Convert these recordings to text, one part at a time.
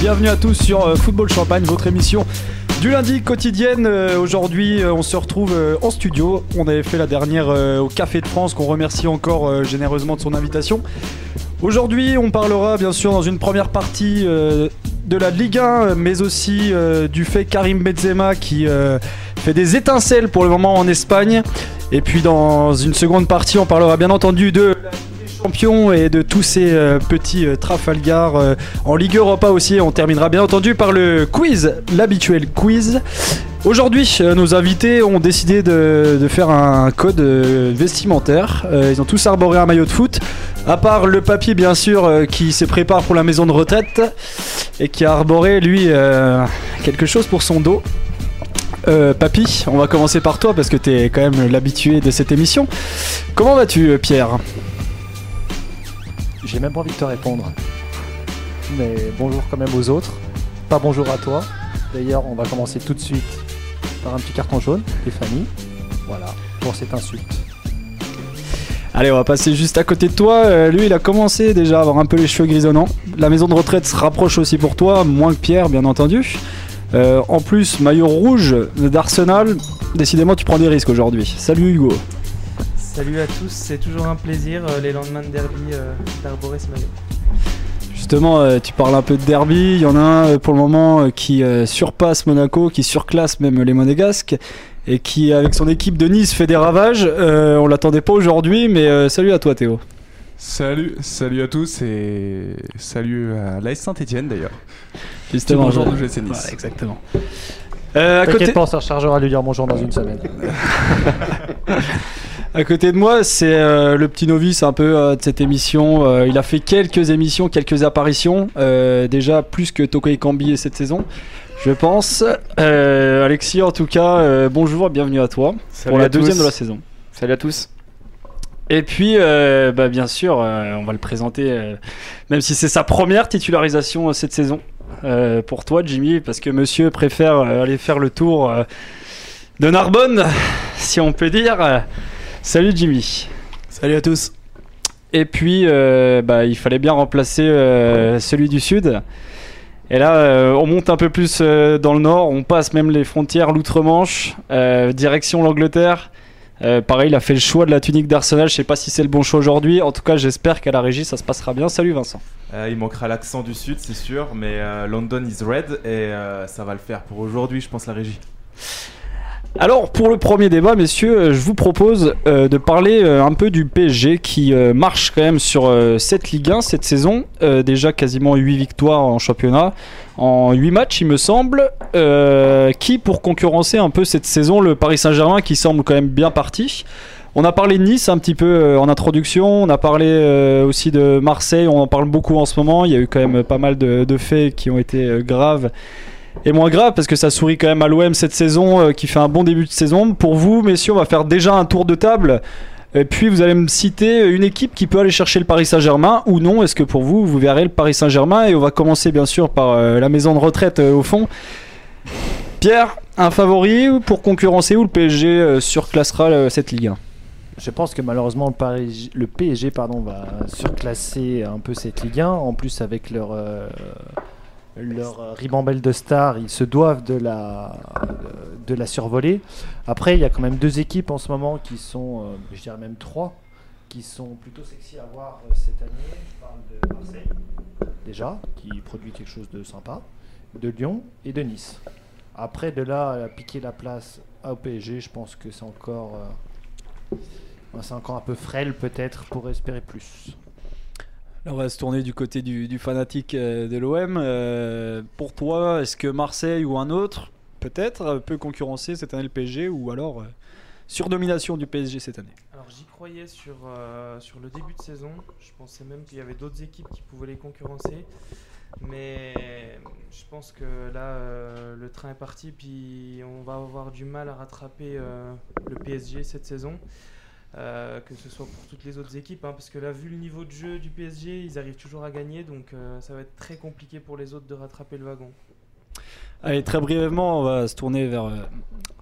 Bienvenue à tous sur euh, Football Champagne, votre émission du lundi quotidienne. Euh, Aujourd'hui, euh, on se retrouve euh, en studio. On avait fait la dernière euh, au Café de France, qu'on remercie encore euh, généreusement de son invitation. Aujourd'hui, on parlera bien sûr dans une première partie euh, de la Ligue 1, mais aussi euh, du fait Karim Benzema qui euh, fait des étincelles pour le moment en Espagne. Et puis dans une seconde partie, on parlera bien entendu de la Ligue des Champions et de tous ces euh, petits euh, Trafalgar euh, en Ligue Europa aussi. On terminera bien entendu par le quiz, l'habituel quiz. Aujourd'hui, euh, nos invités ont décidé de, de faire un code euh, vestimentaire. Euh, ils ont tous arboré un maillot de foot, à part le papier bien sûr euh, qui se prépare pour la maison de retraite et qui a arboré lui euh, quelque chose pour son dos. Euh, papy, on va commencer par toi parce que t'es quand même l'habitué de cette émission. Comment vas-tu, euh, Pierre J'ai même pas envie de te répondre. Mais bonjour quand même aux autres. Pas bonjour à toi. D'ailleurs, on va commencer tout de suite par un petit carton jaune, Stéphanie. Voilà, pour cette insulte. Allez, on va passer juste à côté de toi. Euh, lui, il a commencé déjà à avoir un peu les cheveux grisonnants. La maison de retraite se rapproche aussi pour toi, moins que Pierre, bien entendu. Euh, en plus, maillot rouge d'Arsenal. Décidément, tu prends des risques aujourd'hui. Salut Hugo. Salut à tous, c'est toujours un plaisir euh, les lendemains de derby euh, d'arborer ce maillot. Justement, euh, tu parles un peu de derby. Il y en a un euh, pour le moment euh, qui euh, surpasse Monaco, qui surclasse même les Monégasques et qui, avec son équipe de Nice, fait des ravages. Euh, on l'attendait pas aujourd'hui, mais euh, salut à toi Théo. Salut, salut à tous et salut à l'AS Saint-Etienne d'ailleurs. Justement, bonjour je- de GC Nice. Voilà, exactement. Euh, à côté, T'inquiète pas, on se rechargera à lui dire bonjour dans une semaine. À côté de moi, c'est euh, le petit novice un peu euh, de cette émission. Euh, il a fait quelques émissions, quelques apparitions, euh, déjà plus que Toko et Kambi cette saison, je pense. Euh, Alexis, en tout cas, euh, bonjour, bienvenue à toi pour la deuxième de la saison. Salut à tous. Et puis, euh, bah, bien sûr, euh, on va le présenter, euh, même si c'est sa première titularisation euh, cette saison. euh, pour toi, Jimmy, parce que monsieur préfère euh, aller faire le tour euh, de Narbonne, si on peut dire. Euh, Salut, Jimmy. Salut à tous. Et puis, euh, bah, il fallait bien remplacer euh, celui du Sud. Et là, euh, on monte un peu plus euh, dans le Nord, on passe même les frontières, l'outre-Manche, euh, direction l'Angleterre. Euh, pareil, il a fait le choix de la tunique d'Arsenal. Je sais pas si c'est le bon choix aujourd'hui. En tout cas, j'espère qu'à la régie, ça se passera bien. Salut Vincent. Euh, il manquera l'accent du sud, c'est sûr, mais euh, London is red et euh, ça va le faire pour aujourd'hui, je pense, la régie. Alors pour le premier débat, messieurs, euh, je vous propose euh, de parler euh, un peu du PSG qui euh, marche quand même sur euh, cette Ligue 1 cette saison. Euh, déjà quasiment 8 victoires en championnat, en 8 matchs il me semble. Euh, qui pour concurrencer un peu cette saison, le Paris Saint-Germain qui semble quand même bien parti. On a parlé de Nice un petit peu euh, en introduction, on a parlé euh, aussi de Marseille, on en parle beaucoup en ce moment, il y a eu quand même pas mal de, de faits qui ont été euh, graves et moins grave parce que ça sourit quand même à l'OM cette saison euh, qui fait un bon début de saison. Pour vous, messieurs, on va faire déjà un tour de table. Et puis vous allez me citer une équipe qui peut aller chercher le Paris Saint-Germain ou non. Est-ce que pour vous, vous verrez le Paris Saint-Germain Et on va commencer bien sûr par euh, la maison de retraite euh, au fond. Pierre, un favori pour concurrencer ou le PSG euh, surclassera euh, cette Ligue 1 Je pense que malheureusement le, Paris- le PSG pardon, va surclasser un peu cette Ligue 1. En plus avec leur, euh, leur euh, ribambelle de stars, ils se doivent de la, de la survoler. Après, il y a quand même deux équipes en ce moment qui sont, euh, je dirais même trois, qui sont plutôt sexy à voir euh, cette année. Je parle de Marseille déjà, qui produit quelque chose de sympa, de Lyon et de Nice. Après, de là à piquer la place au PSG, je pense que c'est encore... euh, Ouais, C'est encore un peu frêle peut-être pour espérer plus. Là, on va se tourner du côté du, du fanatique euh, de l'OM. Euh, pour toi, est-ce que Marseille ou un autre, peut-être, euh, peut concurrencer cette année le PSG ou alors euh, surdomination du PSG cette année Alors j'y croyais sur, euh, sur le début de saison, je pensais même qu'il y avait d'autres équipes qui pouvaient les concurrencer, mais je pense que là euh, le train est parti, puis on va avoir du mal à rattraper euh, le PSG cette saison. euh, que ce soit pour toutes les autres équipes, hein, parce que là, vu le niveau de jeu du PSG, ils arrivent toujours à gagner, donc euh, ça va être très compliqué pour les autres de rattraper le wagon. Allez, très brièvement, on va se tourner vers euh,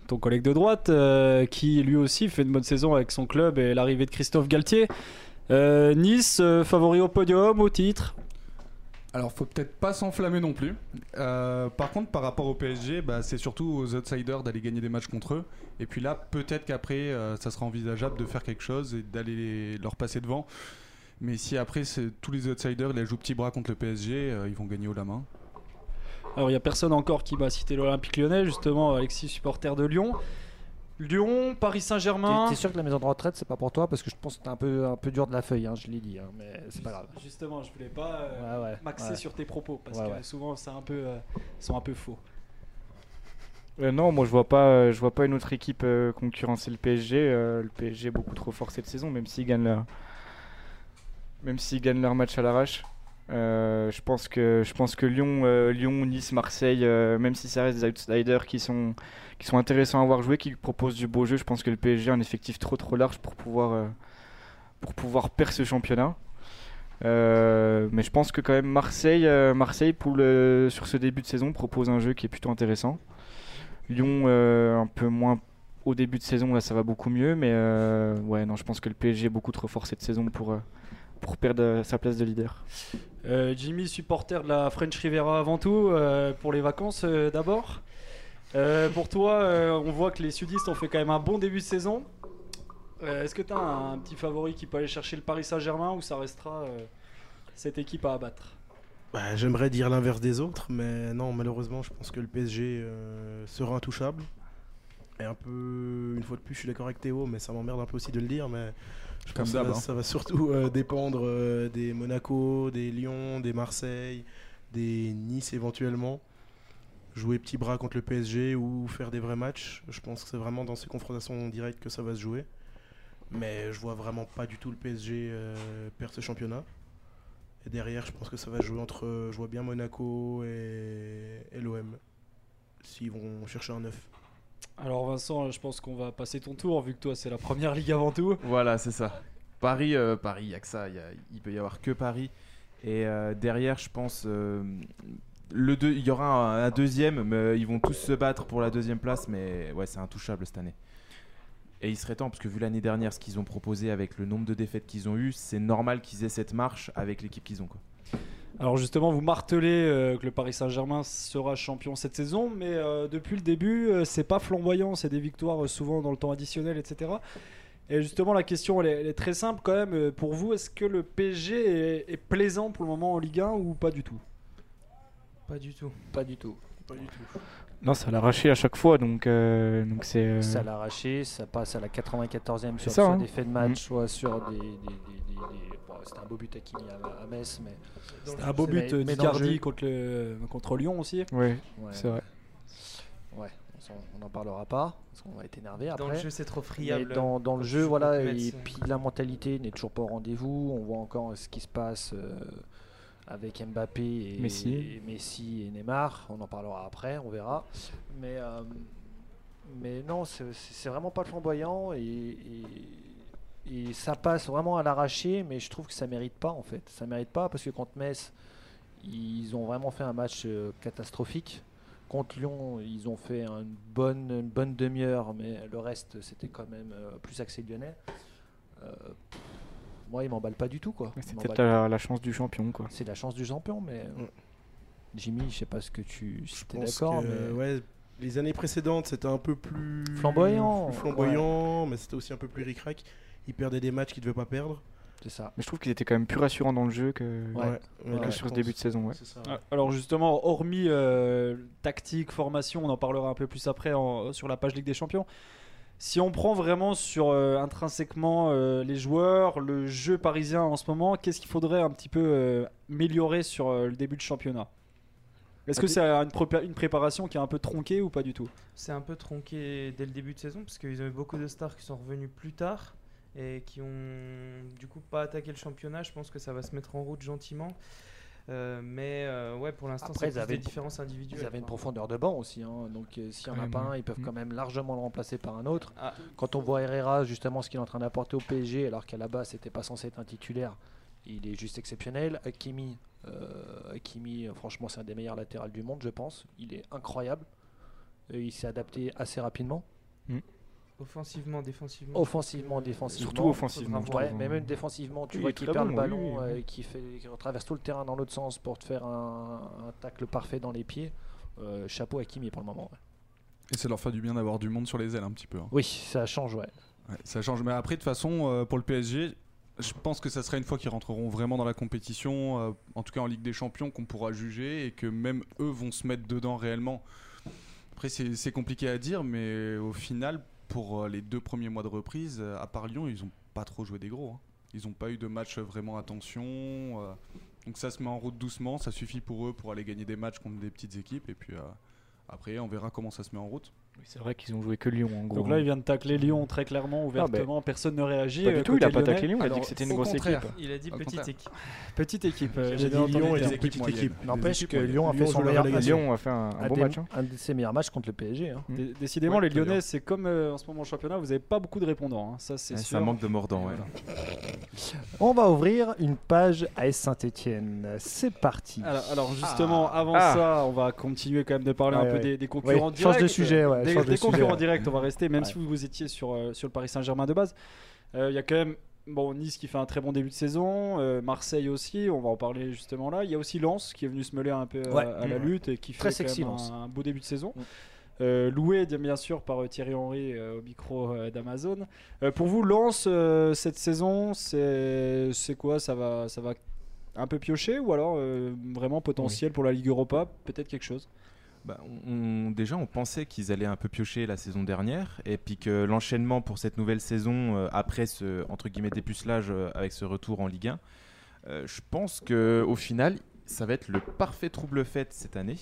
ton collègue de droite euh, qui lui aussi fait une bonne saison avec son club et l'arrivée de Christophe Galtier. Euh, nice, euh, favori au podium, au titre Alors, faut peut-être pas s'enflammer non plus. Euh, par contre, par rapport au PSG, bah, c'est surtout aux outsiders d'aller gagner des matchs contre eux. Et puis là, peut-être qu'après, euh, ça sera envisageable de faire quelque chose et d'aller les- leur passer devant. Mais si après, c'est- tous les outsiders, ils la jouent petit bras contre le PSG, euh, ils vont gagner haut la main. Alors, il n'y a personne encore qui m'a cité l'Olympique lyonnais, justement, Alexis, supporter de Lyon. Lyon, Paris T'es- Saint-Germain. T'es sûr que la maison de retraite, c'est pas pour toi parce que je pense que t'es un peu, un peu dur de la feuille, hein, je l'ai dit, hein, mais c'est pas grave. Justement, je voulais pas euh, Ouais, ouais, m'axer ouais. sur tes propos parce Ouais, que ouais. souvent, c'est un peu, euh, sont un peu faux. Euh, non, moi je vois pas, euh, je vois pas une autre équipe euh, concurrencer le PSG. euh, le PSG est beaucoup trop fort cette saison, même s'ils gagnent leur, même s'ils gagnent leur match à l'arrache. Euh, je pense que, je pense que Lyon, euh, Lyon, Nice, Marseille, euh, même si ça reste des outsiders qui sont, qui sont intéressants à voir jouer, qui proposent du beau jeu, je pense que le PSG a un effectif trop trop large pour pouvoir, euh, pour pouvoir perdre ce championnat. Euh, mais je pense que quand même Marseille, euh, Marseille pour le, sur ce début de saison propose un jeu qui est plutôt intéressant. Lyon euh, un peu moins au début de saison là ça va beaucoup mieux mais euh, ouais non je pense que le PSG est beaucoup trop fort cette saison pour euh, pour perdre euh, sa place de leader. Euh, Jimmy, supporter de la French Rivera avant tout, euh, pour les vacances euh, d'abord. Euh, pour toi, euh, on voit que les sudistes ont fait quand même un bon début de saison. Euh, Est-ce que tu as un, petit favori qui peut aller chercher le Paris Saint-Germain ou ça restera euh, cette équipe à abattre Bah, J'aimerais dire l'inverse des autres, mais non, malheureusement, je pense que le PSG euh, sera intouchable. Et un peu, une fois de plus, je suis d'accord avec Théo, mais ça m'emmerde un peu aussi de le dire. Mais je Comme pense que ça, d'hab, va- hein. ça va surtout euh, dépendre euh, des Monaco, des Lyon, des Marseille, des Nice éventuellement. Jouer petit bras contre le PSG ou faire des vrais matchs, je pense que c'est vraiment dans ces confrontations directes que ça va se jouer. Mais je vois vraiment pas du tout le PSG euh, perdre ce championnat. Et derrière, je pense que ça va jouer entre, euh, je vois bien Monaco et, et l'OM. S'ils vont chercher un 9. Alors Vincent, je pense qu'on va passer ton tour vu que toi c'est la première ligue avant tout. Voilà, c'est ça. Paris, euh, Paris, il n'y a que ça. y a- Il peut y avoir que Paris. Et euh, derrière, je pense, euh, le deux- il y aura un, un deuxième, mais ils vont tous se battre pour la deuxième place. Mais ouais, c'est intouchable cette année. Et il serait temps, parce que vu l'année dernière, ce qu'ils ont proposé avec le nombre de défaites qu'ils ont eues, c'est normal qu'ils aient cette marche avec l'équipe qu'ils ont. Quoi. Alors justement, vous martelez euh, que le Paris Saint-Germain sera champion cette saison, mais euh, depuis le début, euh, c'est pas flamboyant, c'est des victoires euh, souvent dans le temps additionnel, etc. Et justement, la question, elle est, elle est très simple quand même. Euh, Pour vous, est-ce que le PSG est, est plaisant pour le moment en Ligue 1 ou pas du tout Pas du tout. Pas du tout. Pas du tout. Non ça l'a arraché à chaque fois donc euh, donc c'est euh, Ça l'a arraché, ça passe à la 94e C'est sur ça, soit hein. des faits de match, soit sur des. des, des, des- des- bon, c'était un beau but à Kimi à, à Metz, mais. Dans le Un beau C'est but vrai, euh, mais d'Icardi dangereux. contre, le- contre Lyon aussi. ouais, ouais, c'est vrai. ouais, on s'en- on n'en parlera pas, parce qu'on va être énervé jeu- après. Dans le jeu, c'est trop Mais friable. dans, dans le Comme jeu, je voilà, peux te et mettre, puis la mentalité n'est toujours pas au rendez-vous. On voit encore ce qui se passe euh, avec Mbappé et Messi. et, Messi et Neymar. On en parlera après, on verra. Mais, euh, mais non, c'est- c'est c'est vraiment pas flamboyant et, et- et ça passe vraiment à l'arraché, mais je trouve que ça mérite pas en fait. Ça mérite pas parce que contre Metz, ils ont vraiment fait un match euh, catastrophique. Contre Lyon, ils ont fait une bonne, une bonne demi-heure, mais le reste, c'était quand même euh, plus axé lyonnais. Euh, pff, moi, ils m'emballent pas du tout, quoi. Ils C'est m'emballent peut-être la, la chance du champion quoi. c'est la chance du champion, mais. Mm. Jimmy, je sais pas ce que tu. Si Je t'es pense d'accord, que, mais. ouais, les années précédentes, c'était un peu plus Flamboyant, plus flamboyant, mais c'était aussi un peu plus ric-rac. Ils perdaient des matchs qu'ils devaient pas perdre. C'est ça. Mais je trouve qu'ils étaient quand même plus rassurants dans le jeu que, Ouais. mais que là, je sur ce pense- début de saison ouais. C'est ça. Ah, Alors justement, hormis euh, tactique, formation, on en parlera un peu plus après en- sur la page Ligue des Champions. Si on prend vraiment sur euh, intrinsèquement euh, les joueurs, le jeu parisien en ce moment, qu'est-ce qu'il faudrait un petit peu euh, améliorer sur euh, le début de championnat Est-ce que Ah, Ok. c'est euh, une, prépa- une préparation qui est un peu tronquée ou pas du tout C'est un peu tronqué dès le début de saison parce qu'ils ont eu beaucoup de stars qui sont revenus plus tard et qui ont du coup pas attaqué le championnat. Je pense que ça va se mettre en route gentiment. Euh, mais euh, ouais, pour l'instant, Après, c'est ils plus avaient des une- différences individuelles. Ils avaient une quoi. profondeur de banc aussi, hein, donc euh, s'il y en a Ouais, pas mais- un, ils peuvent Mm. quand même largement le remplacer par un autre. Ah. Quand on voit Herrera, justement, ce qu'il est en train d'apporter au PSG, alors qu'à la base, c'était pas censé être un titulaire, il est juste exceptionnel. Hakimi, euh, Hakimi, euh, franchement, c'est un des meilleurs latérales Euh, du monde, je pense. Il est incroyable. Et il s'est adapté assez rapidement. Mm. Offensivement, défensivement. Offensivement, défensivement. Surtout offensivement. faudra je Ouais, trouve. mais même défensivement, tu Il vois est qu'il très perd bon, le oui, ballon, oui. euh, qui, fait, qui traverse tout le terrain dans l'autre sens pour te faire un, un tacle parfait dans les pieds. Euh, chapeau à Kimi pour le moment. ouais. Et ça leur fait du bien d'avoir du monde sur les ailes un petit peu. hein. Oui, ça change, ouais. Ouais, ça change. Mais après, de toute façon, euh, pour le PSG, je pense que ça sera une fois qu'ils rentreront vraiment dans la compétition, euh, en tout cas en Ligue des Champions, qu'on pourra juger et que même eux vont se mettre dedans réellement. Après, c'est c'est compliqué à dire, mais au final, pour euh, les deux premiers mois de reprise, euh, à part Lyon, ils n'ont pas trop joué des gros. hein. Ils n'ont pas eu de match vraiment à tension. euh, donc ça se met en route doucement. Ça suffit pour eux pour aller gagner des matchs contre des petites équipes. Et puis euh, après, on verra comment ça se met en route. Oui, C'est vrai qu'ils ont joué que Lyon en gros. Ah, Donc là, il vient de tacler Lyon très clairement, ouvertement. Personne ne réagit. Pas du euh, tout, il a côté pas taclé lyonnais. Lyon, il a dit Alors, que c'était une au grosse contraire. équipe. Il a dit Au petite contraire. équipe. Ah, Petite équipe. euh, J'ai j'ai dit bien Lyon entendu est le une terme. petite équipe. N'empêche équipes que ont- Lyon a Lyon fait joue son la meilleur match. relégation. Lyon a fait un, un Un, bon des, match. hein. un de ses meilleurs matchs contre le PSG. hein. Dé- Décidément, Ouais, les tout à Lyonnais, l'heure. c'est comme euh, en ce moment au championnat, vous n'avez pas beaucoup de répondants. hein. Ça, c'est Ouais, sûr. Ça manque de mordant, ouais. Voilà. On va ouvrir une page AS Saint-Etienne. C'est parti. Alors, alors, justement, avant Ah. ça, on va continuer quand même de parler Ouais, un peu ouais. des, des Ouais, concurrents directs. change de sujet. Ouais, des change de des sujet, concurrents ouais. directs, on va rester, même Ouais. si vous étiez sur, euh, sur le Paris Saint-Germain de base. Euh, Il y a quand même bon, Nice qui fait un très bon début de saison, euh, Marseille aussi, on va en parler justement là. Il y a aussi Lens qui est venu se mêler un peu à- Ouais. à, la Mmh. lutte et qui Très fait quand sexy, même Lens. un, un beau début de saison. Mmh. Euh, loué bien- bien sûr par euh, Thierry Henry euh, au micro euh, d'Amazon. Euh, pour vous, Lens, euh, cette saison, c'est c'est quoi ça va, ça va un peu piocher ou alors euh, vraiment potentiel pour la Ligue Europa Peut-être quelque chose Bah, on- on- déjà, on pensait qu'ils allaient un peu piocher la saison dernière, et puis que l'enchaînement pour cette nouvelle saison, euh, après ce entre guillemets dépucelage euh, avec ce retour en Ligue 1, euh, je pense que au final, ça va être le parfait trouble fête cette année,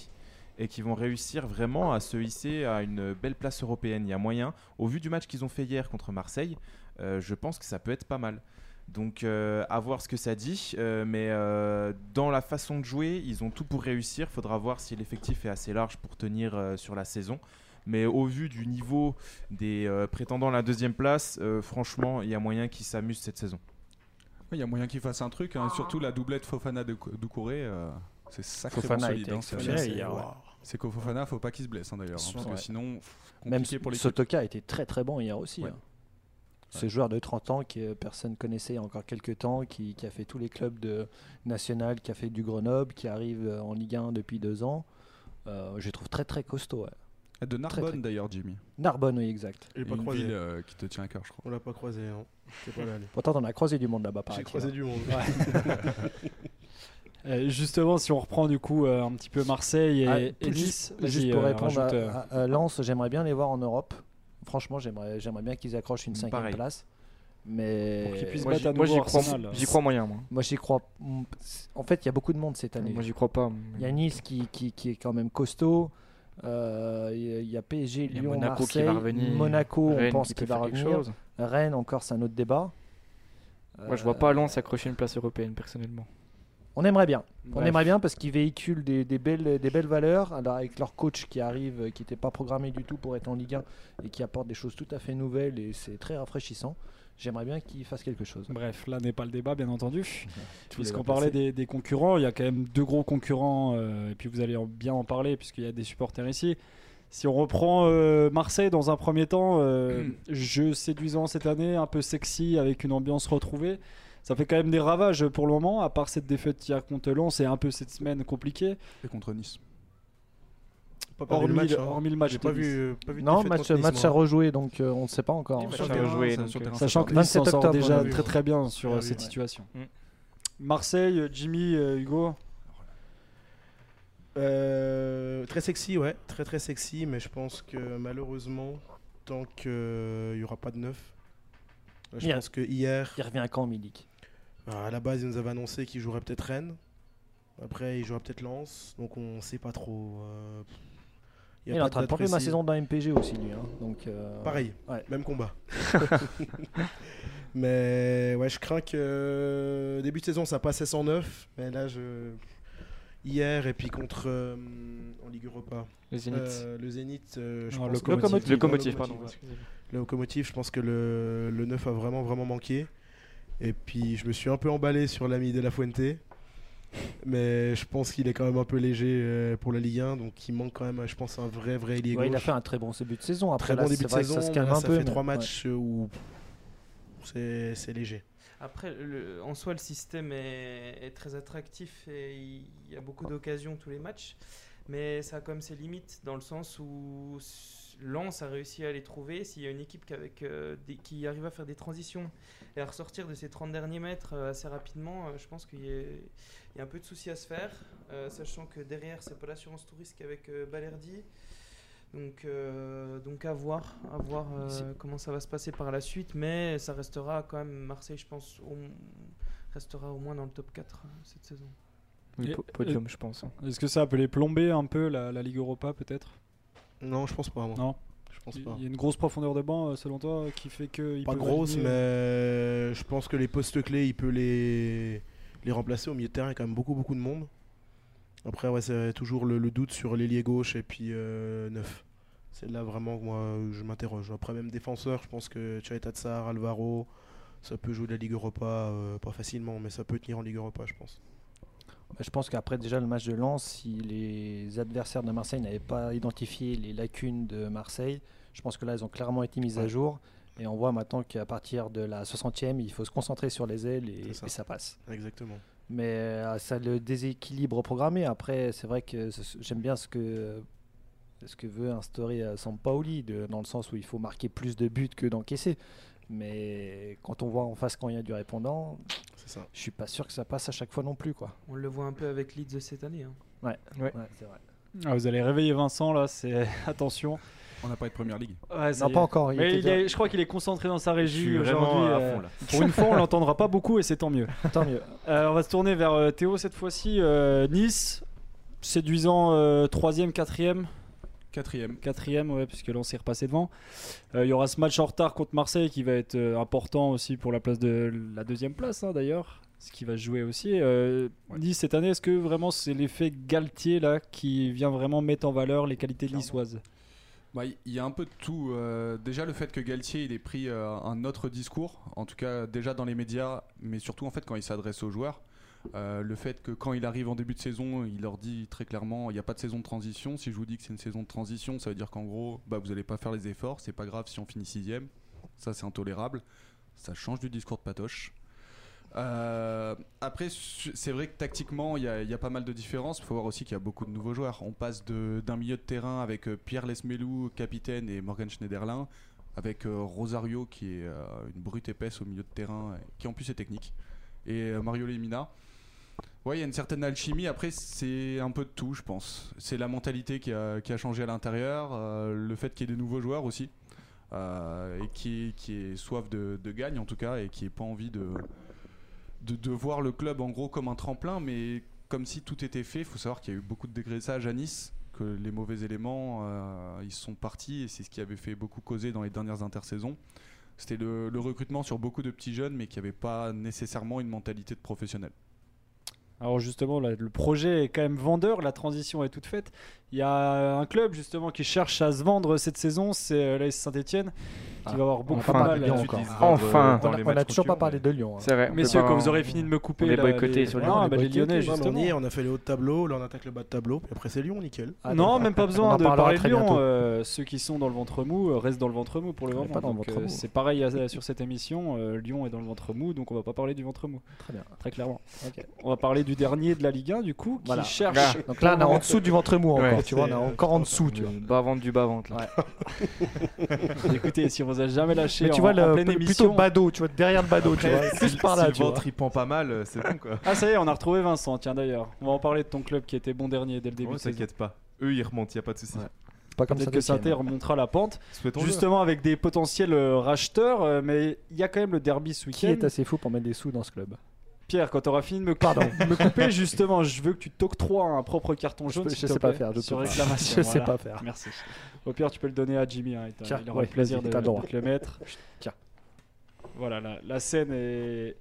et qu'ils vont réussir vraiment à se hisser à une belle place européenne. Il y a moyen, au vu du match qu'ils ont fait hier contre Marseille, euh, je pense que ça peut être pas mal. Donc euh, à voir ce que ça dit, euh, mais euh, dans la façon de jouer, ils ont tout pour réussir. Faudra voir si l'effectif est assez large pour tenir euh, sur la saison. Mais au vu du niveau des euh, prétendants à la deuxième place, euh, franchement, il y a moyen qu'ils s'amusent cette saison. Il y a moyen qu'il fasse un truc, hein, surtout la doublette Fofana de, de Couré, euh, c'est sacrément Fofana solide. était hein, c'est- exceptionnel. c'est- hier, ouais. c'est qu'au Fofana, faut pas qu'il se blesse hein, d'ailleurs, hein, parce Ouais. que sinon, Même compliqué pour les Sotoka était très très bon hier aussi. Ouais. hein. Ce joueur de 30 ans que personne connaissait il y a encore quelques temps, qui, qui a fait tous les clubs de national, qui a fait du Grenoble, qui arrive euh, en Ligue 1 depuis deux ans. Euh, je le trouve très très costaud. ouais. De Narbonne très- d'ailleurs, Jimmy. Narbonne, oui, exact. Je l'ai pas Une croisé. ville euh, qui te tient à cœur, je crois. On l'a pas croisé, non. C'est pas là. lui. Pourtant, on a croisé du monde là-bas, paraît-il, J'ai croisé hein. du monde. Euh, justement, si on reprend du coup euh, un petit peu Marseille et, Ah, et plus Nice, juste, juste vas-y, pour euh, répondre à- rajoute, euh, à, à Lens, j'aimerais bien les voir en Europe. Franchement, j'aimerais j'aimerais bien qu'ils accrochent une cinquième Pareil. place. Mais Pour qu'ils puissent Moi, battre j'y- à moi, nouveau j'y crois, Arsenal. j'y crois moyen moi. moi, j'y crois. En fait, il y a beaucoup de monde cette année. Moi j'y crois pas. Il y a Nice qui, qui, qui est quand même costaud. Euh, Il y a- il y a PSG, Il y a Lyon, Monaco qui Marseille. va revenir. Monaco, on Rennes pense qui qu'il peut va faire quelque revenir. chose. Rennes, encore, c'est un autre débat. Moi je vois Euh, pas Lens accrocher une place européenne personnellement. On aimerait bien. On Bref. aimerait bien parce qu'ils véhiculent des, des belles, des belles valeurs. Alors avec leur coach qui arrive, euh, qui n'était pas programmé du tout pour être en Ligue 1 et qui apporte des choses tout à fait nouvelles et c'est très rafraîchissant. J'aimerais bien qu'ils fassent quelque chose. Bref, là n'est pas le débat, bien entendu. Puisqu'on l'as parlait placé. des, des concurrents, il y a quand même deux gros concurrents, euh, et puis vous allez en- bien en parler, puisqu'il y a des supporters ici. Si on reprend euh, Marseille dans un premier temps, euh, jeu séduisant cette année, un peu sexy, avec une ambiance retrouvée. Ça fait quand même des ravages pour le moment, à part cette défaite hier contre Lens et un peu cette semaine compliquée. Et contre Nice. Pas perdu Hormis le match, match, hein. hormis le match J'ai de pas Nice. vu, pas vu de hein. Non, défaite match, contre Nice, match à moi. rejouer, donc euh, on ne sait pas encore. Sur match le à terrain, rejouer, ça- donc, sur le euh, terrain, ça Sachant parle. que Nice s'en 27 sort octobre, déjà on a vu, très ouais. très bien sur On a euh, vu, cette ouais. situation. Mm. Marseille, euh, Jimmy, euh, Hugo, Euh, très sexy, ouais, très très sexy, mais je pense que malheureusement, tant qu'il n'y aura pas de neuf, euh, je Hier. pense que hier, Il revient quand, Milik euh, à la base, ils nous avaient annoncé qu'ils joueraient peut-être Rennes, après ils joueraient peut-être Lens, donc on sait pas trop. euh, y Il a est pas en train de date prendre ma précise. saison d'un MPG aussi, lui. hein. Donc, euh, Pareil, Ouais. même combat. mais ouais, je crains que début de saison ça passait 109, mais là je hier et puis contre euh, en Ligue Europa. Les Zénith. Euh, le Zénith, euh, je Non, pense que- Locomotive. Locomotive, pardon. ouais. Le Locomotive, je pense que le, le 9 a vraiment, vraiment manqué. Et puis, je me suis un peu emballé sur l'ami de la Fuente. Mais je pense qu'il est quand même un peu léger euh, pour la Ligue 1, donc il manque quand même, je pense, un vrai, vrai ailier Ouais, il a gauche. fait un très bon début de saison. Après, très là, bon début c'est de vrai que saison. ça se calme mais là, un ça peu. fait mais- trois ouais. matchs euh, où c'est c'est léger. Après, le- en soi, le système est, est très attractif et il y a Ah. beaucoup d'occasions tous les matchs. Mais ça a quand même ses limites dans le sens où s- Lens a réussi à les trouver. S'il y a une équipe qui, avec, euh, des- qui arrive à faire des transitions et à ressortir de ses 30 derniers mètres euh, assez rapidement, euh, je pense qu'il y, a- il y a un peu de souci à se faire. euh, sachant que derrière, c'est pas l'assurance touriste qu'avec euh, Balerdi. Donc, euh, donc à voir, à voir euh, C'est- comment ça va se passer par la suite, mais ça restera quand même Marseille, je pense, au, restera au moins dans le top 4 euh, cette saison. Oui, Et- po- podium, je pense. hein. Est-ce que ça peut les plomber un peu la, la Ligue Europa peut-être Non, je pense pas, moi. Non. Je pense Il pas. y a une grosse profondeur de banc euh, selon toi qui fait que ils Pas peuvent grosse, aligner- euh. mais je pense que les postes clés, il peut les, les remplacer au milieu de terrain. Il y a quand même beaucoup, beaucoup de monde. Après, ouais, c'est toujours le, le doute sur l'ailier gauche et puis euh, neuf. C'est là vraiment que moi je m'interroge. Après, même défenseur, je pense que Chaita Tsar, Alvaro, ça peut jouer de la Ligue Europa, euh, pas facilement, mais ça peut tenir en Ligue Europa, je pense. Bah, Je pense qu'après déjà le match de Lens, si les adversaires de Marseille n'avaient pas identifié les lacunes de Marseille, je pense que là, ils ont clairement été mises à jour. Et on voit maintenant qu'à partir de la 60e, il faut se concentrer sur les ailes et et ça, C'est ça. passe. Exactement. Mais euh, ça le déséquilibre programmé. Après, c'est vrai que ce- j'aime bien ce que, ce que veut instaurer euh, Sampaoli, de- dans le sens où il faut marquer plus de buts que d'encaisser. Mais quand on voit en face quand il y a du répondant, C'est ça. je suis pas sûr que ça passe à chaque fois non plus. Quoi. On le voit un peu avec Leeds cette année. hein. Ouais, c'est vrai. Ah, vous allez réveiller Vincent là, c'est attention. On n'a pas de première ligue. Ouais, ça Non, y est. pas encore. il Mais était il est- je crois qu'il est concentré dans sa Je régie suis vraiment aujourd'hui. à euh, fond là. pour une fois, on l'entendra pas beaucoup et c'est tant mieux. déjà- Tant mieux. Euh, on va se tourner vers euh, Théo cette fois-ci. Euh, nice, séduisant euh, troisième, quatrième, Quatrième. quatrième, ouais, puisque l'on s'est repassé devant. Euh, Il y aura ce match en retard contre Marseille qui va être euh, important aussi pour la place de la deuxième place hein, d'ailleurs, ce qui va se jouer aussi. Euh, Ouais. Nice cette année, est-ce que vraiment c'est l'effet Galtier là qui vient vraiment mettre en valeur les qualités niçoises Bah, Il y a un peu de tout. Euh, déjà, le fait que Galtier il ait pris euh, un autre discours, en tout cas déjà dans les médias, mais surtout en fait quand il s'adresse aux joueurs. Euh, le fait que quand il arrive en début de saison, il leur dit très clairement il n'y a pas de saison de transition. Si je vous dis que c'est une saison de transition, ça veut dire qu'en gros, bah, vous n'allez pas faire les efforts. C'est pas grave si on finit sixième. Ça, c'est intolérable. Ça change du discours de Patoche. Euh, après, su- c'est vrai que tactiquement, il y, a- il y a pas mal de différences. Il faut voir aussi qu'il y a beaucoup de nouveaux joueurs. On passe de- d'un milieu de terrain avec euh, Pierre Lesmelou, capitaine, et Morgan Schneiderlin, avec euh, Rosario, qui est euh, une brute épaisse au milieu de terrain, euh, qui en plus est technique, et euh, Mario Lemina. Ouais, il y a une certaine alchimie. Après, c'est un peu de tout, je pense. C'est la mentalité qui a, qui a changé à l'intérieur, euh, le fait qu'il y ait des nouveaux joueurs aussi, euh, et qui, qui est soif de, de gagne en tout cas, et qui n'ait pas envie de de, de voir le club en gros comme un tremplin, mais comme si tout était fait. Il faut savoir qu'il y a eu beaucoup de dégraissage à Nice, que les mauvais éléments euh, ils sont partis et c'est ce qui avait fait beaucoup causer dans les dernières intersaisons. C'était le, le recrutement sur beaucoup de petits jeunes, mais qui n'avaient pas nécessairement une mentalité de professionnel. Alors justement, là, le projet est quand même vendeur, la transition est toute faite. Il y a un club justement qui cherche à se vendre cette saison, c'est euh, l'AS Saint-Etienne, Ah, qui va avoir beaucoup on a pas de mal. euh, parlé à- encore. Enfin. On a- on n'a toujours pas parlé de Lyon. hein. C'est vrai. Messieurs, mais quand par- vous aurez fini de me couper, on est là, boycottés les- sur les- Non, on est bah, les boycottés, Lyonnais ouais, Ouais, mais justement. on y est, on a fait le haut de tableau, là on attaque le bas de tableau, puis après c'est Lyon, nickel. Ah, non, d'accord. même pas On besoin en de parlera parler de très bientôt. Lyon. euh, ceux qui sont dans le ventre mou euh, restent dans le ventre mou pour le On est moment. pas dans le Donc, ventre euh, mou. C'est pareil à- sur cette émission. euh, Lyon est dans le ventre mou, donc on va pas parler du ventre mou, Très bien. très clairement. Ok. On va parler du dernier de la Ligue 1 du coup, qui Voilà. cherche. Donc là, on est en dessous du ventre mou encore. Ouais, tu vois, on est c'est, euh, encore en dessous. Tu vois. Du bas-ventre, du bas-ventre. là. Écoutez, si on vous a jamais lâché, Mais tu en- vois, en le, pleine plutôt émission, badaud, tu vois, derrière le badaud, tu vois. Plus par là, tu le vois. ventre il pend pas mal, euh, c'est bon quoi. Ah ça y est, on a retrouvé Vincent, tiens d'ailleurs. On va en parler de ton club qui était bon dernier dès le début. Ne de saison. t'inquiète pas. Eux ils remontent, y a pas de souci. Ouais. Pas comme ça Peut-être que Saint-Étienne remontera la pente, Souhaitons justement avec des potentiels euh, racheteurs, euh, mais il y a quand même le derby ce Qui week-end. est assez fou pour mettre des sous dans ce club Pierre, quand t'auras fini de me, me couper, justement, je veux que tu t'octroies un propre carton Je, jaune. peux- s'il je te sais pas plaît, faire. Je, sur peux pas. réclamation. je sais voilà. pas faire. Merci. Au pire, tu peux le donner à Jimmy. hein, il t'a- Tiens, il aura ouais, le plaisir vas-y, de, t'as le droit. de te le mettre. Tiens. Voilà, la, la scène est.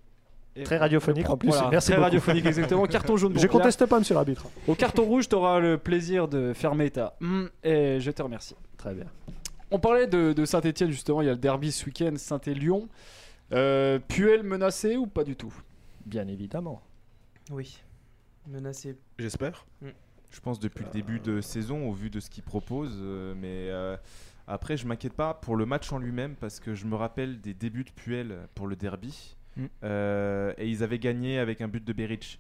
est- Très radiophonique en plus. Voilà, Merci hein. très beaucoup. radiophonique, exactement. Carton jaune. pour Je Pierre. conteste pas, monsieur l'arbitre. Au carton rouge, t'auras le plaisir de fermer ta. Mm, Et je te remercie. Très bien. On parlait de, Saint-Etienne justement, il y a le derby ce week-end, Saint-Étienne-Lyon. Puel menacé ou pas du tout Bien évidemment. Oui. menacé. J'espère. Je pense depuis le début de saison, au vu de ce qu'il propose. euh, mais euh, après, je m'inquiète pas pour le match en lui-même parce que je me rappelle des débuts de Puel pour le derby. Mm. Euh, et ils avaient gagné avec un but de Beric.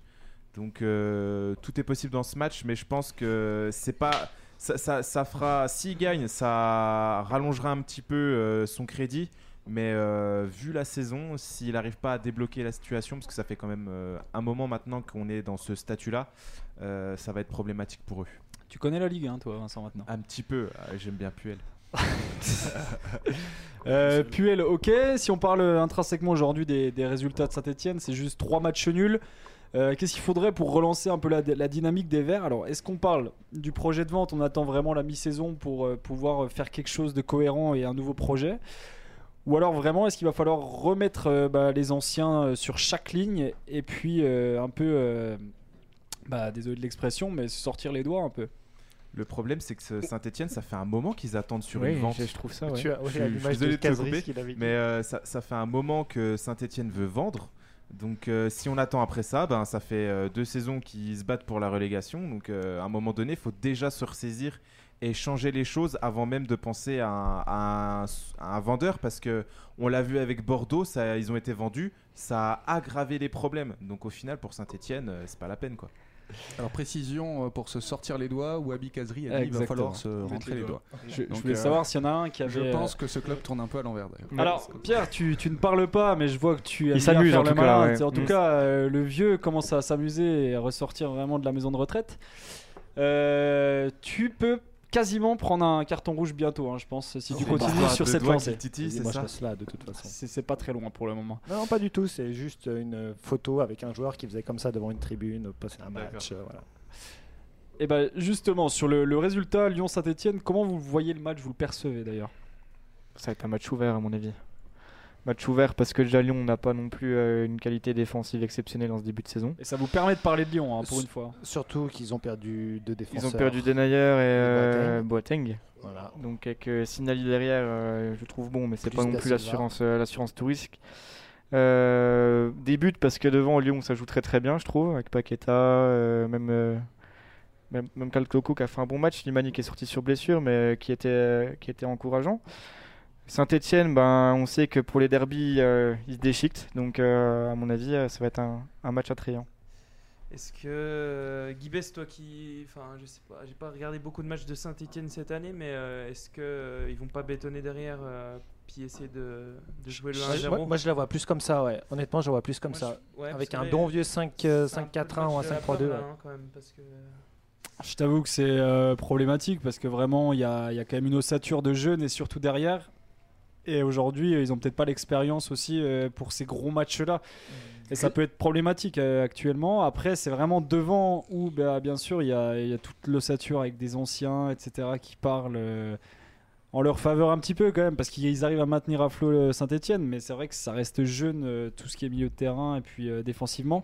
Donc euh, tout est possible dans ce match, mais je pense que c'est pas. Ça, ça, ça fera. S'il gagne, ça rallongera un petit peu euh, son crédit. Mais euh, vu la saison, s'il n'arrive pas à débloquer la situation, parce que ça fait quand même euh, un moment maintenant qu'on est dans ce statut-là, euh, ça va être problématique pour eux. Tu connais la Ligue, hein, toi, Vincent, maintenant. Un petit peu, euh, j'aime bien Puel. Euh, Puel, ok. Si on parle intrinsèquement aujourd'hui des, des résultats de Saint-Etienne, c'est juste trois matchs nuls. Euh, Qu'est-ce qu'il faudrait pour relancer un peu la, la dynamique des Verts Alors, est-ce qu'on parle du projet de vente On attend vraiment la mi-saison pour euh, pouvoir faire quelque chose de cohérent et un nouveau projet Ou alors vraiment, est-ce qu'il va falloir remettre euh, bah, les anciens euh, sur chaque ligne et puis euh, un peu, euh, bah, désolé de l'expression, mais se sortir les doigts un peu Le problème, c'est que ce Saint-Etienne, ça fait un moment qu'ils attendent sur une vente. je je trouve ça, ouais. Tu as ouais, Je suis- à je suis l'image de désolé de te Cazeris couper, qu'il avait dit. Mais euh, ça, ça fait un moment que Saint-Etienne veut vendre. Donc euh, si on attend après ça, ben, ça fait euh, deux saisons qu'ils se battent pour la relégation. Donc euh, à un moment donné, il faut déjà se ressaisir et changer les choses avant même de penser à un, à un- à un vendeur. Parce que on l'a vu avec Bordeaux, ça, ils ont été vendus, ça a aggravé les problèmes. Donc au final, pour Saint-Etienne, c'est pas la peine. quoi. Alors précision euh, pour se sortir les doigts, Wabi Kazri a dit il va Exactement. falloir se rentrer les les doigts. Je, je Donc, voulais euh, savoir s'il y en a un qui avait. Je euh, pense que ce club tourne un peu à l'envers d'ailleurs. Alors, Pierre, tu, tu ne parles pas, mais je vois que tu aimes bien s'amuse, faire en le tout cas, malin. ouais. En tout Mm. cas, euh, le vieux commence à s'amuser et à ressortir vraiment de la maison de retraite. Euh, tu peux quasiment prendre un carton rouge bientôt, hein, je pense, si tu C'est continues l'histoire sur de cette Dwight lancée. Kititi, Et c'est moi, ça je reste là, de toute façon. C'est c'est pas très loin pour le moment. Non, pas du tout. C'est juste une photo avec un joueur qui faisait comme ça devant une tribune, passer un match. euh, voilà. Et ben justement, sur le, le résultat Lyon-Saint-Etienne, comment vous voyez le match Vous le percevez d'ailleurs Ça va être un match ouvert, à mon avis. Match ouvert parce que déjà Lyon n'a pas non plus euh, une qualité défensive exceptionnelle en ce début de saison. Et ça vous permet de parler de Lyon, hein, pour S- une fois. Surtout qu'ils ont perdu deux défenseurs. Ils ont perdu Denayer et euh, Boateng. Voilà. Donc avec euh, Signali derrière, euh, je trouve bon, mais c'est Plus pas non Da plus Silva. l'assurance euh, l'assurance tout risque. Euh, des buts parce que devant Lyon ça joue très très bien je trouve avec Paqueta euh, même euh, même même Kalkoko qui a fait un bon match Limani qui est sorti sur blessure mais euh, qui était euh, qui était encourageant Saint-Etienne ben on sait que pour les derbies euh, ils se déchiquent donc euh, à mon avis euh, ça va être un, un match attrayant Est-ce que euh, Guibès, toi qui, enfin, je sais pas, j'ai pas regardé beaucoup de matchs de Saint-Étienne cette année, mais euh, est-ce que euh, ils vont pas bétonner derrière euh, puis essayer de, de jouer le Moi, 1-0 moi, je la vois plus comme ça, ouais. Honnêtement, je la vois plus comme Moi, ça. je- ouais, Avec parce un que bon là, vieux 5, euh, c'est un peu 5-4-1 le ou un match de la 5-3-2. peur, ouais. là, hein, quand même, parce que Je t'avoue que c'est euh, problématique parce que vraiment, il y a, il y a quand même une ossature de jeunes et surtout derrière. Et aujourd'hui, euh, ils ont peut-être pas l'expérience aussi euh, pour ces gros matchs-là. Et ça peut être problématique euh, actuellement. Après, c'est vraiment devant où, bah, bien sûr, il y a, il y a toute l'ossature avec des anciens, etc., qui parlent euh, en leur faveur un petit peu quand même, parce qu'ils arrivent à maintenir à flot euh, Saint-Etienne. Mais c'est vrai que ça reste jeune, euh, tout ce qui est milieu de terrain et puis euh, défensivement.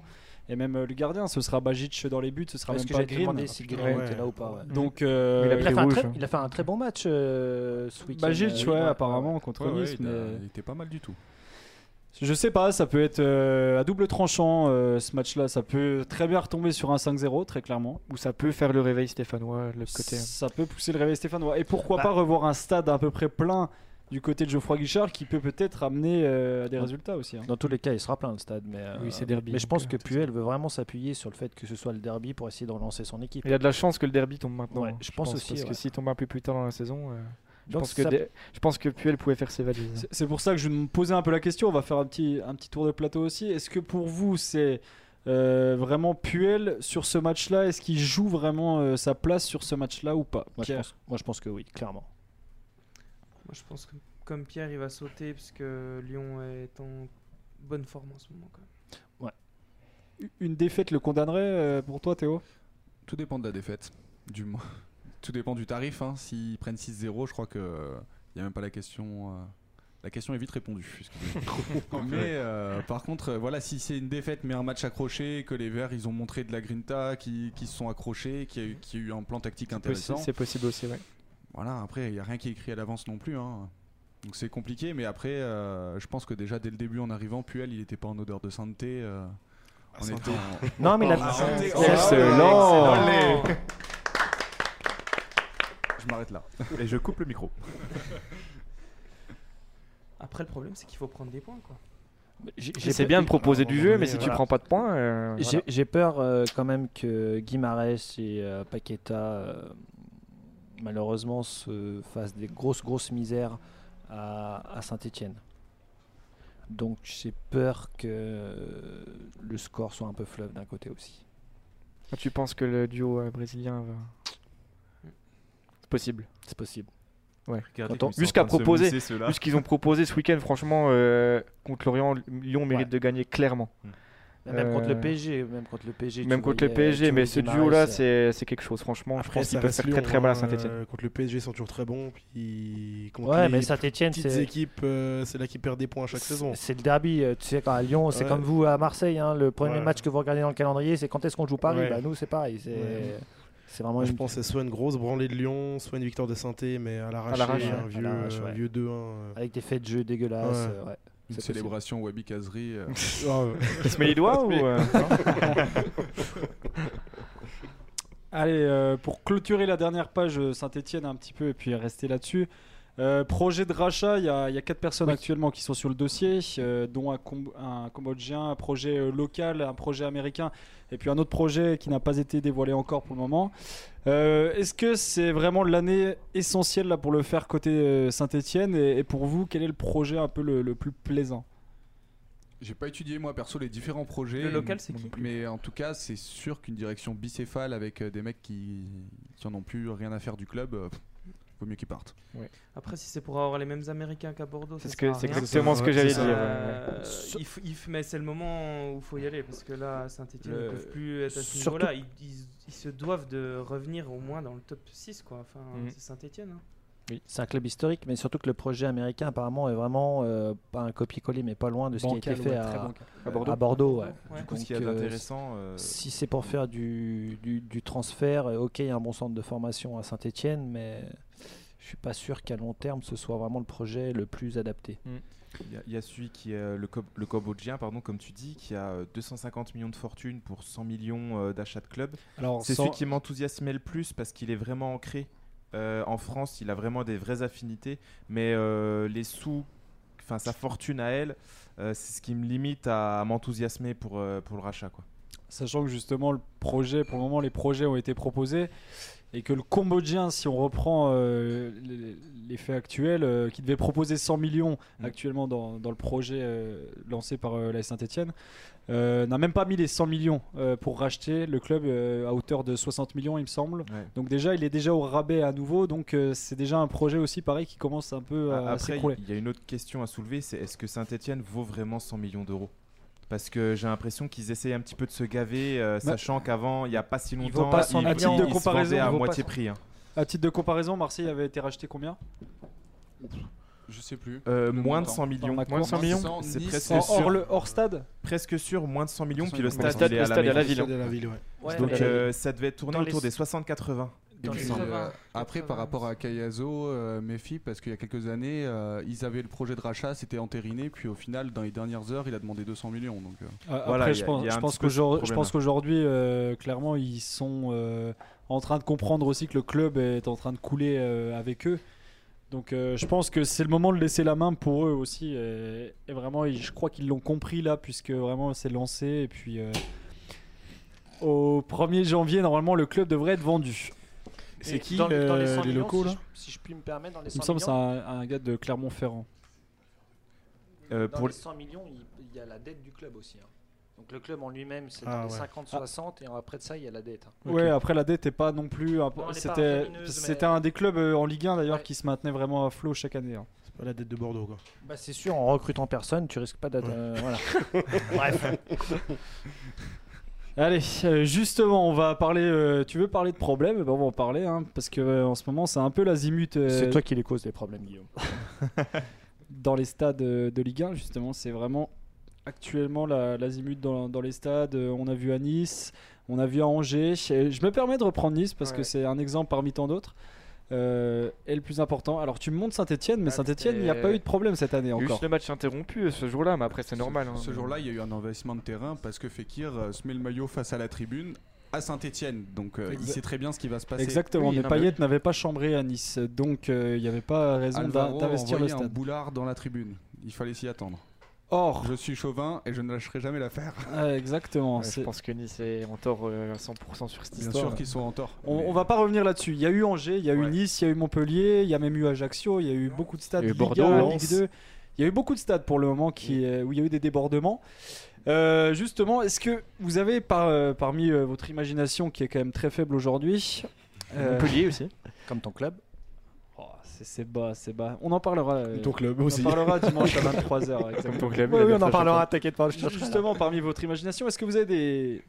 Et même euh, le gardien, ce sera Bajic dans les buts, ce sera Parce même que pas j'avais demandé Green. si putain, Green ouais. était là ou pas. ouais. Donc, Mais euh, bah, il a Il pris a, fait un rouge. très, il a fait un très bon match euh, ce week-end. Bajic, euh, ouais, apparemment, contre Ouais, ouais, Nice. il, a- mais... il était pas mal du tout. Je sais pas, ça peut être euh, à double tranchant euh, ce match-là. Ça peut très bien retomber sur un 5-0, très clairement. où ça peut faire le réveil stéphanois le côté hein. Bah. Ça peut pousser le réveil stéphanois. Et pourquoi pas revoir un stade à peu près plein du côté de Geoffroy Guichard qui peut peut-être amener euh, à des résultats aussi. hein. Dans tous les cas, il sera plein le stade. Mais, euh, Oui, c'est derby, Mais je donc, pense euh, que Puel veut vraiment s'appuyer sur le fait que ce soit le derby pour essayer de relancer son équipe. il y a de la chance que le derby tombe maintenant Ouais, hein, je pense aussi, parce ouais. que s'il tombe un peu plus tard dans la saison euh, Je Donc pense, que ça- des- je pense que Puel pouvait faire ses valises. C'est- C'est pour ça que je me posais un peu la question. On va faire un petit, un petit tour de plateau aussi. Est-ce que pour vous, c'est euh, vraiment Puel sur ce match-là Est-ce qu'il joue vraiment euh, sa place sur ce match-là ou pas moi, je Pierre pense, moi, je pense que oui, clairement. moi je pense que comme Pierre, il va sauter parce que Lyon est en bonne forme en ce moment. Quand même. Une défaite le condamnerait euh, pour toi, Théo Tout dépend de la défaite, du moins. Tout dépend du tarif. hein. S'ils prennent 6-0, je crois que il n'y a même pas la question. euh, La question est vite répondue. excusez-moi. mais euh, par contre, euh, voilà, si c'est une défaite mais un match accroché, que les Verts ils ont montré de la grinta, qui, qui se sont accrochés, qui a eu, qui a eu un plan tactique intéressant. C'est possible aussi, ouais. Voilà, après, il n'y a rien qui est écrit à l'avance non plus. hein. Donc c'est compliqué, mais après, euh, je pense que déjà dès le début en arrivant, Puel, il n'était pas en odeur de sainteté. euh, On était- Non, mais la. Ah, euh, Excellent. Je m'arrête là. Et je coupe le micro. Après, le problème, c'est qu'il faut prendre des points. Quoi. J'ai- j'ai C'est pe- bien de proposer du jeu, mais si tu Voilà. prends pas de points. euh, J'ai- voilà. J'ai peur euh, quand même que Guimarães et euh, Paqueta, euh, malheureusement, se fassent des grosses, grosses misères à, Saint-Etienne. Donc j'ai peur que euh, le score soit un peu fleuve d'un côté aussi. Tu penses que le duo euh, brésilien va. C'est possible. C'est possible. Attends, jusqu'à proposer. Bah. Vu ce qu'ils ont proposé ce week-end, franchement, euh, contre Lorient, Lyon mérite Ouais. de gagner clairement. Même contre le Euh, PSG, même contre le PSG. tu Même contre le voyais- tu PSG, mais voyais ce Guimarães, duo-là, euh, c'est c'est quelque chose. Franchement, je Après, pense qu'ils ça peuvent reste faire très Lyon, très mal à hein, Saint-Etienne. euh, Contre le PSG, ils sont toujours très bons. Puis contre Ouais, les mais Saint-Etienne, petites c'est. équipes, euh, c'est là qui perd des points à chaque saison. C'est le derby, euh, tu sais, quand à Lyon, c'est Ouais. comme vous à Marseille. hein, le premier Ouais. match que vous regardez dans le calendrier, c'est quand est-ce qu'on joue Paris Ouais. bah, Nous, c'est pareil. C'est Ouais. c'est vraiment Moi, je une- pense que c'est soit une grosse branlée de Lyon, soit une victoire de Saint-Étienne, mais à l'arrache, l'arraché, ouais, un à vieux, l'arrache, un ouais. vieux 2-1. euh. Avec des faits de jeu dégueulasses. Ouais. euh, ouais. Une C'est célébration Wabi Kazri. euh, Ah, ouais. Il se met les doigts ou. euh, Allez, euh, pour clôturer la dernière page Saint-Etienne un petit peu et puis rester là-dessus. euh, projet de rachat, il y, a il y a quatre personnes actuellement qui sont sur le dossier, euh, dont un, Com- un Cambodgien, un projet euh, local, un projet américain et puis un autre projet qui n'a pas été dévoilé encore pour le moment. Euh, Est-ce que c'est vraiment l'année essentielle là, pour le faire côté Saint-Etienne et, et pour vous, quel est le projet un peu le, le plus plaisant J'ai pas étudié moi perso les différents projets. Le local, c'est qui Mais en tout cas, c'est sûr qu'une direction bicéphale avec euh, des mecs qui, qui en ont plus rien à faire du club, euh, pff, vaut mieux qu'ils partent. Après, si c'est pour avoir les mêmes Américains qu'à Bordeaux, C'est ça ce que- sert à c'est rien. exactement Ça, ce que ça, j'allais ça, dire. ouais, ouais. Euh, il faut- il faut- mais c'est le moment où il faut y aller parce que là, Saint-Etienne ne Le- peuvent plus être à ce surtout- niveau-là. Ils, ils- ils se doivent de revenir au moins dans le top 6. Quoi. Enfin, Mm. Mhm. C'est Saint-Etienne. hein. C'est un club historique, mais surtout que le projet américain, apparemment, est vraiment euh, pas un copier-coller, mais pas loin de ce qui a été fait à, À à Bordeaux. Bordeaux. ouais. Du coup, ce Donc, qu'il y a euh, d'intéressant. euh, Si c'est pour faire du, du, du transfert, euh, ok, il y a un bon centre de formation à Saint-Etienne, mais je suis pas sûr qu'à long terme, ce soit vraiment le projet le plus adapté. Il y a- il y, a celui qui est euh, le, Cam- le Cambodgien, pardon, comme tu dis, qui a euh, 250 millions de fortune pour 100 millions euh, d'achats de club. Alors, C'est celui qui m'enthousiasmait le plus parce qu'il est vraiment ancré euh, en France. Il a vraiment des vraies affinités, mais euh, les sous, enfin sa fortune à elle, euh, c'est ce qui me limite à, m'enthousiasmer pour euh, pour le rachat, quoi. Sachant que justement, le projet, pour le moment, les projets ont été proposés et que le Cambodgien, si on reprend euh, les, les faits actuels, euh, qui devait proposer 100 millions Mm. actuellement dans, dans le projet euh, lancé par euh, la Saint-Etienne, n'a même pas mis les 100 millions euh, pour racheter le club euh, à hauteur de 60 millions, il me semble. Ouais. Donc déjà, il est déjà au rabais à nouveau, donc euh, c'est déjà un projet aussi pareil qui commence un peu euh, à, à Après, s'écrouler. il y a une autre question à soulever, c'est est-ce que Saint-Etienne vaut vraiment 100 millions d'euros Parce que j'ai l'impression qu'ils essayent un petit peu de se gaver, euh, sachant qu'avant, il n'y a pas si vaut longtemps, pas 100 millions. À titre de se comparaison, vendaient il à vaut pas moitié 100. prix. hein. À titre de comparaison, Marseille avait été racheté combien Je sais plus. Euh, Le moins de montant. 100 millions. Enfin, Moins de 100 millions C'est Nice, presque Hors- sûr. hors, le, hors stade Presque sûr, moins de 100 millions, puis le Le stade, stade- il est le à la stade est à la mairie. ville. C'est de la ville, ouais. Donc mais- euh, ça devait tourner Dans les- autour des 60-80. Et puis, euh, après, par rapport à Kayazo, euh, Mefi, parce qu'il y a quelques années, euh, ils avaient le projet de rachat, c'était entériné, puis au final, dans les dernières heures, il a demandé 200 millions. Donc, euh, Euh, Voilà, Après, il y je a- pense, il y a je un pense petit peu ce qu'aujourd'hui, je problème-là. pense qu'aujourd'hui, euh, clairement, ils sont euh, en train de comprendre aussi que le club est en train de couler euh, avec eux. Donc, euh, je pense que c'est le moment de laisser la main pour eux aussi. euh, et vraiment, ils- je crois qu'ils l'ont compris là, puisque vraiment, c'est lancé. Et puis, euh, au 1er janvier, normalement, le club devrait être vendu. C'est qui le- les locaux là si je, puis me permettre, dans les Il me semble que c'est un, un gars de Clermont-Ferrand. Euh, Dans pour les 100 millions, il, il y a la dette du club aussi. hein. Donc le club en lui-même, c'est Ah dans les ouais. 50-60 et après de ça, il y a la dette. hein. Ouais, après la dette est pas non plus. impo- Non, elle est pas C'était faramineuse, c'était mais- un des clubs euh, en Ligue 1 d'ailleurs Ouais. qui se maintenait vraiment à flot chaque année. hein. C'est pas la dette de Bordeaux, quoi. Bah, c'est sûr, en recrutant personne, tu risques pas d'être. Ouais. euh, voilà. Allez, euh, justement, on va parler. euh, tu veux parler de problèmes Eh ben, On va en parler, hein, parce que euh, en ce moment, c'est un peu l'azimut euh, C'est toi qui les cause des problèmes, Guillaume. dans les stades euh, de Ligue 1. Justement, c'est vraiment actuellement la- l'azimut dans, dans les stades. Euh, On a vu à Nice, on a vu à Angers. Je je me permets de reprendre Nice parce que Ouais. c'est un exemple parmi tant d'autres. euh, est le plus important. Alors tu montes Saint-Etienne, Ah, mais Ouais, Saint-Etienne, il n'y a c'était- pas eu de problème cette année Il y a eu encore. juste le match interrompu euh, ce jour-là, mais après c'est Ce- normal. hein. Ce, jour-là, il y a eu un envahissement de terrain parce que Fekir euh, se met le maillot face à la tribune à Saint-Etienne. Donc euh, il Exact. sait très bien ce qui va se passer. Exactement, Oui, mais non, Payet n'avait pas chambré à Nice, donc euh, il n'y avait pas raison d'a- Alvaro a d'investir le envoyé un stade. boulard dans la tribune. Il fallait s'y attendre. Or, Je suis chauvin et je ne lâcherai jamais l'affaire. euh, exactement, Ouais, c'est- je pense que Nice est en tort euh, à 100% sur cette Bien histoire. sûr qu'ils sont en tort. on, Mais on va pas revenir là-dessus. Il y a eu Angers, il y a eu Ouais. Nice, il y a eu Montpellier, il y a même eu Ajaccio, il y a eu beaucoup de stades. Il y a eu Ligue Bordeaux, 1, Lens. Ligue 2. Il y a eu beaucoup de stades pour le moment qui, euh, où il y a eu des débordements. Euh, justement, est-ce que vous avez par- euh, parmi euh, votre imagination qui est quand même très faible aujourd'hui, euh, Montpellier aussi. Comme ton club. oh, c'est c'est bas, c'est bas. On en parlera. euh, Ton club on aussi. en parlera dimanche à 23h. Comme ton club. Oui, il a oui, bien on en fait, je parlera, t'inquiète pas. je Ju- cherche. Justement, parmi votre imagination, est-ce que vous avez des,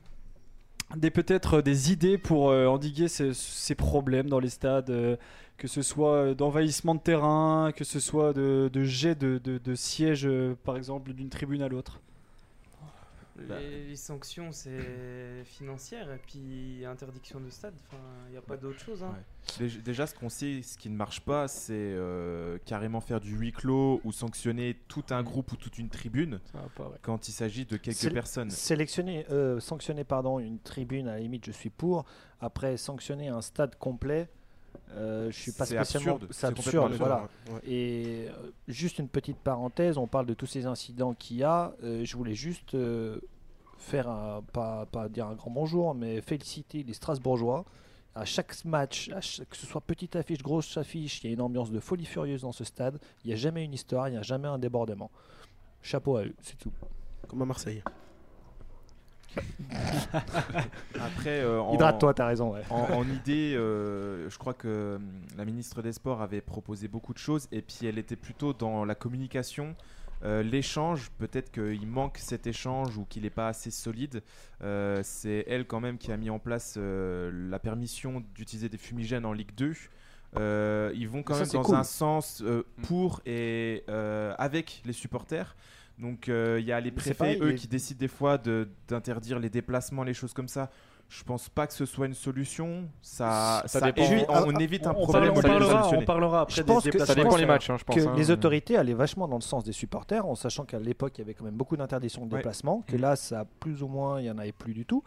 des peut-être euh, des idées pour euh, endiguer ces, ces problèmes dans les stades, euh, que ce soit euh, d'envahissement de terrain, que ce soit de, de jet de, de, de sièges, euh, par exemple, d'une tribune à l'autre bah. Les, les sanctions, c'est financière et puis interdiction de stade. Enfin, il n'y a pas d'autre chose. hein. Ouais. Déj- Déjà, ce qu'on sait, ce qui ne marche pas, c'est euh, carrément faire du huis clos ou sanctionner tout un groupe ou toute une tribune pense. Ça va pas, ouais. quand il s'agit de quelques C'est- personnes. Sélectionner, euh, sanctionner pardon, une tribune, à la limite, je suis pour. Après, sanctionner un stade complet, euh, je suis pas C'est spécialement. absurde, C'est c'est complètement absurde, voilà. Ouais. Et euh, juste une petite parenthèse, on parle de tous ces incidents qu'il y a. euh, je voulais juste euh, faire un, pas, pas dire un grand bonjour, mais féliciter les Strasbourgeois. À chaque match, à chaque- que ce soit petite affiche, grosse affiche, il y a une ambiance de folie furieuse dans ce stade. Il n'y a jamais une histoire, il n'y a jamais un débordement. Chapeau à eux, c'est tout. Comme à Marseille. Après, euh, en- Hydrate-toi, t'as raison. Ouais. en, en idée, euh, je crois que hum, la ministre des Sports avait proposé beaucoup de choses et puis elle était plutôt dans la communication. euh, L'échange, peut-être qu'il manque cet échange ou qu'il n'est pas assez solide. Euh, c'est elle quand même qui a mis en place euh, la permission d'utiliser des fumigènes en Ligue 2. Euh, ils vont quand Ça, même c'est dans cool. un sens euh, pour et euh, avec les supporters. Donc euh, il y a les Mais c'est préfets, pareil, eux, les- qui décident des fois de- d'interdire les déplacements, les choses comme ça. Je pense pas que ce soit une solution. Ça, Ça ça, dépend. évite- Ah, on, ah, évite un on, parlera, problème. on au lieu de le parlera- solutionner. on parlera après Je des pense que déplacements. Ça dépend les matchs, hein, je pense. que hein. euh, les autorités allaient vachement dans le sens des supporters, en sachant qu'à l'époque, il y avait quand même beaucoup d'interdictions de Ouais. déplacement, Mm. que là, ça, plus ou moins, il y en avait plus du tout.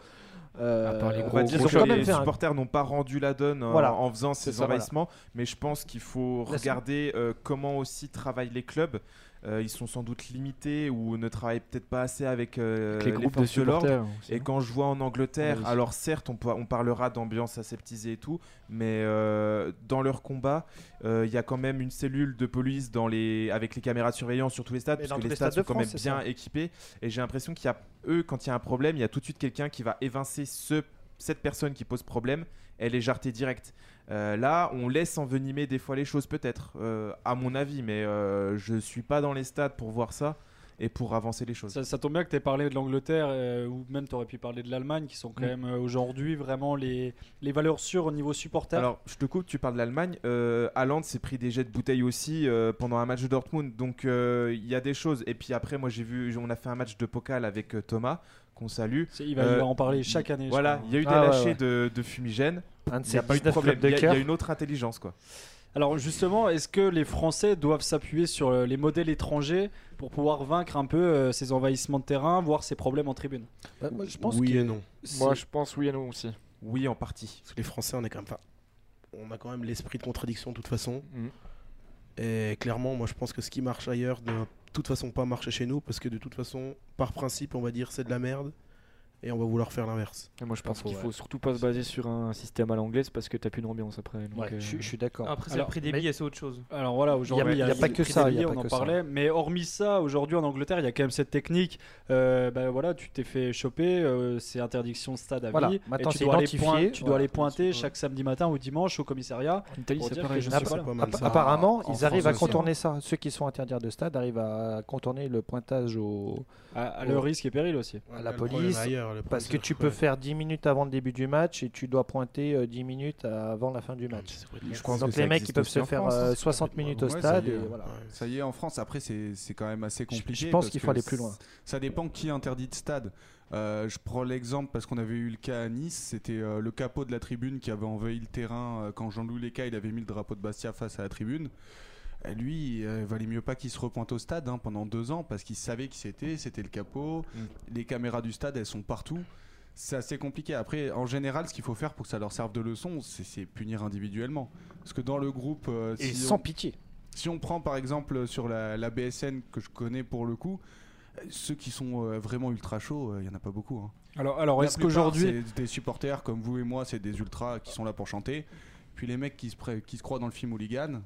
Euh, À part les On gros- va gros dire chocs. que quand les même fait un- supporters n'ont pas rendu la donne euh, Voilà. en faisant C'est ces ça, voilà. envahissements, mais je pense qu'il faut Laisse- regarder euh, comment aussi travaillent les clubs. Euh, ils sont sans doute limités ou ne travaillent peut-être pas assez avec, euh, Avec les groupes de forces de l'ordre. supporters. aussi. Et quand je vois en Angleterre, Oui. alors certes, on, peut- on parlera d'ambiance aseptisée et tout, mais euh, dans leur combat, euh, il y a quand même une cellule de police dans les, avec les caméras de surveillance sur tous les stades, Mais parce dans que tous les les stades sont stades de quand même France, c'est bien équipés. Et j'ai l'impression qu'il y a, eux, quand il y a un problème, il y a tout de suite quelqu'un qui va évincer ce, cette personne qui pose problème, elle est jartée direct. Euh, là, on laisse envenimer des fois les choses, peut-être, euh, à mon avis, mais euh, je suis pas dans les stades pour voir ça et pour avancer les choses. Ça, ça tombe bien que tu aies parlé de l'Angleterre euh, ou même tu aurais pu parler de l'Allemagne qui sont quand Mm. même euh, aujourd'hui vraiment les, les valeurs sûres au niveau supporter. Alors, je te coupe, tu parles de l'Allemagne. Euh, Haaland s'est pris des jets de bouteille aussi euh, pendant un match de Dortmund. Donc, euh, il y a des choses. Et puis après, moi, j'ai vu, on a fait un match de pokal avec euh, Thomas, qu'on salue. C'est- il, va, il euh, va en parler chaque année. je Voilà, crois. il y a eu des Ah, ouais, lâchers ouais. De, de fumigène. un de Il n'y ces a pas eu de 19 problème. clubs de Il y, a- il y a cœur. une autre intelligence, quoi. Alors justement, est-ce que les Français doivent s'appuyer sur euh, les modèles étrangers pour pouvoir vaincre un peu euh, ces envahissements de terrain, voire ces problèmes en tribune Bah, moi, je pense oui que euh, et non. Moi, je pense oui et non aussi. Oui, en partie. Parce que les Français, on est quand même. Enfin, on a quand même l'esprit de contradiction de toute façon. Mm. Et clairement, moi, je pense que ce qui marche ailleurs ne va de toute façon pas marcher chez nous. Parce que de toute façon, par principe, on va dire c'est de la merde. Et on va vouloir faire l'inverse. Et moi, je pense faux, qu'il ouais. faut surtout pas se baser sur un système à l'anglaise parce que t'as plus d'ambiance après. donc, Ouais, euh, je, je suis d'accord. Ah, Après, c'est le Alors, prix des mais- billets, c'est autre chose. Alors voilà, aujourd'hui, Il y a- il y a pas le que prix ça, des il y a billets, pas on en que ça. parlait. Mais hormis ça, aujourd'hui en Angleterre, il y a quand même cette technique. euh, bah voilà, tu t'es fait choper, euh, c'est interdiction de stade à Voilà, vie. maintenant, et tu c'est dois, aller identifié, pointer- tu dois voilà. aller pointer chaque samedi matin ou dimanche au commissariat. En Italie, Pour c'est dire pareil. que je Ah, suis c'est pas là. pas mal, Appa- ça. Apparemment, en ils arrivent à France aussi, hein. hein. contourner ça. Ceux qui sont interdits de stade arrivent à contourner le pointage au, À, à le risque et péril aussi. à la Le problème police, ailleurs, heures. les Parce que premières tu heures, peux ouais. faire 10 minutes avant le début du match et tu dois pointer euh, 10 minutes euh, avant la fin du match. Je pense Donc que les ça mecs ils existe peuvent aussi se en faire France, hein, euh, c'est 60 complètement- minutes au Ouais, ça stade y est. et voilà. Ouais. Ça y est, en France, après, c'est c'est quand même assez compliqué. pense parce qu'il faut que aller plus loin. c- Ça dépend qui interdit de stade. Euh, je prends l'exemple parce qu'on avait eu le cas à Nice. C'était euh, le capot de la tribune qui avait envahi le terrain euh, quand Jean-Louis Leca il avait mis le drapeau de Bastia face à la tribune. Euh, lui, euh, il valait mieux pas qu'il se repointe au stade hein, pendant deux ans parce qu'il savait qui c'était. C'était le capot. Les caméras du stade, elles sont partout. C'est assez compliqué. Après, en général, ce qu'il faut faire pour que ça leur serve de leçon, c'est c'est punir individuellement. Parce que dans le groupe, euh, Et si sans on- pitié. si on prend par exemple sur la, la BSN que je connais pour le coup, euh, ceux qui sont euh, vraiment ultra chauds, euh, il y en a pas beaucoup. hein. Alors, alors La est-ce plupart, qu'aujourd'hui. c'est des supporters comme vous et moi, c'est des ultras qui sont là pour chanter. Puis les mecs qui se, pré- qui se croient dans le film hooligan,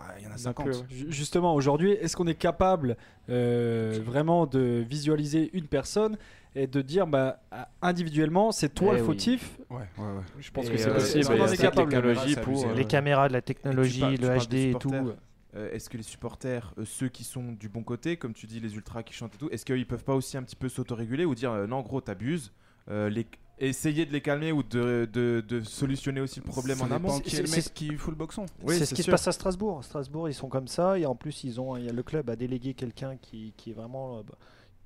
ah, il y en a euh, 50. Ju- Justement, aujourd'hui, est-ce qu'on est capable euh, vraiment de visualiser une personne et de dire bah, à- individuellement, c'est toi Eh le oui. fautif Ouais, ouais, ouais. Je pense Et, que c'est euh, possible. est-ce qu'on il y a en est cette capable, technologie Amara, pour. c'est euh, Les caméras, de la Et tu technologie, par- tu le parles HD et des tout. supporters. Euh, est-ce que les supporters, euh, ceux qui sont du bon côté, comme tu dis, les ultras qui chantent et tout, est-ce qu'ils peuvent pas aussi un petit peu s'autoréguler ou dire euh, non, gros, t'abuses euh, les... Essayer de les calmer ou de, de- de solutionner aussi le problème Ça en amont dépend qui est le C'est- mec c'est- qui fout le boxon. Oui, c'est ce qui sûr. se passe à Strasbourg. À Strasbourg, ils sont comme ça. Et en plus, ils ont, il y a le club a délégué quelqu'un qui, qui est vraiment euh, bah,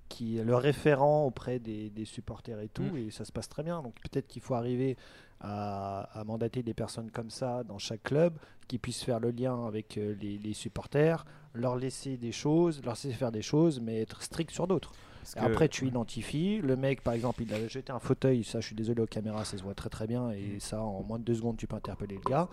qui est le référent auprès des, des supporters et Mm. tout. Et ça se passe très bien. Donc peut-être qu'il faut arriver à, à mandater des personnes comme ça dans chaque club qui puissent faire le lien avec euh, les, les supporters, leur laisser des choses, leur laisser faire des choses, mais être strict sur d'autres. Parce Et que- Après, tu identifies. Le mec, par exemple, il a jeté un fauteuil. Ça, je suis désolé aux caméras, ça se voit très très bien. Mm. Et ça, en moins de deux secondes, tu peux interpeller le gars.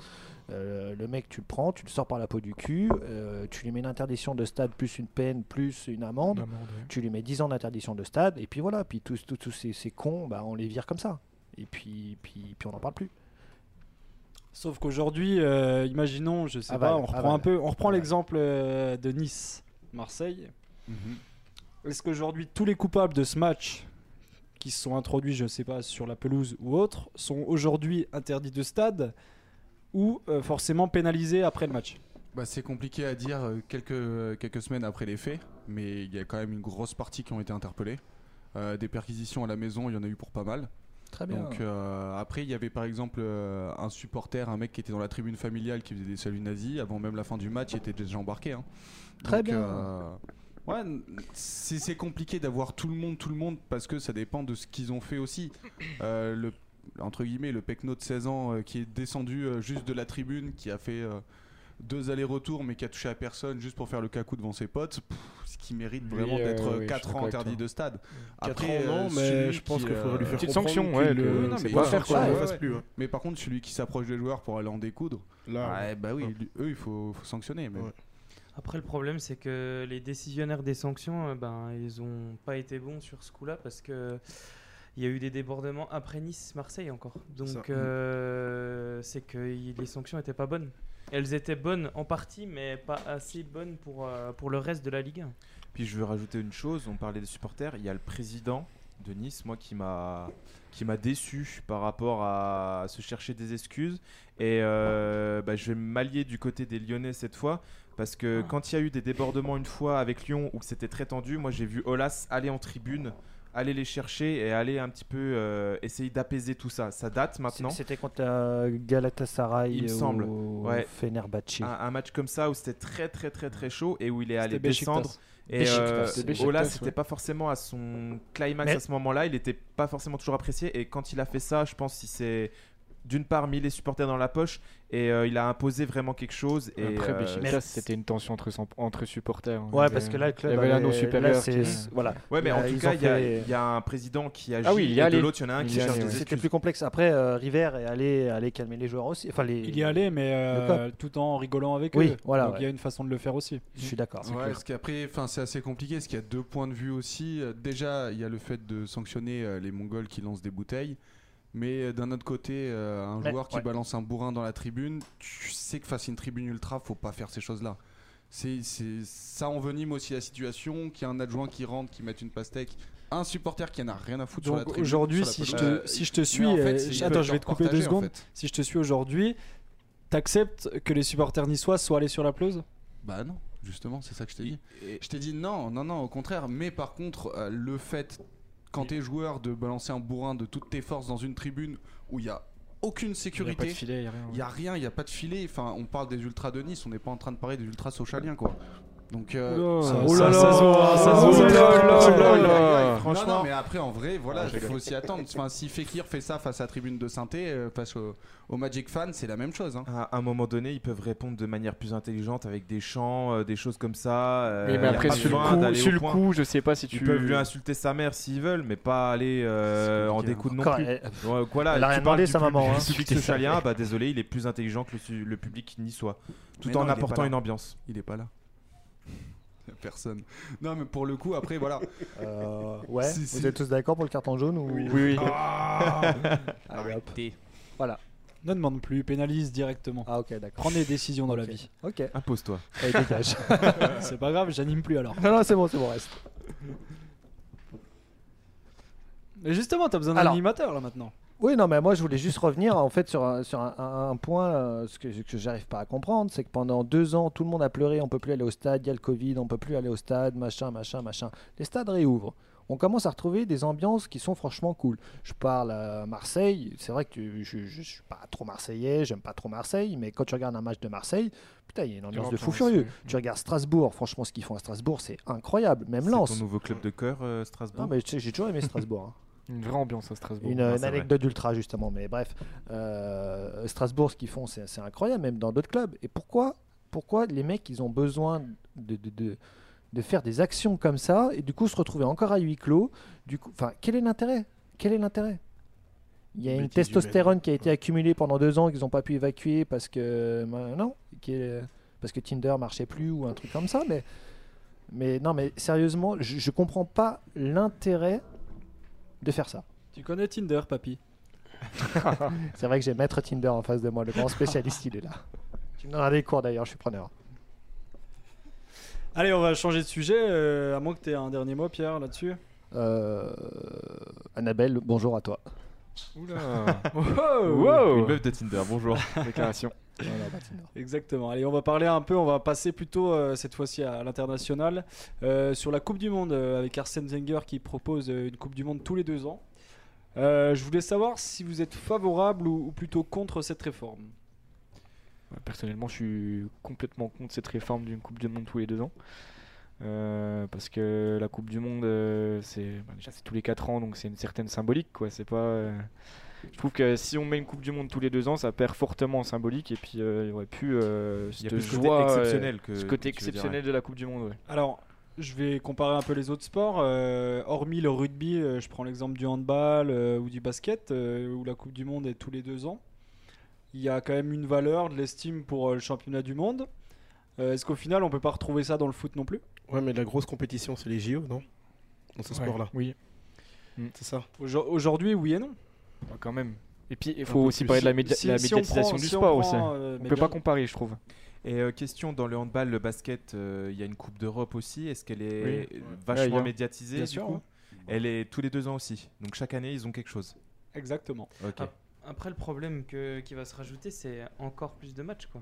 Euh, le mec, tu le prends, tu le sors par la peau du cul. euh, tu lui mets une interdiction de stade, plus une peine, plus une amende. Tu lui mets 10 ans d'interdiction de stade. Et puis voilà. Puis tous, tous, tous ces, ces cons, bah, on les vire comme ça. Et puis, puis, puis on n'en parle plus. Sauf qu'aujourd'hui, euh, imaginons, je sais Aval, pas, on reprend aval. un peu, on reprend Aval. l'exemple euh, de Nice, Marseille. Mhm. Est-ce qu'aujourd'hui, tous les coupables de ce match qui se sont introduits, je sais pas, sur la pelouse ou autre, sont aujourd'hui interdits de stade ou euh, forcément pénalisés après le match Bah, c'est compliqué à dire euh, quelques, euh, quelques semaines après les faits, mais il y a quand même une grosse partie qui ont été interpellés. Euh, des perquisitions à la maison, il y en a eu pour pas mal. Très Donc euh, après, il y avait par exemple euh, un supporter, un mec qui était dans la tribune familiale qui faisait des saluts nazis. Avant même la fin du match, il était déjà embarqué. hein. Très Donc, bien. euh, ouais, n- c'est c'est compliqué d'avoir tout le monde, tout le monde, parce que ça dépend de ce qu'ils ont fait aussi. Euh, le entre guillemets le pecno de 16 ans euh, qui est descendu euh, juste de la tribune, qui a fait euh, deux allers-retours mais qui a touché à personne juste pour faire le cacou devant ses potes, pff, ce qui mérite Lui, vraiment euh, d'être oui, je 4 suis ans d'accord avec interdit toi. de stade. Quatre Après, ans, non, euh, mais celui je pense qui, qu'il faudrait lui euh, faire Petite comprendre sanction, ouais, qu'il, que- euh, Oui, non, c'est mais pas il faut faire faire qu'on quoi, le ouais, fasse ouais. plus. hein. Mais par contre, celui qui s'approche des joueurs pour aller en découdre, Là, ouais, bah oui, lui- eux, il faut, faut sanctionner. Mais Ah. Ouais. Après, le problème, c'est que les décisionnaires des sanctions, euh, ben, ils ont pas été bons sur ce coup-là parce que il y a eu des débordements après Nice, Marseille encore. Ça. Donc, mm. euh, c'est que y- les sanctions étaient pas bonnes. Elles étaient bonnes en partie, mais pas assez bonnes pour, euh, pour le reste de la Ligue 1. Puis je veux rajouter une chose, on parlait des supporters, il y a le président de Nice, moi qui m'a qui m'a déçu par rapport à se chercher des excuses et euh, bah, je vais m'allier du côté des Lyonnais cette fois parce que quand il y a eu des débordements une fois avec Lyon où que c'était très tendu, moi j'ai vu Olas aller en tribune, aller les chercher et aller un petit peu euh, essayer d'apaiser tout ça. Ça date maintenant. C'était contre la Galatasaray euh, Il me au semble. Ouais. Fenerbahçe. Un, un match comme ça où c'était très très très très chaud et où il est allé C'était Beşiktaş. descendre et Beşiktaş, euh, c'était Beşiktaş, Ola, ouais. c'était pas forcément à son climax Mais- à ce moment-là. Il était pas forcément toujours apprécié. Et quand il a fait ça, je pense qu'il s'est d'une part mis les supporters dans la poche et euh, il a imposé vraiment quelque chose. Et Après, euh, Beşiktaş, c'était une tension entre, sans- entre supporters. hein. Ouais, Il y parce avait- que là, le club Il y avait avait- l'anneau là, supérieur. c'est- qui- Voilà. ouais, mais en Là, tout ils cas, ont il y, a- fait- il y a un président qui agit. Ah oui, il y et de allait. l'autre, il y en a un Il y qui cherche allait, des ouais. C'était excuses. plus complexe. Après, euh, River est allé, allé calmer les joueurs aussi. Enfin, les... Il y allait, mais euh, Le tout en rigolant avec Oui, eux. voilà, Donc il y a ouais. une façon de le faire aussi. Je suis d'accord. Ouais, parce qu'après, enfin, c'est assez compliqué, parce qu'il y a deux points de vue aussi. Euh, Déjà, il y a le fait de sanctionner euh, les Mongols qui lancent des bouteilles, mais euh, d'un autre côté, euh, un Mais- joueur qui ouais. balance un bourrin dans la tribune, tu sais que face à une tribune ultra, faut pas faire ces choses-là. C'est, c'est- ça envenime aussi la situation, qu'il y a un adjoint qui rentre, qui met une pastèque, un supporter qui en a rien à foutre sur la Donc tribune. aujourd'hui, sur si, la je pelouse. te- si je te suis, Mais en euh, fait, c'est- ils attends, peuvent je vais te couper partager, deux en secondes. fait. Si je te suis aujourd'hui, t'acceptes que les supporters niçois soient allés sur la pelouse Bah non, justement, c'est ça que je t'ai dit. Je t'ai dit non, non, non, au contraire. Mais par contre, euh, le fait quand t'es joueur, de balancer un bourrin de toutes tes forces dans une tribune où il y a aucune Il y a pas de sécurité. filet, il y a rien. Il y a rien, il y a pas de filet. Enfin, on parle des ultras de Nice, on n'est pas en train de parler des ultras sochaliens, quoi. Donc, euh, Ah, Ça- Oh ça- là ça se voit, ça se Oh voit. là là Ça se voit. là là. franchement. Non, mais après, en vrai, Ah, voilà, il faut s'y attendre. Enfin, si Fekir fait ça face à Tribune de Synthé, euh, face au, au Magic Fan, c'est la même chose. hein. À un moment donné, ils peuvent répondre de manière plus intelligente avec des chants, euh, des choses comme ça. euh, Oui, y mais a après, pas sur le besoin coup, d'aller sur au le point. coup, je sais pas si Ils tu. peuvent lui insulter sa mère s'ils veulent, mais pas aller euh, en découdre non Encore, plus. elle- Ouais, voilà, elle a tu rien parles demandé, du sa public- maman, hein. du public Putain, ça socialien, bah désolé, il est plus intelligent que le, su- le public n'y soit, tout Mais non, en il est pas apportant là. une ambiance. Il est pas là. Y a Personne. Non, mais pour le coup, après, voilà. euh, ouais, Si, vous si. êtes tous d'accord pour le carton jaune ou... Oui, oui. Allez, hop. Ne demande plus, pénalise directement. Ah ok, d'accord. Prends des décisions dans la vie. Ok, Impose-toi. allez, dégage. c'est pas grave, j'anime plus alors. non, non, c'est bon, c'est bon, reste. Mais justement, t'as besoin d'un Alors. animateur là maintenant. Oui, non, mais moi je voulais juste revenir en fait sur un, sur un, un- un point, euh, ce que, que j'arrive pas à comprendre, c'est que pendant deux ans, tout le monde a pleuré, on peut plus aller au stade, il y a le Covid, on peut plus aller au stade, machin, machin, machin. Les stades réouvrent. On commence à retrouver des ambiances qui sont franchement cool. Je parle à Marseille, c'est vrai que tu- je, je- je suis pas trop marseillais, j'aime pas trop Marseille, mais quand tu regardes un match de Marseille, putain, il y a une ambiance de fou hein, l'entends, furieux. Tu regardes Strasbourg, franchement, ce qu'ils font à Strasbourg, c'est incroyable. C'est Même ton Lens. nouveau club de cœur, euh, Strasbourg. Non, mais tu sais, j'ai toujours aimé Strasbourg. hein. Une vraie ambiance à Strasbourg. Une, euh, Ah, une c'est vrai. anecdote d'ultra justement, mais bref, Euh, Strasbourg, ce qu'ils font, c'est c'est incroyable, même dans d'autres clubs. Et pourquoi, pourquoi les mecs, ils ont besoin de, de, de- de faire des actions comme ça et du coup se retrouver encore à huis clos Du coup, enfin, quel est l'intérêt Quel est l'intérêt Il y a une Bêtise testostérone qui a été accumulée pendant deux ans qu'ils n'ont pas pu évacuer parce que ben, non, qui est- parce que Tinder marchait plus ou un truc comme ça, mais mais non, mais sérieusement, je, je comprends pas l'intérêt de faire ça. Tu connais Tinder, papy C'est vrai que j'ai Maître Tinder en face de moi, le grand spécialiste, il est là. Tu me donneras des cours d'ailleurs, je suis preneur. Allez, on va changer de sujet, euh, à moins que t'aies un dernier mot, Pierre, là-dessus. Euh, Annabelle, bonjour à toi. Oula. Une wow meuf de Tinder, bonjour. Déclaration. Voilà, bah, Tinder. Exactement. Allez, on va parler un peu, on va passer plutôt euh, cette fois-ci à, l'international. Euh, sur la Coupe du Monde, euh, avec Arsène Wenger qui propose euh, une Coupe du Monde tous les deux ans. Euh, je voulais savoir si vous êtes favorable ou, ou plutôt contre cette réforme. Personnellement, je suis complètement contre cette réforme d'une Coupe du Monde tous les deux ans. Euh, parce que la Coupe du Monde, euh, c'est bah, déjà c'est tous les quatre ans, donc c'est une certaine symbolique. Quoi. C'est pas, euh, Je trouve que si on met une Coupe du Monde tous les deux ans, ça perd fortement en symbolique. Et puis, euh, il y aurait pu euh, Il y a cette plus ce joie, côté euh, exceptionnel que. ce côté tu veux dire, exceptionnel de la Coupe du Monde. ouais. Alors, je vais comparer un peu les autres sports. Euh, hormis le rugby, euh, je prends l'exemple du handball euh, ou du basket, euh, où la Coupe du Monde est tous les deux ans. Il y a quand même une valeur, de l'estime pour euh, le championnat du monde. Euh, Est-ce qu'au final, on peut pas retrouver ça dans le foot non plus Ouais, mais la grosse compétition, c'est les JO, non Dans ce sport-là, Oui, c'est ça Aujo- Aujourd'hui, oui et non. bah, quand même. Et puis, il Un faut peu aussi plus. parler de la, média- Si- la si on médiatisation prend- du si on sport aussi. prend, On euh, peut média- pas comparer, je trouve. Et euh, question dans le handball, le basket, euh, il y a une Coupe d'Europe aussi. Est-ce qu'elle est Oui. Ouais, il vachement y a. médiatisée Bien du sûr, coup ouais. Elle est tous les deux ans aussi. Donc chaque année, ils ont quelque chose. Exactement. Ok. Ah. Après, le problème que, qui va se rajouter, c'est encore plus de matchs. Quoi.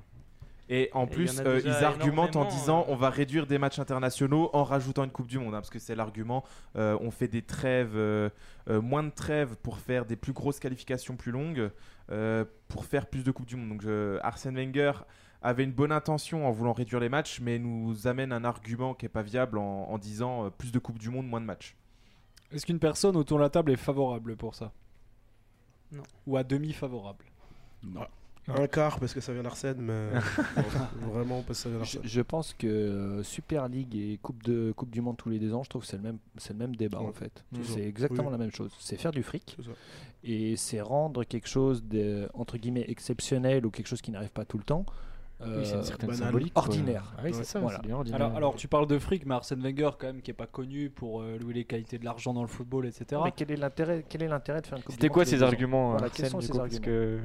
Et en Et il y plus, en a euh, déjà ils argumentent en énormément, disant euh. on va réduire des matchs internationaux en rajoutant une Coupe du Monde, hein, parce que c'est l'argument. euh, on fait des trêves, euh, euh, moins de trêves pour faire des plus grosses qualifications plus longues, euh, pour faire plus de Coupe du Monde. Donc je- Arsène Wenger avait une bonne intention en voulant réduire les matchs, mais nous amène un argument qui est pas viable en, en disant euh, plus de Coupe du Monde, moins de matchs. Est-ce qu'une personne autour de la table est favorable pour ça Non. Ou à demi favorable Un quart, parce que ça vient d'Arsène, mais. Vraiment, parce que ça vient Je, d'Arsène. je pense que euh, Super League et Coupe, de, coupe du Monde tous les deux ans, je trouve que c'est le même, c'est le même débat en Ouais. fait. Mmh. C'est exactement Oui. la même chose. C'est faire du fric C'est ça. et c'est rendre quelque chose de, entre guillemets exceptionnel ou quelque chose qui n'arrive pas tout le temps. Oui, c'est euh, une certaine banal, symbolique. quoi. ordinaire. Ah oui, c'est ça, Voilà. c'est bien ordinaire. alors, alors, tu parles de fric, mais Arsène Wenger, quand même, qui est pas connu pour euh, louer les qualités de l'argent dans le football, etc. Mais quel est l'intérêt, quel est l'intérêt de faire une Coupe du C'était Monde quoi tous les ces deux ans arguments Voilà, Arsène, quels sont du ces coup, parce arguments que-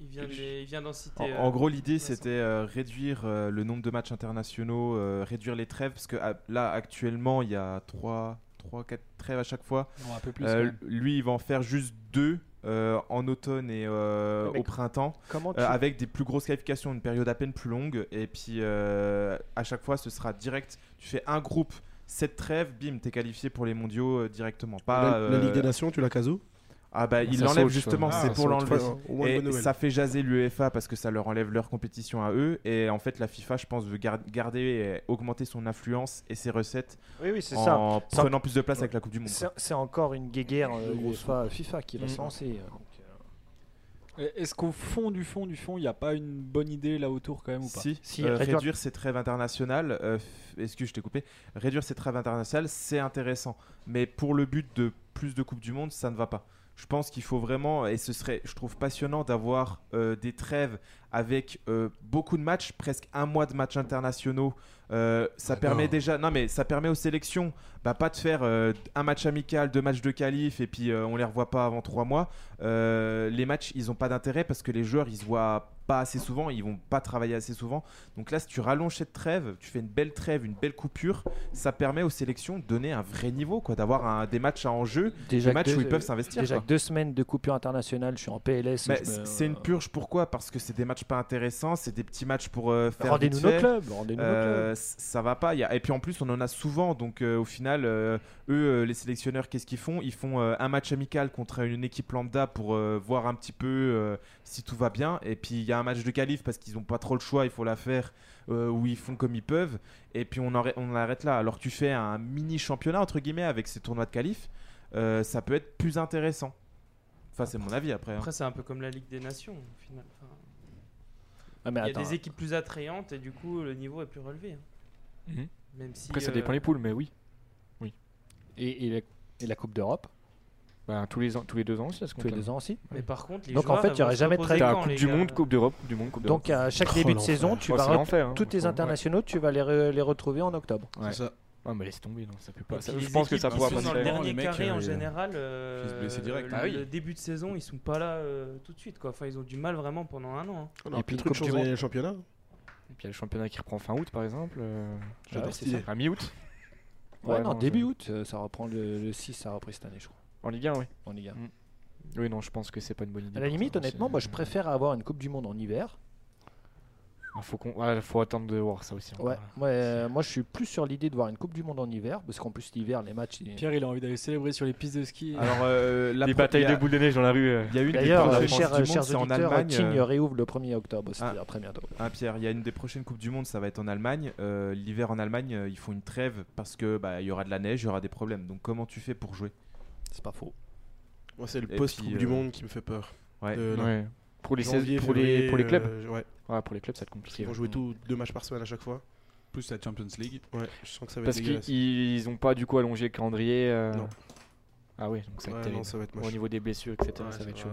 Il vient, de les- il vient d'en En, citer. en euh, gros, l'idée, ouais, c'était euh, réduire euh, le nombre de matchs internationaux, euh, réduire les trêves, parce que ah, là, actuellement, il y a 3, 3, 4 trêves à chaque fois. Non, un peu plus. Euh, quand même. lui, il va en faire juste deux euh, en automne et euh, Ouais, mais au printemps, Comment tu euh, ah, avec des plus grosses qualifications, une période à peine plus longue. Et puis, euh, à chaque fois, ce sera direct. Tu fais un groupe cette trêve, bim, t'es qualifié pour les mondiaux euh, directement. La, Pas, la euh, Ligue des Nations, tu la caso Ah bah il Ça, c'est l'enlève autre chose. justement, Ah, c'est pour ça, l'enlever. enfin, au moins une Et bonne nouvelle. ça fait jaser l'UEFA parce que ça leur enlève leur compétition à eux. Et en fait, la FIFA, je pense, veut gar- garder et augmenter son influence et ses recettes Oui, oui, c'est ça. en Ça- prenant plus de place avec la Coupe du Monde. C'est quoi. c'est encore une guéguerre euh, UEFA FIFA qui va Mm. se lancer. euh, donc, euh, Est-ce qu'au fond du fond du fond, il n'y a pas une bonne idée là autour quand même ou pas Si, Si, euh, réduire- réduire ses trêves internationales, euh, f- excuse, je t'ai coupé. Réduire ses trêves internationales, c'est intéressant, mais pour le but de plus de Coupe du Monde, ça ne va pas. Je pense qu'il faut vraiment, et ce serait, je trouve passionnant d'avoir euh, des trêves avec euh, beaucoup de matchs, presque un mois de matchs internationaux. Euh, ça Ah permet non. déjà, non mais ça permet aux sélections, bah, pas de faire euh, un match amical, deux matchs de qualif, et puis euh, on les revoit pas avant trois mois. Euh, les matchs, ils ont pas d'intérêt parce que les joueurs, ils se voient pas assez souvent, ils vont pas travailler assez souvent. Donc là, si tu rallonges cette trêve, tu fais une belle trêve, une belle coupure, ça permet aux sélections de donner un vrai niveau, quoi, d'avoir un- des matchs à enjeu, déjà des matchs que où deux- ils peuvent s'investir. Déjà quoi. que deux semaines de coupure internationale, je suis en PLS. Mais je me- euh, c'est une purge, pourquoi Parce que c'est des matchs pas intéressants, c'est des petits matchs pour euh, faire vite Rendez-nous nos fait. clubs. Rendez-nous nos clubs. Euh, c- ça va pas. Il y a- Et puis en plus, on en a souvent. Donc euh, au final, euh, eux, euh, les sélectionneurs, qu'est-ce qu'ils font Ils font euh, un match amical contre une équipe lambda pour euh, voir un petit peu euh, si tout va bien. Et puis il y a un match de qualif parce qu'ils n'ont pas trop le choix, il faut la faire, euh, où ils font comme ils peuvent. Et puis on, arrête- on arrête là. Alors que tu fais un mini championnat, entre guillemets, avec ces tournois de qualif, euh, ça peut être plus intéressant. Enfin, c'est mon avis après. hein. Après, c'est un peu comme la Ligue des Nations, au final. Enfin, Ah, mais il y a attends, des équipes plus attrayantes et du coup, le niveau est plus relevé. hein. Mhm. Même si. Après, ça euh, dépend les poules, mais oui. et, et la, et la Coupe d'Europe, Bah, tous, les ans, tous les deux ans aussi, ça se tous les compte, deux ans aussi. Mais par contre, les Donc, en joueurs, fait, il elles y vont aurait se jamais de reposer là. T'as quand, Coupe les du gars Monde, Coupe d'Europe, Coupe du Monde, Coupe d'Europe. Donc à chaque Oh, début de l'enfer. saison, tu Ouais, vas c'est re- l'enfer, hein, tous tes franchement, ouais. internationaux, tu vas les, re- les retrouver en octobre. Ouais. C'est ça. Ah, mais laisse tomber, non, ça peut Et pas. ça- puis je les pense que ça équipes pourra qui pas sont se dans le faire. dernier les mecs, carré en euh, général, ils se blessaient euh, direct. le, Ah oui. le début de saison, ils sont pas là euh, tout de suite. Quoi. Enfin, ils ont du mal vraiment pendant un an. hein. On a puis plus une trop de Coupe choses du dans Monde. les championnats. Et puis il y a le championnat qui reprend fin août, par exemple. euh, J'adore ouais, cette c'est idée. à mi-août. Ouais, non, je- début août, euh, ça reprend le, le 6, ça a repris cette année, je crois, En Ligue 1, oui. en Ligue 1. Oui, non, je pense que c'est pas une bonne idée. À la pour limite, ça, honnêtement, c'est- moi je préfère avoir une Coupe du Monde en hiver. Ah, Faut, qu'on- ouais, faut attendre de voir ça aussi. Ouais, encore. moi, euh, moi je suis plus sur l'idée de voir une Coupe du Monde en hiver, parce qu'en plus l'hiver, les matchs. ils- Pierre, il a envie d'aller célébrer sur les pistes de ski. Ah, Alors, euh, la Des pro- batailles il y a- de boules de neige dans la rue. euh, Il y a une des D'ailleurs, prochaines euh, Coupes chers, du Monde, chers c'est en auditeurs, Allemagne. King euh, réouvre le 1er octobre, c'est-à-dire très bientôt. Ah Pierre, il y a une des prochaines Coupes du Monde, ça va être en Allemagne. Euh, L'hiver en Allemagne, euh, ils font une trêve parce que bah, il y aura de la neige, il y aura des problèmes. Donc comment tu fais pour jouer C'est pas faux. Moi, c'est le Et post-Coupe puis, du euh, Monde qui me fait peur. Ouais. De- là. ouais. Pour les, euh, Janvier, pour les, pour les février, clubs. euh, ouais, Ouais, pour les clubs, ça va être compliqué. ils vont ouais. jouer tout deux matchs par semaine à chaque fois. Plus la Champions League. Ouais, je sens que ça va être Parce dégueulasse. qu'ils n'ont pas du coup allongé le calendrier. euh, Non. Ah oui, donc ça va être Ouais, non, terrible. ça va être Au moche. niveau des blessures, etc., Ouais, ça ça va être va. chaud.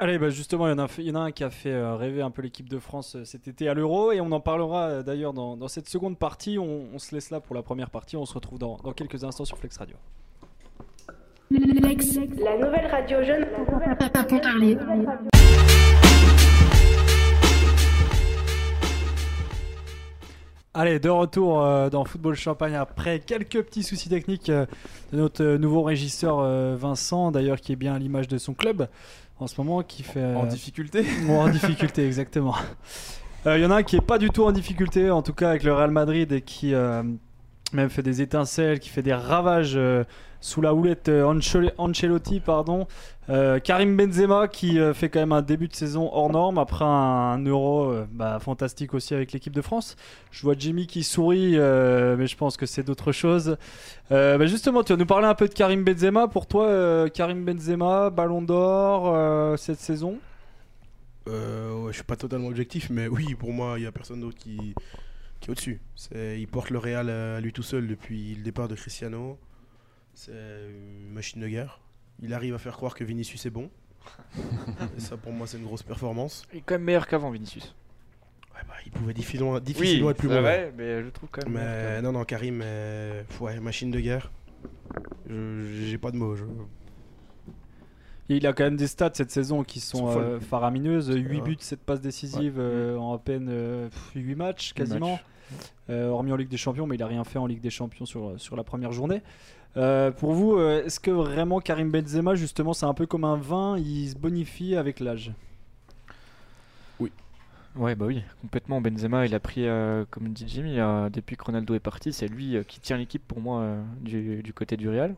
Allez, bah justement, il y, en a, il y en a un qui a fait euh, rêver un peu l'équipe de France euh, cet été à l'Euro et on en parlera euh, d'ailleurs dans, dans cette seconde partie. On, on se laisse là pour la première partie. On se retrouve dans, dans quelques instants sur Flex Radio. La nouvelle radio jeune. Papa Pontarlier. Allez, de retour euh, dans Football Champagne après quelques petits soucis techniques euh, de notre euh, nouveau régisseur euh, Vincent, d'ailleurs qui est bien à l'image de son club en ce moment, qui fait En euh, difficulté Bon, en difficulté, exactement. Euh, Il y en a un qui est pas du tout en difficulté, en tout cas avec le Real Madrid, et qui euh, même fait des étincelles, qui fait des ravages euh, sous la houlette euh, Ancel- Ancelotti. Pardon. Euh, Karim Benzema qui euh, fait quand même un début de saison hors norme après un, un euro euh, bah, fantastique aussi avec l'équipe de France. Je vois Jimmy qui sourit, euh, mais je pense que c'est d'autres choses. Euh, bah, justement, tu vas nous parler un peu de Karim Benzema. Pour toi, euh, Karim Benzema, Ballon d'Or euh, cette saison Euh, ouais, je suis pas totalement objectif, mais oui, pour moi, il n'y a personne d'autre qui, qui est au-dessus. C'est- Il porte le Real à lui tout seul depuis le départ de Cristiano. C'est une machine de guerre. Il arrive à faire croire que Vinicius est bon. Et ça, pour moi, c'est une grosse performance. Il est quand même meilleur qu'avant, Vinicius. Ouais, bah, il pouvait difficilement, difficilement être plus c'est bon. vrai, mais je le trouve quand même. meilleur qu'avant. Mais non, non, Karim, euh, ouais, machine de guerre. Je- J'ai pas de mots. je- Et il a quand même des stats cette saison qui sont Sont folles. euh, faramineuses. 8 Ouais. buts, 7 passes décisives euh, en à peine 8 matchs quasiment. Match. Euh, hormis en Ligue des Champions, mais il a rien fait en Ligue des Champions sur, sur la première journée. Euh, pour vous, euh, est-ce que vraiment Karim Benzema, justement, c'est un peu comme un vin, il se bonifie avec l'âge Ouais, bah oui, complètement. Benzema, il a pris, euh, comme dit Jimmy, euh, depuis que Ronaldo est parti, c'est lui euh, qui tient l'équipe pour moi euh, du, du côté du Real.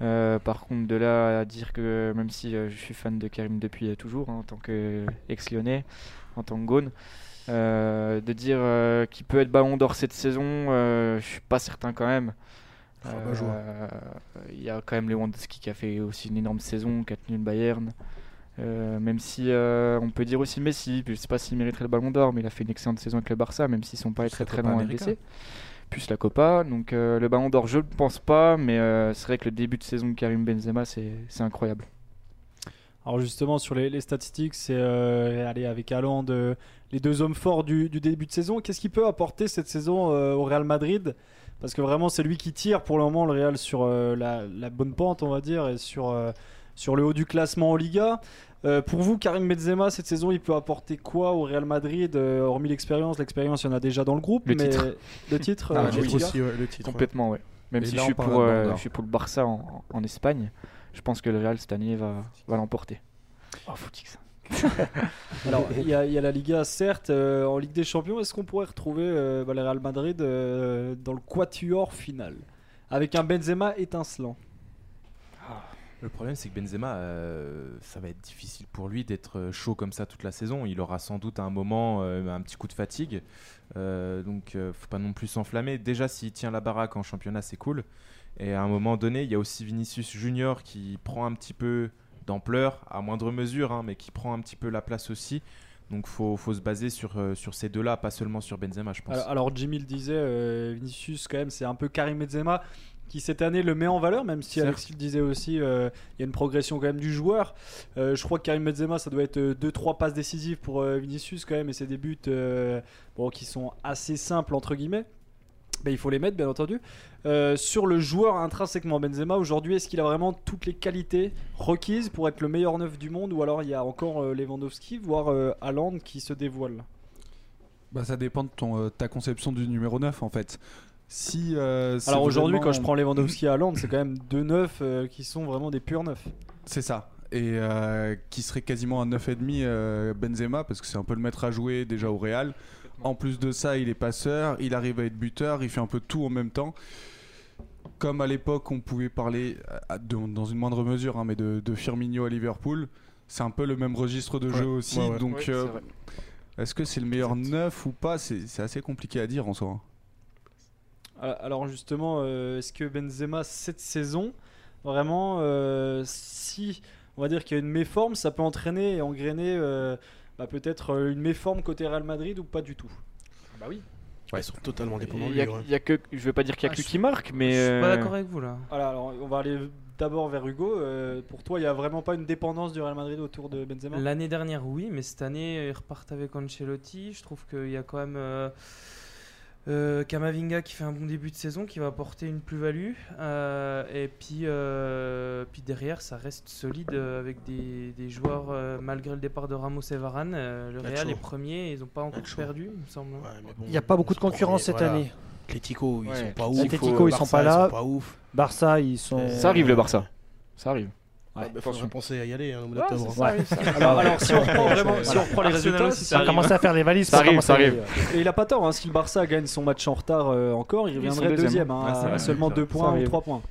Euh, par contre, de là à dire que même si euh, je suis fan de Karim depuis euh, toujours, hein, en tant qu'ex-lyonnais, en tant que Gaune, euh, de dire euh, qu'il peut être ballon d'or cette saison, euh, je suis pas certain quand même. Ah, bah, joie. Euh, Il y a quand même Lewandowski qui a fait aussi une énorme saison, qui a tenu le Bayern. Euh, même si euh, on peut dire aussi Messi, je sais pas s'il mériterait le ballon d'or, mais il a fait une excellente saison avec le Barça, même s'ils sont pas allés très la très Copa loin à América. blessé. Plus la Copa, donc euh, le ballon d'or, je ne pense pas, mais euh, c'est vrai que le début de saison de Karim Benzema, c'est c'est incroyable. Alors justement sur les, les statistiques, c'est euh, aller avec Haaland, euh, les deux hommes forts du, du début de saison. Qu'est-ce qu'il peut apporter cette saison euh, au Real Madrid Parce que vraiment c'est lui qui tire pour le moment le Real sur euh, la, la bonne pente, on va dire, et sur, euh, sur le haut du classement en Liga. Euh, pour vous, Karim Benzema, cette saison, il peut apporter quoi au Real Madrid euh, Hormis l'expérience, l'expérience, il y en a déjà dans le groupe. Le mais titre. Le titre, Ah, euh, le en titre Liga. aussi, ouais, le titre, ouais. Complètement, ouais. Même Et si là, je on suis, parle pour, d'un euh, ballon d'or. je suis pour le Barça en, en Espagne, je pense que le Real cette année va, va l'emporter. Oh, foutique ça. Alors, il y, a- il y a la Liga, certes. euh, en Ligue des Champions, est-ce qu'on pourrait retrouver euh, bah, le Real Madrid euh, dans le quatuor final Avec un Benzema étincelant. Le problème, c'est que Benzema, euh, ça va être difficile pour lui d'être euh, chaud comme ça toute la saison. Il aura sans doute à un moment euh, un petit coup de fatigue. Euh, donc, euh, faut pas non plus s'enflammer. Déjà, s'il tient la baraque en championnat, c'est cool. Et à un moment donné, il y a aussi Vinicius Junior qui prend un petit peu d'ampleur, à moindre mesure, hein, mais qui prend un petit peu la place aussi. Donc, faut, faut se baser sur, euh, sur ces deux-là, pas seulement sur Benzema, je pense. Alors, alors, Jimmy le disait, euh, Vinicius, quand même, c'est un peu Karim Benzema qui, cette année, le met en valeur, même si Certes. Alexis le disait aussi, euh, il y a une progression quand même du joueur. Euh, je crois que Karim Benzema, ça doit être 2-3 passes décisives pour euh, Vinicius, quand même, et ses débuts euh, bon, qui sont assez simples, entre guillemets. Ben, il faut les mettre, bien entendu. Euh, sur le joueur intrinsèquement Benzema, aujourd'hui, est-ce qu'il a vraiment toutes les qualités requises pour être le meilleur neuf du monde Ou alors il y a encore euh, Lewandowski, voire euh, Haaland qui se dévoile Bah, ça dépend de ton, euh, ta conception du numéro 9 en fait. Si, euh, c'est Alors aujourd'hui, vraiment- quand je prends Lewandowski à Hollande, c'est quand même deux neufs euh, qui sont vraiment des purs neufs. C'est ça. Et euh, qui serait quasiment un 9,5 euh, Benzema, parce que c'est un peu le maître à jouer déjà au Real. En plus de ça, il est passeur, il arrive à être buteur, il fait un peu tout en même temps. Comme à l'époque, on pouvait parler, à- à- de- dans une moindre mesure, hein, mais de, de Firmino à Liverpool, c'est un peu le même registre de jeu aussi. ouais, ouais. Donc, Oui, c'est euh, vrai. est-ce que c'est le meilleur 9 ou pas C'est c'est assez compliqué à dire en soi. hein. Alors- Alors justement, euh, est-ce que Benzema cette saison, vraiment, euh, si on va dire qu'il y a une méforme, ça peut entraîner et engrainer euh, bah, peut-être euh, une méforme côté Real Madrid ou pas du tout Bah oui. Ils sont totalement dépendants Il de y a, lui. ouais. il y a que, je veux pas dire qu'il y a Ah, que je- qui marque, mais Je suis pas euh, d'accord avec vous là. Voilà, alors on va aller d'abord vers Hugo. Euh, pour toi, il n'y a vraiment pas une dépendance du Real Madrid autour de Benzema L'année dernière, oui, mais cette année, ils repartent avec Ancelotti. Je trouve qu'il y a quand même euh, euh, Kamavinga qui fait un bon début de saison, qui va apporter une plus-value. Euh, et puis, euh, puis derrière, ça reste solide euh, avec des, des joueurs, euh, malgré le départ de Ramos et Varane. euh, le Nacho. Real est premier, ils n'ont pas encore Nacho. perdu, il me semble. Ouais, mais bon, Il n'y a pas beaucoup de premier, concurrence cette voilà. année. Atlético, ils Ouais, sont pas ouf. Atlético, ils sont pas là. Euh, Ils sont pas ouf. Barça, ils sont. ça arrive le Barça. Ça arrive. Ouais, bah, faudrait penser à y aller hein, au mois d'octobre. ça arrive, alors, alors, si on reprend vraiment, si on reprend les Arsenal résultats, aussi, si- ça On va arrive. commencer à faire les valises. Ça faut arrive, commencer à ça y arrive. aller. Et il a pas tort, hein. si le Barça gagne son match en retard euh, encore, il Ils reviendrait sont deuxième, deuxième. hein, Ouais, ça à va, seulement ça deux va. points Ça ou arrive. trois points.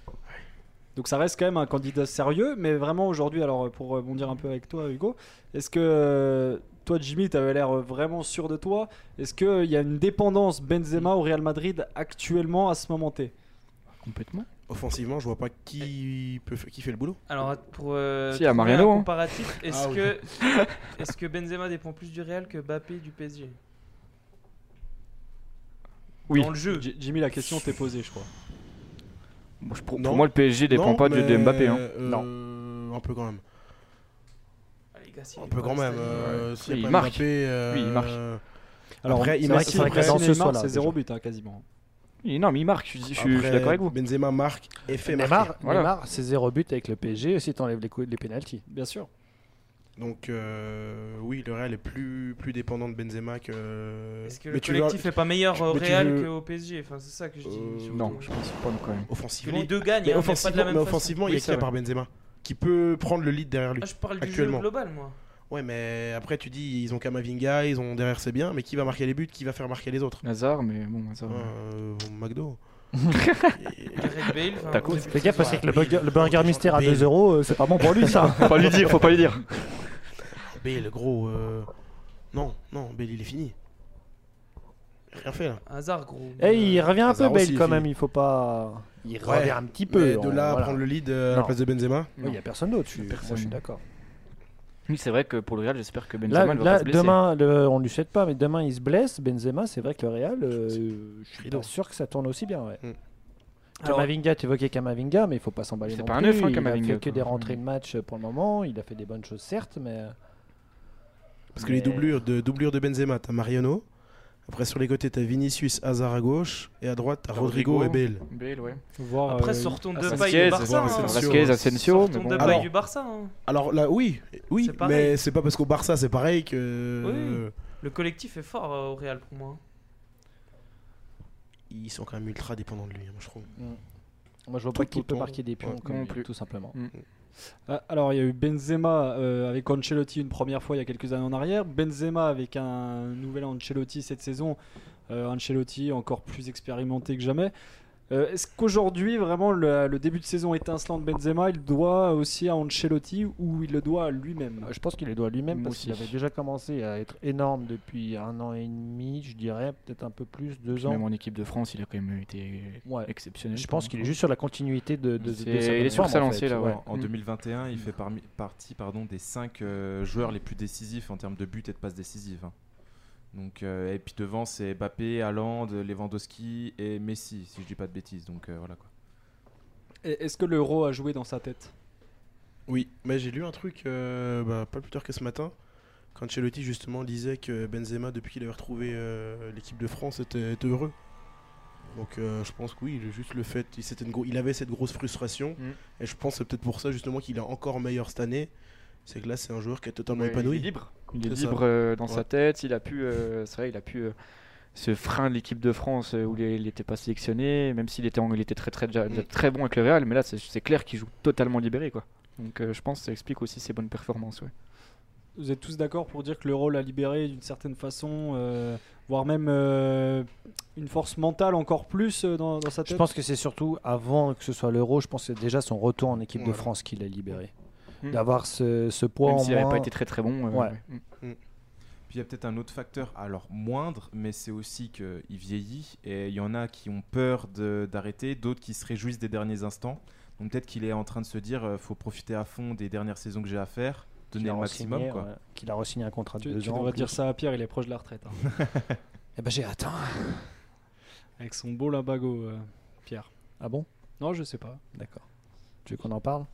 Donc ça reste quand même un candidat sérieux, mais vraiment aujourd'hui, alors euh, pour rebondir un peu avec toi Hugo, est-ce que euh, toi Jimmy, tu avais l'air euh, vraiment sûr de toi, est-ce qu'il y a une dépendance Benzema au Real Madrid actuellement à ce moment T Complètement. Offensivement, je vois pas qui, peut, f- qui fait le boulot. Alors, pour euh, Si, à trouver Mariano, un hein. comparatif, est-ce Ah oui. que, est que Benzema dépend plus du Real que Mbappé du PSG Oui. Dans le jeu. J- Jimmy, la question t'est posée, je crois. Bon, je- pour, Non. pour moi, le PSG dépend Non, pas du de mais, Mbappé. hein. euh, Un peu quand même. Ah, les gars, si Un il peu est pas quand là même. cette année. euh, s'il y a Oui, pas il marque. Mbappé, euh, Oui, il marque. Alors, Après, il c'est marque, vrai qu'il c'est faudrait vrai que qu'Alan dans Neymar, ce soir-là, c'est zéro but hein, quasiment. Oui, Non, mais il marque. Je, je- je suis après, d'accord avec vous. Benzema marque et fait marquer. Neymar, Voilà. Neymar, c'est zéro but avec le PSG si t'enlèves les coups, les pénalties. Bien sûr. Donc euh, oui, le Real est plus, plus dépendant de Benzema que. Est-ce que Mais le tu verras- collectif est pas meilleur au mais tu Real veux- qu'au PSG Enfin, c'est ça que je dis. Euh, surtout. Non, je pense pas quand même. Que Offensivement, les deux gagnent, mais hein, mais pas de offensivement, la même mais façon. offensivement, il Oui, y a c'est qui à part Benzema qui peut prendre le lead derrière lui Ah, je parle du jeu actuellement. global, moi. Ouais, mais après, tu dis, ils ont Kamavinga, ils ont derrière, c'est bien, mais qui va marquer les buts, qui va faire marquer les autres Hazard, mais bon, Ah. Hazard. Euh, McDo. Gareth Bale. enfin, T'as quoi au début de Fais gaffe parce saison, que le burger, le burger mystère à 2 euros, euh, c'est pas bon pour lui ça. Faut pas lui dire, faut pas lui dire. Bale, gros. euh, Non, non, Bale, il est fini. Rien fait là. Hazard, gros. Eh, il revient un peu Hazard Bale aussi, quand il même, finit. il faut pas. Il Ouais, revient un petit peu. Mais de on- là à voilà. prendre le lead euh, à Non. la place de Benzema. Oui, Il y a personne d'autre, je suis- moi, je suis Personne. d'accord. Oui, c'est vrai que pour le Real, j'espère que Benzema Là, ne va là, pas se blesser. demain, le- on lui souhaite pas, mais demain il se blesse. Benzema, c'est vrai que le Real, euh, je suis pas Rideau. sûr que ça tourne aussi bien. Ouais. Mm. Alors- Kamavinga, tu évoquais Kamavinga, mais il faut pas s'emballer. C'est non pas un plus. œuf, hein, Mmh. Il a Kamavinga, fait que quoi. des rentrées de match pour le moment. Il a fait des bonnes choses, certes, mais. Parce que les Mais- doublures de, doublures de Benzema, t'as Mariano. Après, sur les côtés, t'as Vinicius, Hazard à gauche. Et à droite, t'as Rodrigo, et Bale. Bale, ouais. Voir, Après, euh, sortons de paille Vasquez, du Barça. hein. Asensio. Vasquez, Asensio. mais Sortons bon. de Alors- paille du Barça. hein. Alors là, oui, oui C'est pareil. mais c'est pas parce qu'au Barça, c'est pareil que. Le collectif est fort euh, au Real pour moi. Ils sont quand même ultra dépendants de lui, hein, moi, je trouve. Moi, je vois Tout pas qui peut autant. marquer des pions Ouais, comme non lui, plus. tout simplement. Euh, Alors, il y a eu Benzema euh, avec Ancelotti une première fois il y a quelques années en arrière. Benzema avec un nouvel Ancelotti cette saison. Euh, Ancelotti encore plus expérimenté que jamais. Euh, Est-ce qu'aujourd'hui, vraiment, le, le début de saison étincelant de Benzema, il doit aussi à Ancelotti ou il le doit à lui-même Euh, Je pense qu'il le doit lui-même Moi parce qu'il aussi. avait déjà commencé à être énorme depuis un an et demi, je dirais, peut-être un peu plus, deux ans. Même en équipe de France, il a quand même été Ouais. exceptionnel. Je pour pense moi. qu'il est juste sur la continuité de. de, de C'est- sa bonne il est sur forme, sa en lancée, fait, là, ouais. ouais. En Mm. 2021, il fait parmi- partie pardon, des 5 joueurs les plus décisifs en termes de buts et de passes décisives. hein. Donc, euh, et puis devant, c'est Mbappé, Haaland, Lewandowski et Messi, si je dis pas de bêtises. Donc euh, voilà quoi. Et Euh, Est-ce que l'euro a joué dans sa tête Oui, mais j'ai lu un truc euh, bah, pas plus tard que ce matin. Quand Chelotti justement disait que Benzema, depuis qu'il avait retrouvé euh, l'équipe de France, était, était heureux. Donc euh, je pense que oui, le- juste le fait, il, c'était une gro- il avait cette grosse frustration. Mm. Et je pense que c'est peut-être pour ça justement qu'il est encore meilleur cette année. C'est que là, c'est un joueur qui est totalement Ouais, épanoui. Il est libre. Il est C'est ça. libre euh, dans sa Ouais. tête. Il a pu, euh, c'est vrai, il a pu euh, se frein de l'équipe de France euh, où il n'était pas sélectionné, même s'il était, en- il était très, très, déjà- déjà Mm. très bon avec le Real. Mais là, c'est- c'est clair qu'il joue totalement libéré, quoi. Donc, euh, je pense que ça explique aussi ses bonnes performances. ouais. Vous êtes tous d'accord pour dire que l'euro l'a libéré d'une certaine façon, euh, voire même euh, une force mentale encore plus euh, dans, dans sa tête Je pense que c'est surtout avant que ce soit l'euro, je pense que c'est déjà son retour en équipe de Voilà. France qui l'a libéré. Mm. D'avoir ce, ce poids Même en s'il n'avait moins. pas été très très bon. euh, Ouais. Mm. Puis il y a peut-être un autre facteur, alors moindre, mais c'est aussi qu'il vieillit et il y en a qui ont peur de- d'arrêter, d'autres qui se réjouissent des derniers instants. Donc peut-être qu'il est en train de se dire, euh, faut profiter à fond des dernières saisons que j'ai à faire, qu'il donner a le re-signé, maximum. quoi. ouais, Qu'il a re-signé un contrat de Tu, deux tu ans. devrais dire ça à Pierre, il est proche de la retraite. hein. Eh ben j'ai atteint. Avec son beau limbago, euh, Pierre. Ah bon Non, je sais pas. D'accord. Tu veux qu'on en parle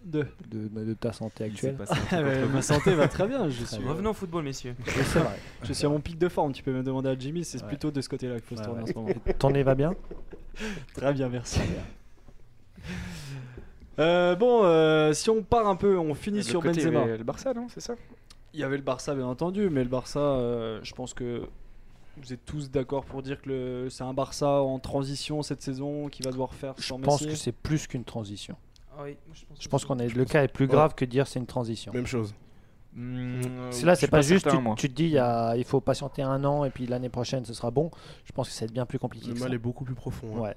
Deux. de, de ta santé Il s'est actuelle passé un truc entre vous. Ah ma santé va très bien. Je suis, euh, Revenons au football, messieurs. Oui, c'est vrai. je suis à mon pic de forme. Tu peux me demander à Jimmy, c'est Ouais. plutôt de ce côté-là qu'il faut se Ouais, tourner en ouais. ce moment. Ton nez va bien très bien, merci. Euh, bon, euh, si on part un peu, on finit Et de sur l'autre côté, il y Benzema. avait Le Barça, non C'est ça Il y avait le Barça, bien entendu, mais le Barça, euh, je pense que vous êtes tous d'accord pour dire que le- c'est un Barça en transition cette saison qui va devoir faire Je sans pense Messi. que c'est plus qu'une transition. Ah oui, moi, je pense, Je aussi. pense qu'on est le cas est plus Ouais. grave que dire c'est une transition. Même chose. Hmm, C'est là, suis c'est pas, pas juste. certain, tu- moi. tu, te dis, il, y a- il faut patienter un an et puis l'année prochaine, ce sera bon. Je pense que ça va être bien plus compliqué. Le que mal ça. est beaucoup plus profond. hein. Ouais.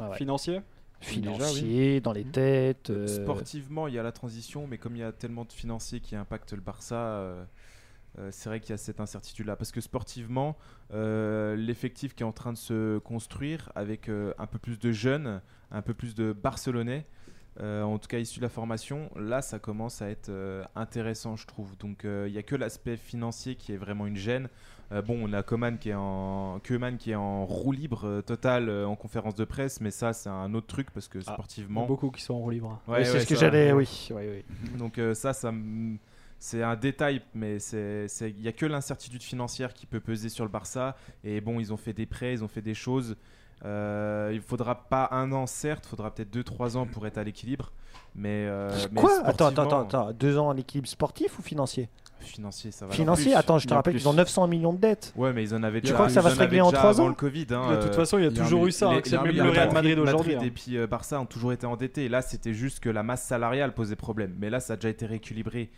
Ouais, ouais. Financier Financier, dans les têtes. euh, Sportivement, il y a la transition, mais comme il y a tellement de financiers qui impactent le Barça, euh, euh, c'est vrai qu'il y a cette incertitude-là. Parce que sportivement, euh, l'effectif qui est en train de se construire avec euh, un peu plus de jeunes, un peu plus de Barcelonais, euh, en tout cas issus de la formation, là, ça commence à être euh, intéressant, je trouve. Donc, euh, il n'y a que l'aspect financier qui est vraiment une gêne. Euh, bon, on a Coman qui est en Koeman qui est en roue libre euh, totale euh, en conférence de presse, mais ça, c'est un autre truc parce que Ah, sportivement. Beaucoup qui sont en roue libre. Ouais, oui, c'est ouais, ce que ça- j'allais, oui. oui, oui. Donc euh, ça, ça me- c'est un détail, mais c'est- c'est- il n'y a que l'incertitude financière qui peut peser sur le Barça. Et bon, ils ont fait des prêts, ils ont fait des choses. Euh, il faudra pas un an, certes, il faudra peut-être 2-3 ans pour être à l'équilibre. Mais, euh, mais Quoi attends, attends, sportivement, attends, attends. Deux ans en équilibre sportif ou financier Financier, ça va. Financier, plus, attends, je il te y en a rappelle plus. qu'ils ont 900 millions de dettes. Ouais, mais ils en avaient Tu déjà, crois que ça ils va se en avaient régler en déjà trois avant ans le Covid. hein, de toute euh, façon, il y a il y a toujours un- eu ça. hein, Les- que c'est non, même mais le attends, Real Madrid aujourd'hui. Madrid hein. et puis euh, Barça ont toujours été endettés. Là, c'était juste que la masse salariale posait problème. Mais là, ça a déjà été rééquilibré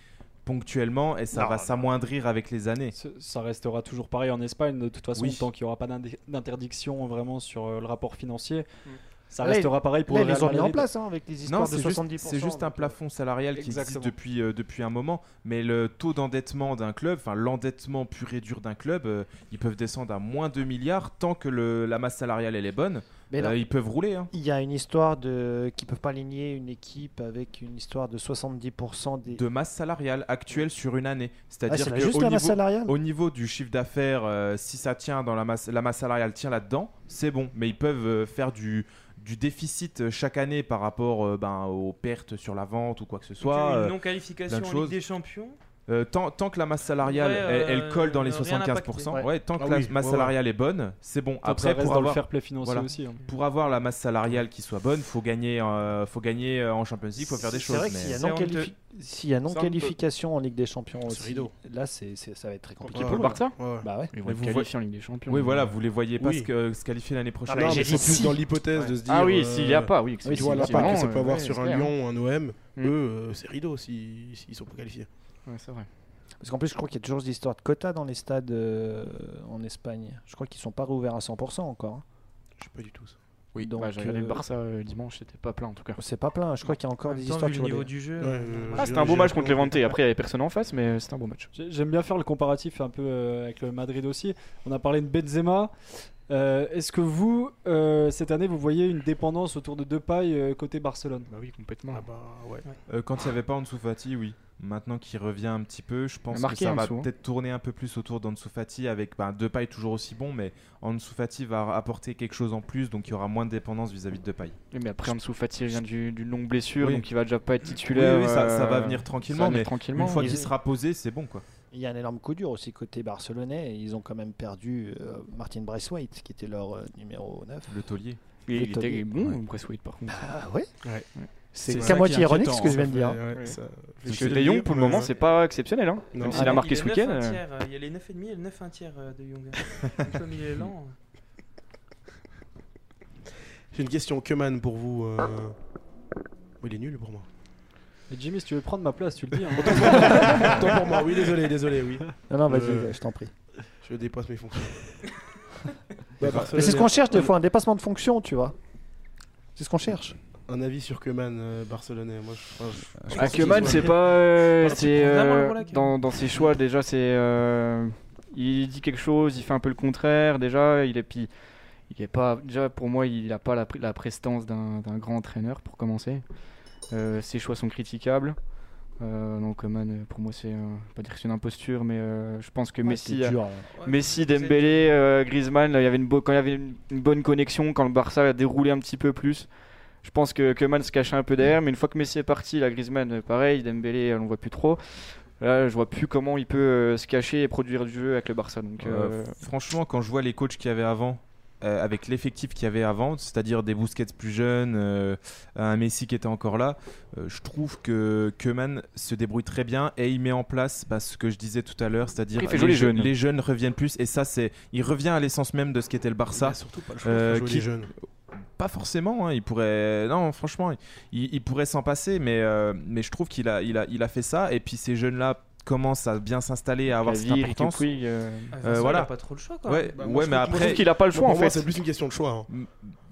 ponctuellement et ça Non, va non. s'amoindrir avec les années. Ce- Ça restera toujours pareil en Espagne, de toute façon, Oui. tant qu'il n'y aura pas d'indi- d'interdiction vraiment sur euh, le rapport financier, Mm. ça Là, restera pareil pour Là, le Eh, ils les Real ont mis en Madrid. place hein, avec les histoires Non, de c'est juste, 70%. c'est juste un donc, euh, plafond salarial qui Exactement. existe depuis, euh, depuis un moment. Mais le taux d'endettement d'un club, enfin l'endettement pur et dur d'un club, euh, ils peuvent descendre à moins 2 milliards tant que le- la masse salariale elle est bonne. Mais non, Euh, ils peuvent rouler. hein. il y a une histoire de qui peuvent pas aligner une équipe avec une histoire de 70% des. De masse salariale actuelle sur une année. Ah, C'est-à-dire c'est que juste au la niveau, masse salariale. Au niveau du chiffre d'affaires, euh, si ça tient dans la masse, la masse salariale tient là-dedans, c'est bon. Mais ils peuvent euh, faire du, du déficit euh, chaque année par rapport euh, ben, aux pertes sur la vente ou quoi que ce soit. une Euh, non qualification d'autres en choses. Ligue des Champions. euh, tant, tant que la masse salariale Ouais, elle, elle euh, colle dans les rien 75%, ouais. impacté. tant que Ah la oui, masse ouais, ouais. salariale est bonne, c'est bon. Donc ça Après, reste pour dans le avoir, fair play financier voilà. aussi. hein. pour avoir la masse salariale qui soit bonne, faut gagner, euh, faut gagner euh, en Champions League, faut faire des C'est choses. vrai que mais- s'il y a c'est non honteux. qualifi- s'il y a non C'est honteux. qualification en Ligue des Champions C'est aussi, rideau. là c'est c'est- ça va être très Contre compliqué le pour eux. Barça Ouais. Bah ouais. Ils vont Mais être vous qualifiés en Ligue des Champions. Oui, voilà, vous les voyez pas Oui. se, que- se qualifier l'année prochaine. mais Non, j'ai mais dit c'est plus si. dans l'hypothèse de se dire. Ah oui, euh, s'il n'y a pas, oui. euh, Tu vois l'impact que ça peut avoir sur un lion Lyon ou un OM, Mm. eux, euh, c'est rideau s'ils s'ils sont pas qualifiés. Ouais, c'est vrai. Parce qu'en plus, je crois qu'il y a toujours des histoires de quotas dans les stades euh, en Espagne. Je crois qu'ils sont pas réouverts à 100% encore. hein. Je sais pas du tout ça. Oui, Donc, bah, j'ai regardé le euh, Barça euh, dimanche, c'était pas plein en tout cas. C'est pas plein. hein. Je crois qu'il y a encore En des même temps, histoires vu qui le vont niveau des- du jeu. Ouais, euh, ouais, bah, Ah, j'ai- c'était un beau j'ai match contre vraiment- Levante. Après, il y avait personne en face, mais c'était un beau match. J'ai- J'aime bien faire le comparatif un peu euh, avec le Madrid aussi. On a parlé de Benzema. Euh, Est-ce que vous, euh, cette année, vous voyez une dépendance autour de Depay euh, côté Barcelone Bah oui, complètement. Ah bah ouais. Euh, quand il n'y avait pas Ansu Fati, oui. Maintenant qu'il revient un petit peu, je pense Il a que marqué ça va Ansu, hein. peut-être tourner un peu plus autour d'Ansu Fati avec ben, Depay toujours aussi bon, mais Ansu Fati va apporter quelque chose en plus, donc il y aura moins de dépendance vis-à-vis de Depay. Oui, mais après, Ansu Fati vient du- d'une longue blessure, Oui. donc il va déjà pas être titulaire. Oui, oui, ça- ça va euh, venir ça tranquillement, venir mais tranquillement. Une fois Ils- qu'il sera posé, c'est bon quoi. Il y a un énorme coup dur aussi côté barcelonais. Ils ont quand même perdu euh, Martin Braithwaite, qui était leur euh, numéro 9. Le taulier. il il était- était bon, Braithwaite, par contre. Ah ouais C'est qu'à ça qui moitié est ironique, inquiétant, ce que je viens de ça dire. fait- ouais, Ouais. ça- Parce je que te De le Jong, dis, pour le mais- moment, c'est pas exceptionnel. Hein. Non. Même Ah, s'il a il marqué est ce neuf week-end. un euh, tiers, euh, Il y a les 9,5 et le 9 un tiers euh, de Young. Comme il est lent. euh, J'ai une question, Keman, pour vous. euh, oh, il est nul pour moi. Et Jimmy, si tu veux prendre ma place, tu le dis. hein. Tant pour moi, Ah oui, désolé, désolé, oui. Non, non, vas-y, Euh, je t'en prie. Je dépasse mes fonctions. Mais c'est ce qu'on cherche des fois, un dépassement de fonction, tu vois. C'est ce qu'on cherche. Un avis sur Keman, euh, barcelonais. Moi, je, enfin, je- je pense Ackerman, qu'il- Ah, c'est pas. euh, Voilà, tu c'est prends vraiment euh, le rôle, Ackerman. dans, dans ses choix déjà, c'est. euh, il dit quelque chose, il fait un peu le contraire déjà. Il est puis il est pas. Déjà pour moi, il a pas la, pr- la prestance d'un d'un grand entraîneur pour commencer. Euh, ses choix sont critiquables. Euh, donc Coman, euh, pour moi, c'est euh, pas dire que c'est une imposture, mais euh, je pense que Messi. a- c'est dur. hein. Messi, Ah, Dembélé, euh, Griezmann, là, il y avait une beau- quand il y avait une, une bonne connexion, quand le Barça a déroulé un petit peu plus, je pense que Keman se cachait un peu derrière, mais une fois que Messi est parti, la Griezmann, euh, pareil, Dembélé, euh, on le voit plus trop. Là, je vois plus comment il peut euh, se cacher et produire du jeu avec le Barça. Donc, euh, Euh, franchement, quand je vois les coachs qu'il y avait avant, euh, avec l'effectif qu'il y avait avant, c'est-à-dire des Busquets plus jeunes, euh, un Messi qui était encore là, euh, je trouve que Keman se débrouille très bien et il met en place bah, ce que je disais tout à l'heure, c'est-à-dire Il fait les, jouer les jeunes- jeunes. les jeunes reviennent plus et ça, c'est, il revient à l'essence même de ce qu'était le Il Barça. a surtout pas le choix de Euh, faire jouer qui- les jeunes. Bah, Pas forcément, hein, il pourrait. Non, franchement, il, il pourrait s'en passer, mais, euh, mais je trouve qu'il a, il a, il a fait ça. Et puis ces jeunes-là commencent à bien s'installer, à avoir cette Cavani, Ricky importance. Puig, euh, voilà. voilà. pas trop le choix quand Ouais, même. Bah, moi, ouais je trouve- mais moi, je après, trouve qu'il a pas le Bon, choix pour en fait. moi, c'est plus une question de choix. hein. Mm,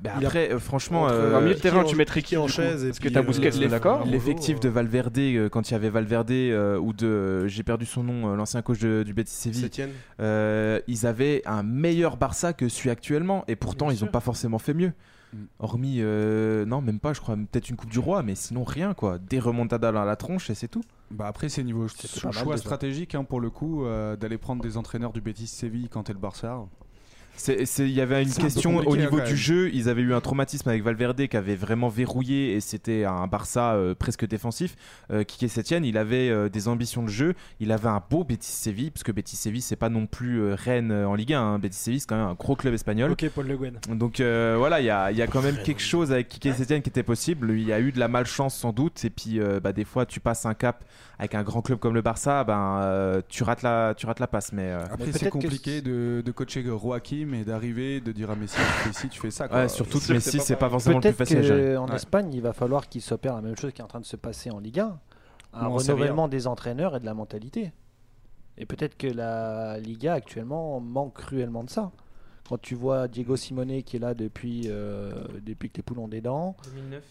bah Il a- après, euh, franchement, Entre, euh, Au milieu de qui terrain, en- tu mettrais qui qui en du coup chaise et Parce que puis, t'as euh, Busquets, l'eff- d'accord l'effectif de Valverde, euh, quand il y avait Valverde euh, ou de, euh, j'ai perdu son nom, euh, l'ancien coach de- du Betis Séville, Septième. euh, ils avaient un meilleur Barça que celui actuellement, et pourtant Bien ils n'ont sûr. pas forcément fait mieux. Mm. Hormis, euh, non, même pas, je crois, peut-être une Coupe du Roi, mais sinon rien, quoi. Des remontadas à la tronche, et c'est tout. Bah après, c'est niveau ch- C'était pas mal, choix déjà. stratégique hein, pour le coup euh, d'aller prendre des entraîneurs du Betis Séville quand t'es le Barça. C'est- c'est- Il y avait une C'est un peu question au compliqué, hein, niveau quand du même. jeu. Ils avaient eu un traumatisme avec Valverde qui avait vraiment verrouillé et c'était un Barça euh, presque défensif. Euh, Kike Setien, il avait euh, des ambitions de jeu. Il avait un beau Betis Séville, parce que Betis Séville, c'est pas non plus euh, Rennes euh, en Ligue 1. hein. Betis Séville, c'est quand même un gros club espagnol. ok, Paul Le Guen. Donc euh, voilà, il y a, il y a quand même quelque chose avec Kike Setien qui était possible. Il y a eu de la malchance sans doute. Et puis euh, bah, des fois, tu passes un cap avec un grand club comme le Barça, ben, euh, tu, rates la, tu rates la passe. Mais, euh, Après, Mais c'est peut-être que compliqué c'est- de, de coacher Joachim et d'arriver, de dire à Messi, tu fais ci, tu fais ça. ouais, quoi. Je surtout que sais Messi, c'est pas forcément le plus Peut-être facile à gérer. qu'en Ouais. Espagne, il va falloir qu'il s'opère la même chose qui est en train de se passer en Ligue 1. un On en sait renouvellement des entraîneurs et de la mentalité. Et peut-être que la Liga actuellement manque cruellement de ça. Quand tu vois Diego Simone qui est là depuis, euh, depuis que les poules ont des dents, 2009,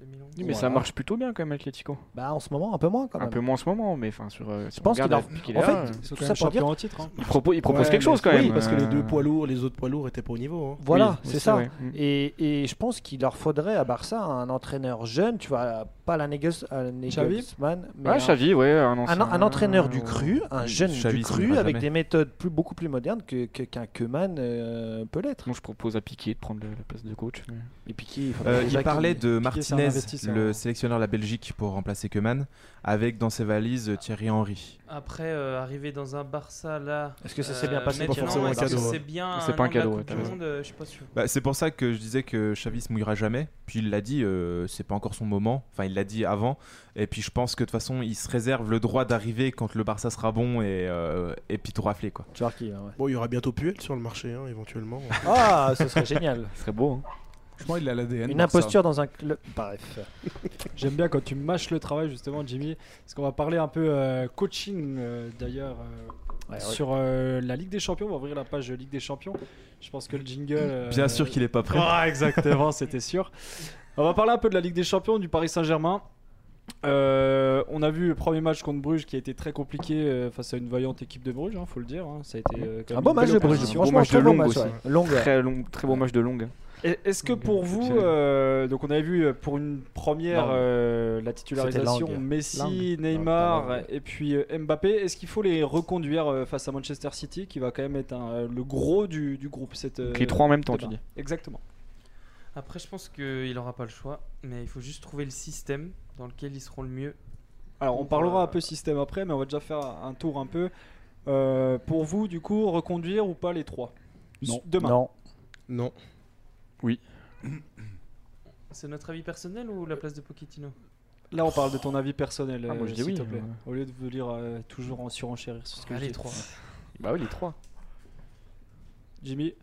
2011. Oui, mais ça Voilà. marche plutôt bien quand même, Atletico. bah en ce moment un peu moins quand Un même. peu moins en ce moment, mais enfin, sur. euh, si Je on pense regarde qu'il a- la- depuis qu'il en est là, fait, euh, tout quand même ça pour dire, champion en titre. hein. il propose, il propose Ouais, quelque mais- chose quand même. Oui, parce que les deux euh, poids lourds, les autres poids lourds étaient pas au niveau. hein. voilà, oui, c'est oui, ça. vrai. Mm. Et, et je pense qu'il leur faudrait à Barça un entraîneur jeune, tu vois, pas la Negus- euh, Xavi Nagelsmann, mais Ouais, un- Xavi, ouais, un, un, ancien- euh, un entraîneur du ouais. cru, un jeune Xavi, du ça cru, n'ira avec jamais. des méthodes plus, beaucoup plus modernes que- que- qu'un Keman euh, peut l'être. Moi, je propose à Piqué de prendre le- la place de coach. mais- Et puis qui, enfin, Euh, déjà il qui- parlait de c'est un Martinez, investisseur. hein. le sélectionneur de la Belgique, pour remplacer Keman, avec dans ses valises euh, Thierry Henry. Après, euh, arriver dans un Barça là. euh, Est-ce que ça s'est bien passé maintenant, pour pas forcément un est-ce que cadeau, C'est ouais. bien. hein. C'est un pas un an de la cadeau, ouais, Coupe t'as du raison. monde, euh, je suis pas sûr. Bah, c'est pour ça que je disais que Xavi se mouillera jamais. Puis il l'a dit, euh, c'est pas encore son moment. Enfin, il l'a dit avant. Et puis je pense que de toute façon, il se réserve le droit d'arriver quand le Barça sera bon et, euh, et puis tout rafler quoi. Tu vois qui, hein, ouais. Bon, il y aura bientôt Puel sur le marché, hein, éventuellement. Ah, ce serait génial. Ce serait beau. hein. Franchement, il a l'ADN. Une Barça. imposture dans un club. Bref. J'aime bien quand tu mâches le travail justement, Jimmy, parce qu'on va parler un peu euh, coaching euh, d'ailleurs. euh, Ouais, ouais. Sur euh, la Ligue des Champions, on va ouvrir la page euh, Ligue des Champions. Je pense que le jingle. euh, Bien sûr qu'il est pas prêt. Ah, exactement, c'était sûr. On va parler un peu de la Ligue des Champions, du Paris Saint-Germain. Euh, on a vu le premier match contre Bruges qui a été très compliqué euh, face à une vaillante équipe de Bruges, hein, faut le dire. hein. Ça a été euh, quand même Un beau une match belle de Bruges. opposition. Bon Franchement, match très de bon Longue match. aussi. ouais. Longue, ouais. Très, long, très beau match de longue. Et Est-ce que pour vous, euh, donc on avait vu euh, pour une première Langue. euh, la titularisation C'était Langue. Messi, Langue. Neymar Non, pas Langue. et puis euh, Mbappé, est-ce qu'il faut les reconduire euh, face à Manchester City qui va quand même être un- euh, le gros du, du groupe cette, euh, Les trois en même temps, tu débat. dis. Exactement. Après, je pense qu'il n'aura pas le choix, mais il faut juste trouver le système dans lequel ils seront le mieux. Alors on euh, parlera un peu système après, mais on va déjà faire un tour un peu. Euh, pour vous, du coup, reconduire ou pas les trois S- Demain. Non. non. C'est notre avis personnel ou la place de Pochettino Là, on parle de ton avis personnel. Ah, moi, euh, je dis s'il oui, te plaît. mais- Au lieu de vous dire euh, toujours en surenchérir sur ce que Ah, je les dis. trois. Bah oui, les trois. Jimmy,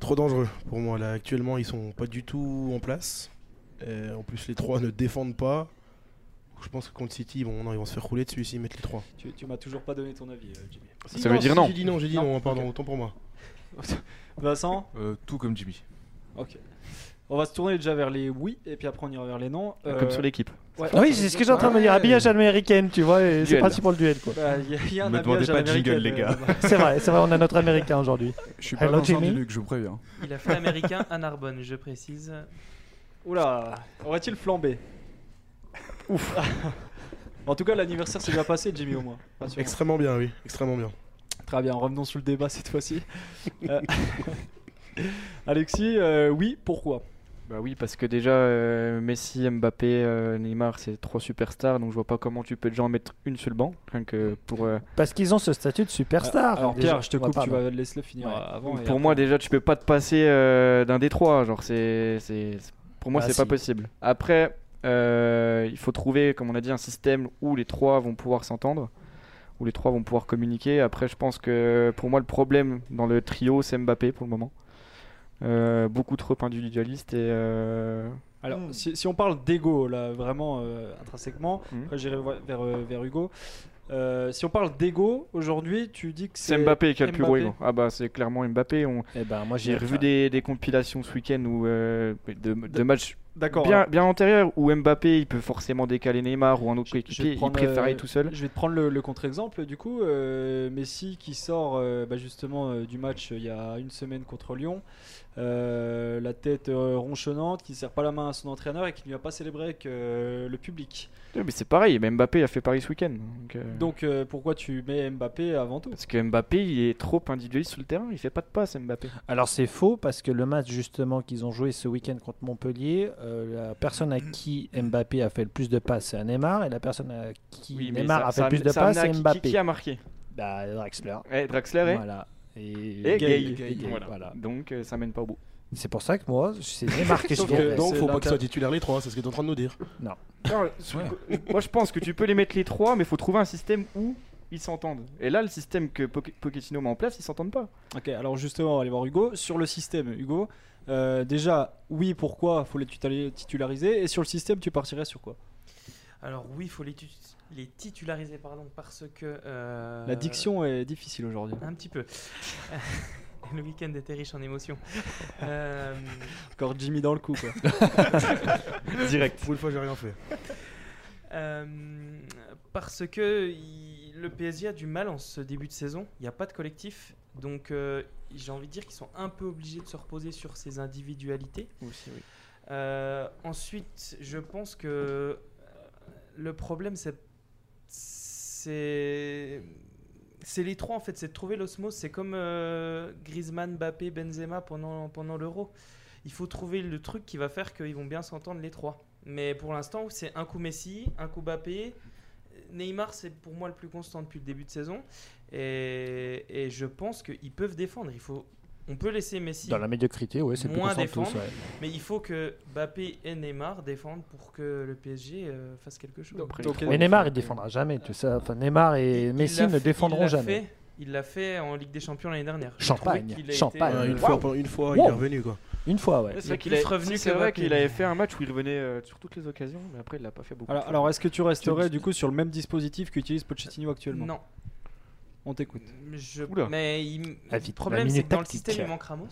Trop dangereux pour moi. Là, actuellement, ils sont pas du tout en place. Euh, en plus, les trois ne défendent pas. Je pense que contre City, bon, non, ils vont se faire rouler dessus s'ils mettent les trois. tu, tu m'as toujours pas donné ton avis, euh, Jimmy. Ça veut dire non. J'ai dit non, j'ai dit Non. non, hein, pardon, Ok. autant pour moi. Vincent Euh, tout comme Jimmy. Ok. On va se tourner déjà vers les oui et puis après on ira vers les non. Euh, Comme sur l'équipe. Ouais. Ah oui, c'est ce que j'étais en train de me dire. Habillage à l'américaine, tu vois, et c'est Duel. parti pour le duel, quoi. Bah, y a- y a un Me habillage demandez à pas de jingle, l'américaine, les euh, gars. là-bas. C'est vrai, c'est vrai, on a notre américain aujourd'hui. Je suis pas Hello, Vincent Jimmy. du Luc, je vous préviens. Il a fait américain à Narbonne, je précise. Oula, aurait-il flambé Ouf. en tout cas, l'anniversaire s'est bien passé, Jimmy, au moins. Rassurons. Extrêmement bien, oui, extrêmement bien. Très bien, revenons sur le débat cette fois-ci. Euh, Alexis, euh, oui, pourquoi Bah oui, parce que déjà, euh, Messi, Mbappé, euh, Neymar, c'est trois superstars, donc je vois pas comment tu peux déjà en mettre une sur le banc, rien que pour... euh, Parce qu'ils ont ce statut de superstar. Alors Ah, déjà. Pierre, je te Ouais, coupe, tu pardon. vas laisser le finir Ouais. avant. et pour après- moi, déjà, tu peux pas te passer euh, d'un des trois, genre, c'est... c'est- c'est- Pour moi, Bah, c'est si. pas possible. Après, euh, il faut trouver, comme on a dit, un système où les trois vont pouvoir s'entendre, où les trois vont pouvoir communiquer. Après, je pense que, pour moi, le problème dans le trio, c'est Mbappé, pour le moment. Euh, beaucoup trop individualiste et... euh, Alors, Hmm. si, si on parle d'ego, là, vraiment euh, intrinsèquement, Mhm. après, j'irai vo- vers, euh, vers Hugo. Euh, si on parle d'ego, aujourd'hui, tu dis que c'est. C'est Mbappé qui a le plus gros Mbappé. ego. Ah bah c'est clairement Mbappé. On- Eh ben, moi, J'ai revu des, des compilations ce week-end où euh, de, de matchs D'accord. bien, alors, bien antérieurs où Mbappé il peut forcément décaler Neymar ou un autre Je- je vais coéquipier. Il prendre, préfère euh, aller tout seul. Je vais te prendre le, le contre-exemple, du coup. euh, Messi qui sort euh, bah, justement euh, du match euh, il y a une semaine contre Lyon. Euh, la tête euh, ronchonnante, qui ne serre pas la main à son entraîneur et qui ne lui a pas célébré avec euh, le public. Ouais, Mais c'est pareil. mais Mbappé il a fait Paris ce week-end. Donc, euh, Donc, euh, pourquoi tu mets Mbappé avant tout parce que Mbappé il est trop individualiste sur le terrain. Il fait pas de passe Mbappé. Alors c'est faux parce que le match justement qu'ils ont joué ce week-end contre Montpellier, euh, la personne à qui Mbappé a fait le plus de passes c'est à Neymar et la personne à qui Neymar a fait le plus de passes c'est Mbappé. Qui, a marqué Eh, Bah Draxler. Draxler Voilà. Et, et, Gay. et Gay, voilà. Donc euh, ça mène pas au bout. C'est pour ça que moi c'est Neymar que je Sauf dirais. que- Donc, c'est faut pas l'inter- que soient titulaires les trois, c'est ce que tu es en train de nous dire. Moi, je pense que tu peux les mettre les trois, mais il faut trouver un système où ils s'entendent. Et là, le système que Poc- Pochettino met en place, ils s'entendent pas. Ok, alors justement, on va aller voir Hugo. Sur le système, Hugo, euh, déjà, oui, pourquoi faut les tutali- titulariser Et sur le système, tu partirais sur quoi Alors oui, il faut les, tu- les titulariser pardon, parce que... euh, La diction est difficile aujourd'hui. Un petit peu. le week-end était riche en émotions. Euh, hein. Encore Jimmy dans le coup, quoi. Direct. Pour une fois, j'ai rien fait. Euh, parce que il- le PSG a du mal en ce début de saison. Il n'y a pas de collectif. Donc euh, j'ai envie de dire qu'ils sont un peu obligés de se reposer sur ces individualités. Euh, ensuite, je pense que euh, le problème, c'est. C'est. C'est les trois en fait, c'est de trouver l'osmose. C'est comme euh, Griezmann, Mbappé, Benzema pendant, pendant l'Euro. Il faut trouver le truc qui va faire qu'ils vont bien s'entendre les trois. Mais pour l'instant, c'est un coup Messi, un coup Mbappé. Neymar, c'est pour moi le plus constant depuis le début de saison. Et, et je pense qu'ils peuvent défendre. Il faut, on peut laisser Messi Dans la médiocrité, ouais, c'est le plus Moins constant de tous, défendre. ouais. mais il faut que Mbappé et Neymar défendent pour que le PSG euh, fasse quelque chose. Donc, Mais Neymar, il défendra jamais, tu sais. Enfin, Neymar et Il Messi l'a ne fait- il défendront l'a jamais. fait- il l'a fait en Ligue des Champions l'année dernière. Je Champagne, trouvais qu'il a champagne. été, euh, une, Wow. fois, il- une fois, il Wow. est revenu, quoi. Une fois, ouais. C'est Il est vrai qu'il plus avait- revenu si, c'est que vrai Mbappé. qu'il avait fait un match où il revenait euh, sur toutes les occasions, mais après il l'a pas fait beaucoup. Alors, alors, est-ce que tu resterais du coup sur le même dispositif qu'utilise Pochettino actuellement non. On t'écoute. Je- Oula. Mais il- La le vite- problème, la c'est que dans le minute système, il tactique. manque Ramos.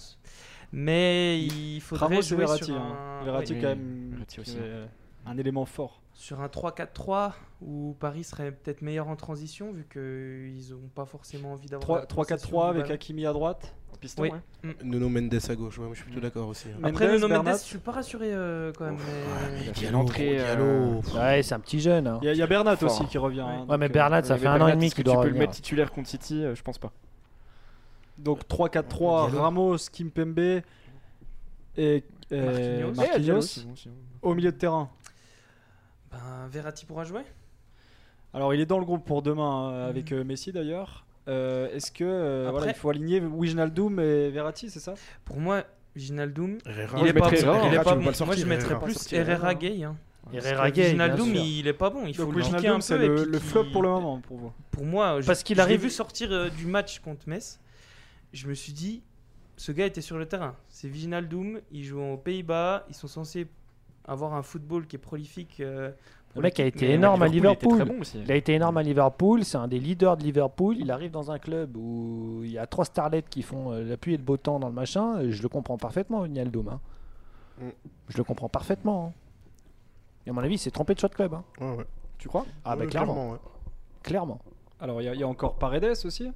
Mais il faudrait Ramos et jouer Verratti. sur hein. un, Verratti, oui, quand même, Verratti qui aussi. est, euh, un élément fort. sur un 3-4-3 où Paris serait peut-être meilleur en transition vu qu'ils n'ont pas forcément envie d'avoir. la possession 3-4-3 du avec ballon. Hakimi à droite. Piston, Oui. hein. Nuno Mendes à gauche, ouais, moi, je suis plutôt d'accord aussi. hein. Mais- Après, Mendes, Nuno Mendes, Bernat. je suis pas rassuré euh, quand même. mais- Il a fait Quelle l'entrée, entrée, euh, Diallo. Ouais, c'est un petit jeune. hein. Il y, a- il y a Bernat Fort. aussi qui revient. hein, Ouais, mais donc, euh, Bernat, ça Mais fait un an Bernat, et demi est-ce que qu'il tu doit peux le revenir. mettre titulaire contre City, Euh, je pense pas. Donc 3-4-3, Diallo. Ramos, Kimpembe et euh, Marquinhos. Marquinhos, Ouais, au milieu de terrain. Ben, Verratti pourra jouer Alors il est dans le groupe pour demain euh, avec euh, Messi d'ailleurs. Euh, Est-ce que euh, Après- voilà, il faut aligner Wijnaldum et Verratti, c'est ça Pour moi, Ginaldoum, Ah, Herrera, il est je pas mettrais bon. Herrera. Il est pas Herrera, tu peux pas bon. le Moi, je sortir, mettrais Herrera. plus Sortir Herrera. Herrera Gay. hein. Herrera Parce que Gay, bien Wijnaldum, sûr. il est pas bon. Il faut Donc le niquer un Wijnaldum, c'est peu. et le, puis le qu'il- flop pour le moment pour vous. Pour moi, je- Parce qu'il je l'ai arrive- vu sortir euh, du match contre Metz. Je me suis dit, ce gars était sur le terrain. C'est Wijnaldum. Ils jouent aux Pays-Bas. Ils sont censés avoir un football qui est prolifique. euh, pour Le mec a l'équipe, été mais- énorme à Il était très Liverpool. bon aussi. Il a été énorme à Liverpool, c'est un des leaders de Liverpool. Il arrive dans un club où il y a trois starlets qui font euh, la pluie et le beau temps dans le machin. et Je le comprends parfaitement, Wijnaldum. hein. Mm. Je le comprends parfaitement. hein. Et à mon avis, il s'est trompé de choix de club. hein. Ouais, ouais. Tu crois Ah, bah Ouais, clairement. ouais. Clairement. Alors il y a- il y, a encore Paredes aussi.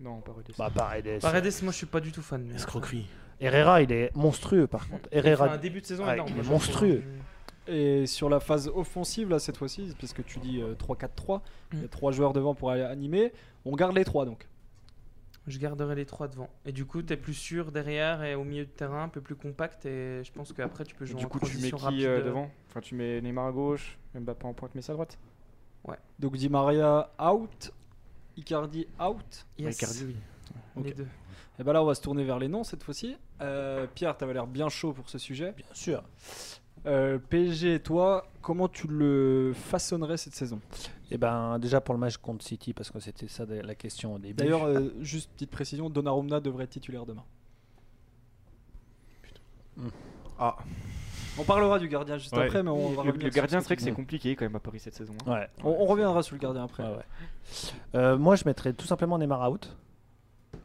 Non, pas Rodez. Bah, pareil. Paredes, moi, je suis pas du tout fan. mais- Escroquerie. Herrera, il est monstrueux par contre. Il fait Herrera, un début de saison Ouais, énorme. moi, il est je trouve. monstrueux. Et sur la phase offensive là cette fois-ci, puisque tu dis euh, 3-4-3, il y a Mm. trois joueurs devant pour aller animer. On garde les trois donc. Je garderai les trois devant. Et du coup, t'es plus sûr derrière et au milieu de terrain, un peu plus compact. Et je pense qu'après, tu peux Et jouer Du en coup, tu mets transition qui euh, rapide. devant Enfin, tu mets Neymar à gauche, Mbappé en pointe, Messi à droite. Donc Di Maria out, Icardi out. Yes, les Ok. deux. Et ben là on va se tourner vers les noms cette fois-ci. Euh, Pierre, t'avais l'air bien chaud pour ce sujet. bien sûr. Euh, PSG, toi, comment tu le façonnerais cette saison Et ben déjà pour le match contre City, parce que c'était ça la question au début. D'ailleurs, euh, juste petite précision, Donnarumma devrait être titulaire demain. Hmm. Ah. On parlera du gardien juste Ouais. après, mais on va Le, revenir le sur gardien, ce c'est vrai que tu c'est dis. compliqué quand même à Paris cette saison. hein. ouais. On, on reviendra sur le gardien après. Ah Ouais, ouais. Euh, moi, je mettrais tout simplement Neymar out.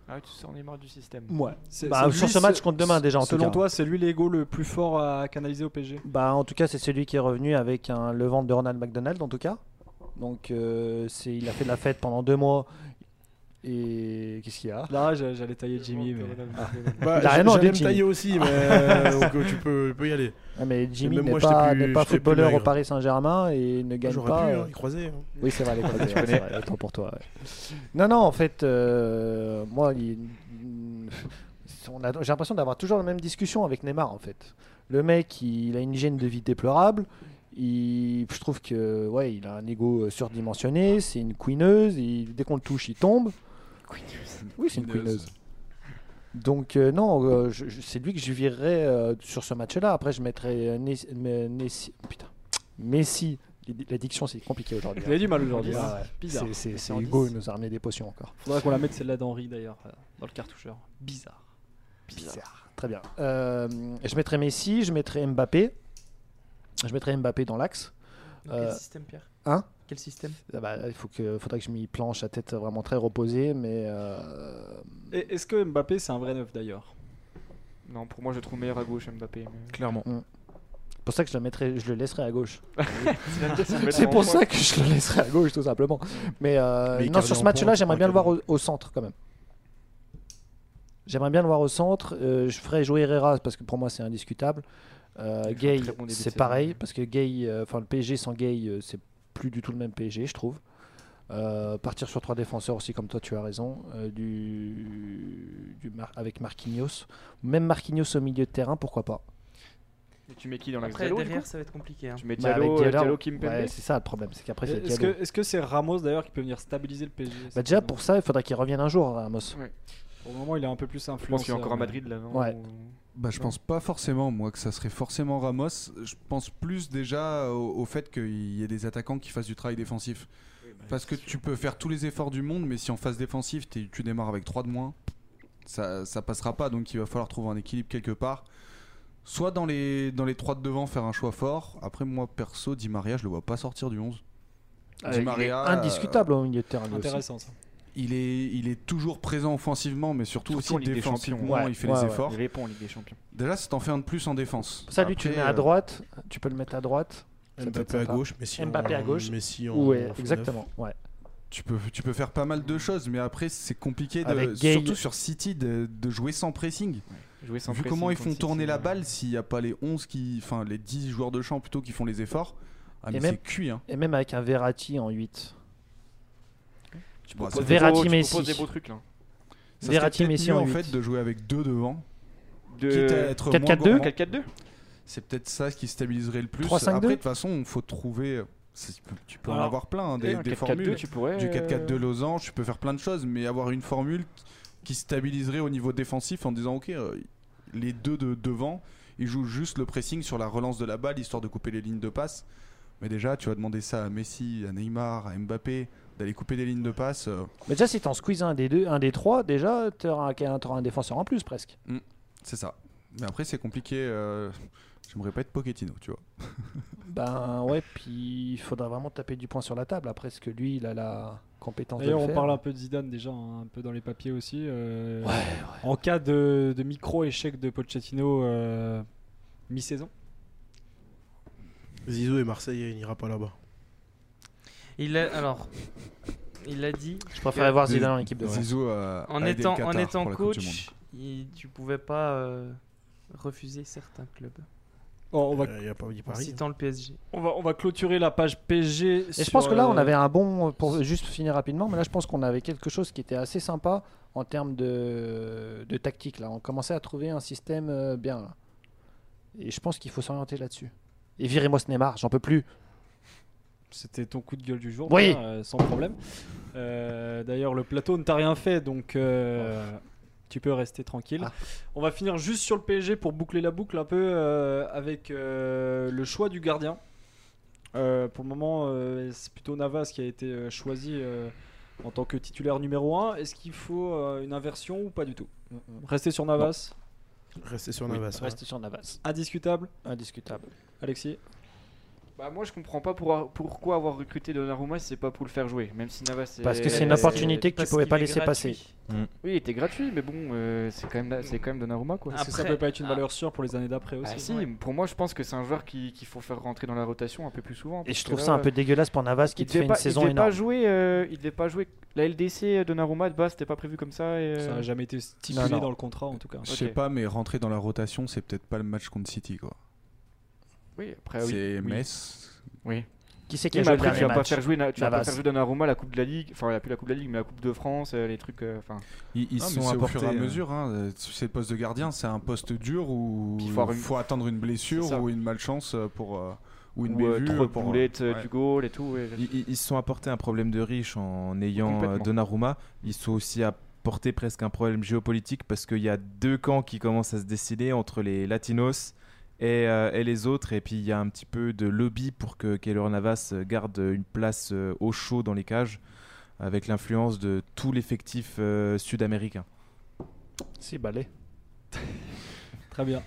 Ah, tu sors Neymar du système. Ouais. C'est- Bah, c'est sur lui, ce match c'est- contre demain, déjà, en tout Selon cas. toi, c'est lui l'ego le plus fort à canaliser au PSG Bah, en tout cas, c'est celui qui est revenu avec un, le ventre de Ronald McDonald, en tout cas. Donc, euh, c'est- il a fait de la fête pendant deux mois. Et qu'est-ce qu'il y a Là, j'a- j'allais tailler Jimmy, mais Bah, Il a rien demandé, j'allais me Jimmy. tailler aussi, mais euh, donc, euh, tu peux, tu peux y aller. Ah, Mais Jimmy même n'est moi, j'étais pas, plus- n'est pas j'étais plus footballeur au maigre. Paris Saint-Germain et ne gagne J'aurais pas. pu euh, hein, y croiser. hein. Oui, c'est vrai, les Croates, ouais, c'est vrai, autant pour toi. ouais. Non, non, en fait, euh, moi, il- on a- j'ai l'impression d'avoir toujours la même discussion avec Neymar, en fait. Le mec, il, a une hygiène de vie déplorable. Il, je trouve que, ouais, il a un ego euh, surdimensionné. C'est une queeneuse. il- dès qu'on le touche, il tombe. Oui, c'est une queeneuse. Donc euh, non, euh, je- je- c'est lui que je virerais euh, sur ce match-là. Après, je mettrais euh, Nes- mais- Nessi- putain, Messi. L'addiction, c'est compliqué aujourd'hui. il a du mal aujourd'hui. Ouais, hein. ouais. Bizarre. C'est- C'est c'est en Hugo, 10. il nous a ramené des potions encore. Faudra qu'on la mette celle-là d'Henri d'ailleurs, euh, dans le cartoucheur. Bizarre. Bizarre. Très bien. Euh, je mettrai Messi, je mettrai Mbappé. Je mettrai Mbappé dans l'axe. Dans quel Euh, système, Pierre hein Quel système Ah bah, il faut que, faudrait que je m'y planche à tête vraiment très reposée, mais euh, Et Est-ce que Mbappé, c'est un vrai neuf d'ailleurs Non, pour moi, je le trouve meilleur à gauche Mbappé. mais- Clairement. c'est pour ça que je le mettrai, je le laisserai à gauche. C'est C'est pour ça que je le laisserai à gauche tout simplement. Mais, euh, Mais non, Icardi sur ce en match-là, pointe, j'aimerais un bien le voir au, au centre quand même. J'aimerais bien le voir au centre. Euh, je ferai jouer Herrera parce que pour moi c'est indiscutable. Euh, Il fait un Gay, très bon début de c'est saison. pareil parce que Gay, euh, enfin le PSG sans Gay, euh, c'est plus du tout le même PSG, je trouve. Euh, partir sur trois défenseurs aussi, comme toi, tu as raison. euh, du, du Mar- avec Marquinhos, même Marquinhos au milieu de terrain, pourquoi pas Et Tu mets qui dans la Après, Diallo du derrière, coup ça va être compliqué. hein. Tu mets Bah, Diallo, avec euh, Diallo- Diallo Kimpembe Ouais, c'est ça le problème, c'est qu'après c'est Est-ce Diallo. que est-ce que c'est Ramos d'ailleurs qui peut venir stabiliser le PSG Bah, déjà pour ça, il faudrait qu'il revienne un jour, Ramos. Pour le moment, il est un peu plus Je pense qu'il est influenceur. encore à mais- Madrid là. non Ouais. Ou- Bah, je pense pas forcément, moi, que ça serait forcément Ramos. Je pense plus déjà au, au fait qu'il y ait des attaquants qui fassent du travail défensif. Parce que tu peux faire tous les efforts du monde, mais si en phase défensive, t'es- tu démarres avec 3 de moins, ça, ça passera pas. Donc il va falloir trouver un équilibre quelque part. Soit dans les, dans les 3 de devant, faire un choix fort. Après, moi, perso, Di Maria, je le vois pas sortir du 11. Ah, Di il est euh, Maria, Indiscutable au milieu de terrain. lui aussi. Intéressant ça. Il est, il est toujours présent offensivement, mais surtout, Surtout en aussi Ligue des Champions. défensivement. Ouais, il fait ouais, les ouais. efforts. Il répond en Ligue des Champions. Déjà, si t'en fais un de plus en défense. Ça, lui, tu le Après, mets à euh, droite. Tu peux le mettre à droite. Ça peut être Mbappé à sympa. gauche, Messi en- Mbappé à gauche. Messi en- en Ouais, faux neuf. exactement. Ouais. Tu peux, tu peux faire pas mal de choses, mais après, c'est compliqué, de- Avec Gay. surtout sur City, de, de jouer sans pressing. Jouer sans Vu pressing comment ils contre font City, tourner euh, la balle, s'il n'y a pas les 11 qui. Enfin, les 10 joueurs de champ plutôt qui font les efforts, ah, mais Et même- c'est cuit. Hein. Et même avec un Verratti en 8. Tu Bah, proposes ça des Verratti, beaux- tu Messi. proposes des beaux trucs là. Ça serait Verratti, peut-être Messi mieux, en en huit. fait de jouer avec deux devant. Quitte à De être 4-4-2? moins gourmand. 4-4-2 C'est peut-être ça qui stabiliserait le plus. 3-5-2? Après, de toute façon, il faut trouver. c'est- tu peux- Tu peux en Alors, avoir plein, hein, des, Et un des 4-4-2, formules. tu pourrais. Du 4-4-2 euh, losange, tu peux faire plein de choses, mais avoir une formule qui stabiliserait au niveau défensif en disant ok, euh, les deux de devant, ils jouent juste le pressing sur la relance de la balle, histoire de couper les lignes de passe. Mais déjà, tu vas demander ça à Messi, à Neymar, à Mbappé, d'aller couper des lignes de passe. euh, Mais déjà, si t'en squeezes un des deux, un des trois, déjà, t'auras un, t'auras un défenseur en plus presque. c'est ça. Mais après, c'est compliqué. euh, J'aimerais pas être Pochettino, tu vois. Ben ouais, puis il faudra vraiment taper du poing sur la table. Après, est-ce que lui, il a la compétence de le D'ailleurs, on faire parle un peu de Zidane déjà, hein, un peu dans les papiers aussi. euh, En cas de, de micro-échec de Pochettino euh, mi-saison, Zizou et Marseille, il n'ira pas là-bas. Il a, alors, il a dit Je préférais voir Des- Zidane en équipe de France. Zizou euh, en a aidé le étant, en Qatar étant pour la Coupe du Monde. coach, il- tu pouvais pas euh, refuser certains clubs Oh, on, va, Euh, Il n'y a pas dit en Paris. citant le PSG. on, va, on va clôturer la page PSG. Et je pense que là, on avait un bon, euh, pour juste finir rapidement, mais là, je pense qu'on avait quelque chose qui était assez sympa en termes de, de tactique. Là, on commençait à trouver un système euh, bien. là. Et je pense qu'il faut s'orienter là-dessus. Et virez-moi ce Neymar, j'en peux plus. C'était ton coup de gueule du jour, Oui. Pierre, euh, sans problème. Euh, D'ailleurs, le plateau ne t'a rien fait, donc euh, tu peux rester tranquille. Oh. Ah. On va finir juste sur le PSG pour boucler la boucle un peu euh, avec euh, le choix du gardien. Euh, pour le moment, euh, c'est plutôt Navas qui a été euh, choisi euh, en tant que titulaire numéro 1. Est-ce qu'il faut euh, une inversion ou pas du tout Rester sur Navas, Restez sur Navas. hein. ouais. Restez sur Navas, indiscutable. indiscutable. Alexis euh, Bah moi je comprends pas pour- pourquoi avoir recruté Donnarumma si c'est pas pour le faire jouer, même si Navas est- Parce que c'est une euh, opportunité que tu Parce pouvais qu'il pas est laisser gratuit. Oui, il était gratuit mais bon, euh, c'est quand même c'est quand même Donnarumma quoi. Est-ce que ça Après- peut pas être une ah. valeur sûre pour les années d'après Ah bah aussi si, pour moi je pense que c'est un joueur qui- qu'il faut faire rentrer dans la rotation un peu plus souvent. Et parce je que trouve là, ça un peu dégueulasse pour Navas qui il te fait devait une pas, il saison devait pas énorme. jouer, euh, il devait pas jouer la LDC euh, Donnarumma de base, c'était pas prévu comme ça. Et, euh, Ça n'a jamais été stipulé non. dans le contrat en tout cas. Je sais Ok. pas, mais rentrer dans la rotation, c'est peut-être pas le match contre City, quoi. Oui, après Ah oui. c'est oui. Metz. Oui. Qui c'est qui Oui, a mais joué le après, tu dernier vas pas match faire jouer, Na- tu vas Navas. pas faire jouer Donnarumma à la Coupe de la Ligue, enfin la- plus la Coupe de la Ligue, mais la Coupe de France, euh, les trucs, euh, enfin. Ils, ils Ah, mais sont c'est au apportés fur et à à mesure. hein. Euh, C'est le poste de gardien, c'est un poste dur où Puis il il faut, faut avoir une- attendre une C'est blessure ça. ou une malchance euh, pour euh, ou une ou, euh, bévue trop de pour, euh, boulettes, euh, ouais. du goal et tout. et- Ils- Ils ils se sont apportés un problème de riche en ayant euh, Complètement. Donnarumma. Ils se sont aussi apportés presque un problème géopolitique parce qu'il y a deux camps qui commencent à se décider entre les Latinos et, euh, et les autres. Et puis il y a un petit peu de lobby pour que Keylor Navas euh, garde une place euh, au chaud dans les cages avec l'influence de tout l'effectif euh, sud-américain. Si, balai. Très bien.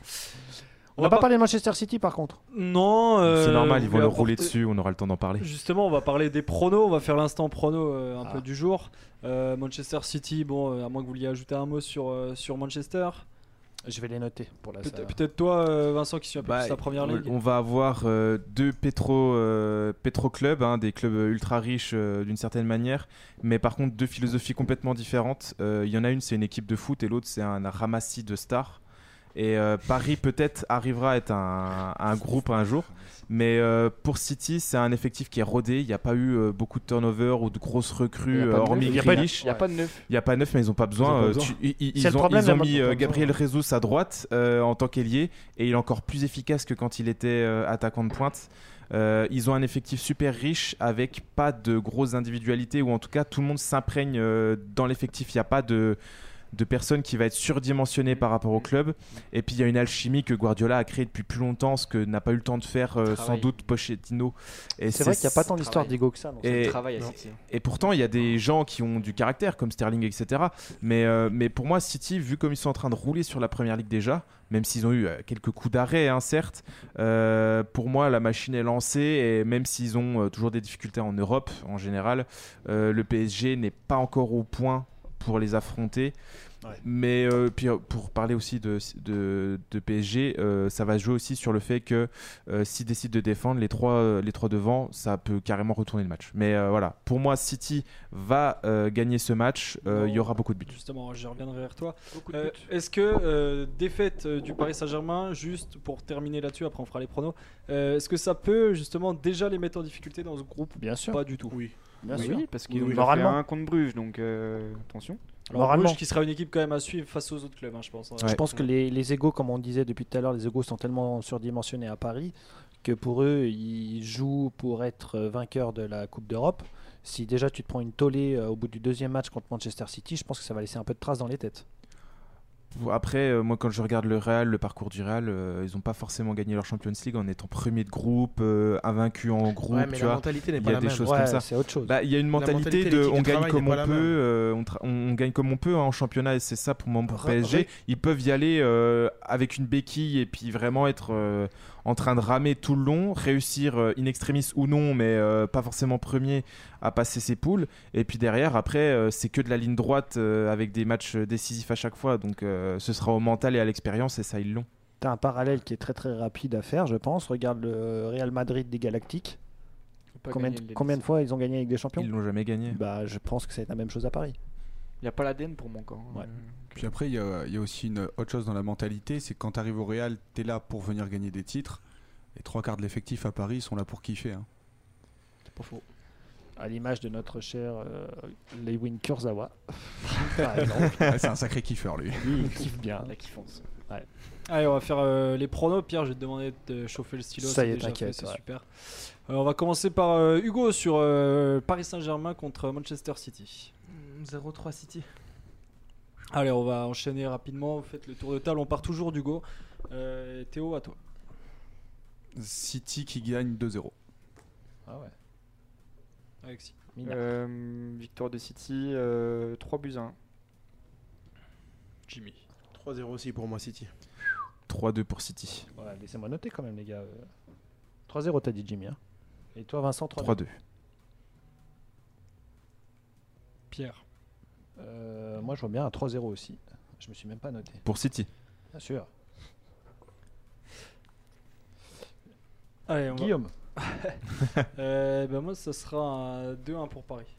On On va n'a pas pas- parlé de Manchester City par contre. Non. euh, C'est normal, vous ils vont voulez nous rouler apporter- dessus, on aura le temps d'en parler. Justement, on va parler des pronos. On va faire l'instant pronos euh, un Ah. peu du jour. Euh, Manchester City, bon, euh, à moins que vous vouliez ajouter un mot sur, euh, sur Manchester. Ah, Je vais les noter pour la Peut- salle. Peut-être toi, euh, Vincent, qui suis un peu Bah, plus la première on- ligue. On va avoir euh, deux pétro, euh, pétroclubs, hein, des clubs ultra riches euh, d'une certaine manière, mais par contre deux philosophies complètement différentes. Euh, Il y en a une, c'est une équipe de foot, et l'autre, c'est un ramassis de stars. Et euh, Paris peut-être arrivera à être un, un groupe un jour, mais euh, pour City, c'est un effectif qui est rodé. Il n'y a pas eu euh, beaucoup de turnover ou de grosses recrues, euh, hormis il n'y a, pas de neuf. Grealish. Il y a pas de neuf. Il n'y a pas neuf, mais ils n'ont pas besoin. Ils ont pas Euh, besoin. tu- i- i- C'est ils le ont, problème, ils ont la mis moitié euh, pas besoin. Gabriel Jesus à droite euh, en tant qu'ailier et il est encore plus efficace que quand il était euh, attaquant de pointe. Euh, ils ont un effectif super riche avec pas de grosses individualités ou en tout cas tout le monde s'imprègne euh, dans l'effectif. Il n'y a pas de de personnes qui va être surdimensionnée par rapport au club. Et puis il y a une alchimie que Guardiola a créée depuis plus longtemps, ce que n'a pas eu le temps de faire euh, sans Travail. doute Pochettino. Et C'est vrai qu'il n'y a pas tant d'histoire travail. d'ego que ça. non. Et- Travail à non. City. hein. et pourtant, il y a des gens qui ont du caractère, comme Sterling, etc. Mais, euh, mais pour moi, City, vu comme ils sont en train de rouler sur la première ligue déjà, même s'ils ont eu euh, quelques coups d'arrêt, hein, certes, euh, pour moi, la machine est lancée. Et même s'ils ont euh, toujours des difficultés en Europe, en général, euh, le PSG n'est pas encore au point pour les affronter. Ouais. Mais euh, puis, euh, pour parler aussi de, de, de PSG, euh, ça va jouer aussi sur le fait que euh, s'ils décident de défendre les trois, euh, les trois devant, ça peut carrément retourner le match. Mais euh, voilà, pour moi, City va euh, gagner ce match. Euh, Il y aura beaucoup de buts. Justement, je reviendrai vers toi. de Euh, Est-ce que euh, défaite euh, du Paris Saint-Germain, juste pour terminer là-dessus, après on fera les pronos, euh, est-ce que ça peut justement déjà les mettre en difficulté dans ce groupe Bien sûr. Pas du tout. Oui. Bien Oui, sûr. parce Oui, qu'ils ont oui. déjà fait Moralement. un contre Bruges, donc euh, attention. Alors, Moralement. Bruges qui sera une équipe quand même à suivre face aux autres clubs, hein, je pense. hein. Je pense que les, les égos, comme on disait depuis tout à l'heure, les égos sont tellement surdimensionnés à Paris que pour eux, ils jouent pour être euh, vainqueurs de la Coupe d'Europe. Si déjà tu te prends une tollée euh, au bout du deuxième match contre Manchester City, je pense que ça va laisser un peu de traces dans les têtes. Après, euh, moi, quand je regarde le Real, le parcours du Real, euh, ils n'ont pas forcément gagné leur Champions League en étant premier de groupe, euh, invaincu en groupe. Ouais, mais tu la vois. mentalité n'est il y pas a la des même. choses Ouais, comme ça. c'est autre chose. Bah, Il y a une mentalité, mentalité, de l'éthique on de gagne travail comme n'est on pas la peut, même. euh, on, tra- on gagne comme on peut hein, en championnat et c'est ça pour moi pour Ra- PSG. Ra- Ils peuvent y aller euh, avec une béquille et puis vraiment être euh, en train de ramer tout le long, réussir euh, in extremis ou non, mais euh, pas forcément premier à passer ses poules. Et puis derrière, après, euh, c'est que de la ligne droite euh, avec des matchs décisifs à chaque fois. Donc euh, ce sera au mental et à l'expérience et ça ils l'ont. T'as un parallèle qui est très très rapide à faire, je pense. Regarde le Real Madrid des Galactiques. Faut pas Combien, gagner les- combien de fois ils ont gagné avec des Ils champions l'ont jamais gagné. bah, Je pense que c'est la même chose à Paris. Il n'y a pas l'ADN pour moi encore. hein. Ouais. Puis après, il y, a- il y a aussi une autre chose dans la mentalité, c'est que quand tu arrives au Real, tu es là pour venir gagner des titres. Les trois quarts de l'effectif à Paris sont là pour kiffer. hein. À l'image de notre cher euh, Lewin Kurzawa. Ouais, c'est un sacré kiffeur, lui. Lui, il kiffe bien. La kiffance. Allez, on va faire euh, les pronos. Pierre, je vais te demander de chauffer le stylo. Ça c'est y est, déjà t'inquiète, fait, C'est ouais. super. Euh, on va commencer par euh, Hugo sur euh, Paris Saint-Germain contre Manchester City. 0-3 City. Allez, on va enchaîner rapidement. Faites le tour de table. On part toujours d'Hugo. Euh, Théo, à toi. City qui gagne 2-0. Ah ouais. Alexis. Euh, victoire de City, euh, 3 buts à 1. Jimmy. 3-0 aussi pour moi, City. 3-2 pour City. Ouais, Laissez-moi noter quand même, les gars. Euh, 3-0, t'as dit Jimmy. hein. Et toi, Vincent, 3-2. 3-2. Pierre. Euh, moi, je vois bien un 3-0 aussi. Je me suis même pas noté. Pour City. Bien sûr. Allez, on va- Guillaume. Euh, ben moi, ça sera un 2-1 pour Paris.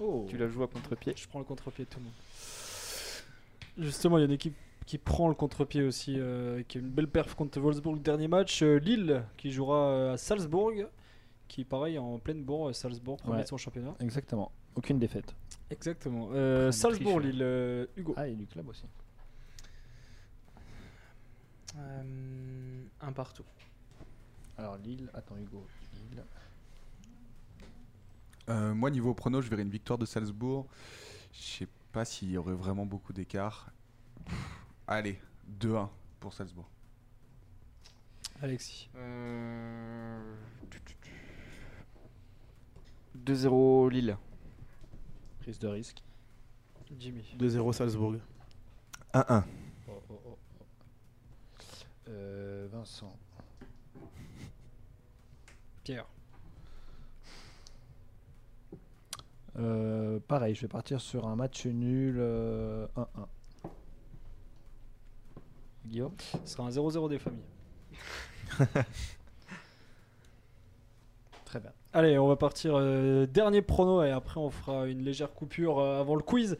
Oh. Tu la joues à contre-pied. Je prends le contre-pied de tout le monde. Justement, il y a une équipe qui prend le contre-pied aussi, euh, qui a une belle perf contre Wolfsburg dernier match. Euh, Lille qui jouera euh, à Salzbourg, qui pareil est en pleine bourre. euh, Salzbourg premier Ouais. de son championnat. Exactement. Aucune défaite. Exactement. Euh, une Salzbourg, triche, hein. Lille, euh, Hugo. Ah, et du club aussi. Euh, un partout. Alors, Lille. Attends, Hugo. Lille. Euh, moi, niveau prono, je verrais une victoire de Salzbourg. Je sais pas s'il y aurait vraiment beaucoup d'écart. Pff, Allez, 2-1 pour Salzbourg. Alexis. Euh, 2-0 Lille. Prise de risque. Jimmy. 2-0 Salzbourg. 1-1. Oh, oh, oh, oh. Euh, Vincent. Pierre. Euh, pareil, je vais partir sur un match nul euh, 1-1. Guillaume Ce sera un 0-0 des familles. Très bien. Allez, on va partir euh, dernier prono et après on fera une légère coupure euh, avant le quiz.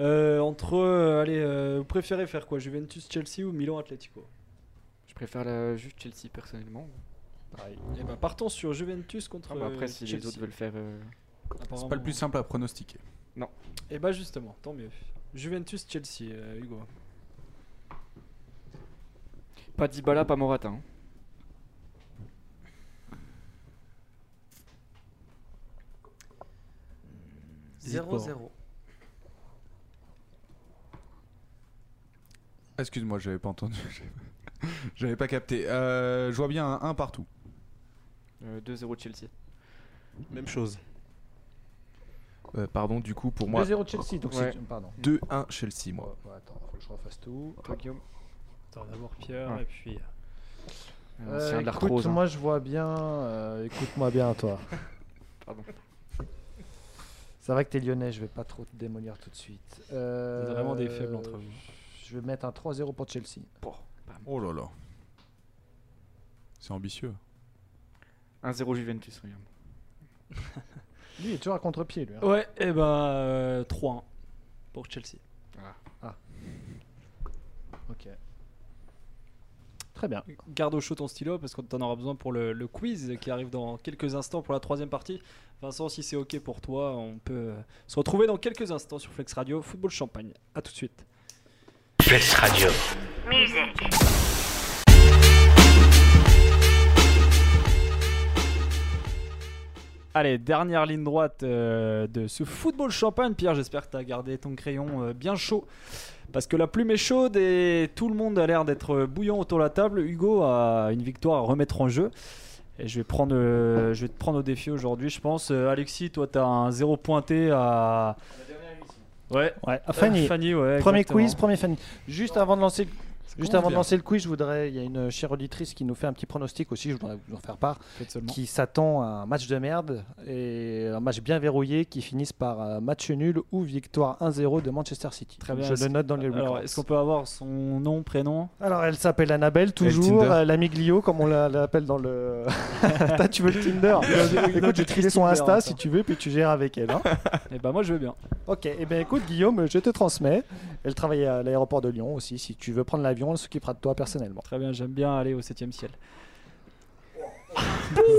Euh, entre, euh, allez, euh, vous préférez faire quoi Juventus Chelsea ou Milan Atlético Je préfère la Juve Chelsea personnellement. Pareil. Et ben partons sur Juventus contre. Ah bah après, euh, si Chelsea. les autres veulent faire. euh, C'est pas le plus simple à pronostiquer. Et bah justement, tant mieux. Juventus Chelsea, euh, Hugo. Pas Dybala, pas Morata. hein. Zidane. 0-0. Excuse-moi, j'avais pas entendu. J'avais pas capté. Euh, je vois bien un 1 partout. Euh, 2-0 Chelsea. Même chose. Euh, pardon, du coup, pour moi, 2-0 Chelsea, donc Ouais. c'est. Pardon. 2-1 Chelsea, moi. Oh, attends, faut que je refasse tout. Toi, Guillaume Attends, d'abord Pierre Ouais. et puis. Euh, C'est Euh, un de écoute, l'arthrose. hein. moi je vois bien. euh, Écoute-moi bien, toi. Pardon. C'est vrai que t'es lyonnais, je vais pas trop te démolir tout de suite. Euh, Vous êtes vraiment des faibles entre vous. Je vais mettre un 3-0 pour Chelsea. Oh là là. C'est ambitieux. 1-0 Juventus, regarde. Lui, il est toujours à contre-pied, lui. hein. Ouais, et ben euh, 3-1 pour Chelsea. Ok. Très bien. Garde au chaud ton stylo parce qu'on t'en aura besoin pour le, le quiz qui arrive dans quelques instants pour la troisième partie. Vincent, si c'est ok pour toi, on peut euh, se retrouver dans quelques instants sur Flex Radio Football Champagne. À tout de suite. Allez, dernière ligne droite euh, de ce football champagne. Pierre, j'espère que tu as gardé ton crayon euh, bien chaud. Parce que la plume est chaude et tout le monde a l'air d'être bouillant autour de la table. Hugo a une victoire à remettre en jeu. Et je vais, prendre, euh, je vais te prendre au défi aujourd'hui, je pense. Euh, Alexis, toi, tu as un zéro pointé à. Ouais. Ouais, à Euh, Fanny. Fanny, ouais, Premier exactement. quiz, premier Fanny. Juste avant de lancer le Juste avant de bien. lancer le quiz, je voudrais, il y a une chère auditrice qui nous fait un petit pronostic aussi, je voudrais vous en faire part, Faites seulement. qui s'attend à un match de merde et un match bien verrouillé qui finisse par euh, match nul ou victoire 1-0 de Manchester City. Très bien, Je est-ce- le note dans les Alors, records. est-ce qu'on peut avoir son nom, prénom Alors, elle s'appelle Annabelle, toujours, Tinder. euh, l'ami Glio, comme on l'a- l'appelle dans le. Toi, tu veux le Tinder Écoute, j'ai trié son Tinder, Insta hein, attends. si tu veux, puis tu gères avec elle. hein. Eh ben, moi, je veux bien. Ok, et ben écoute, Guillaume, je te transmets. Elle travaille à l'aéroport de Lyon aussi. Si tu veux prendre l'avion, elle s'occupera de toi personnellement. Très bien, j'aime bien aller au 7ème ciel.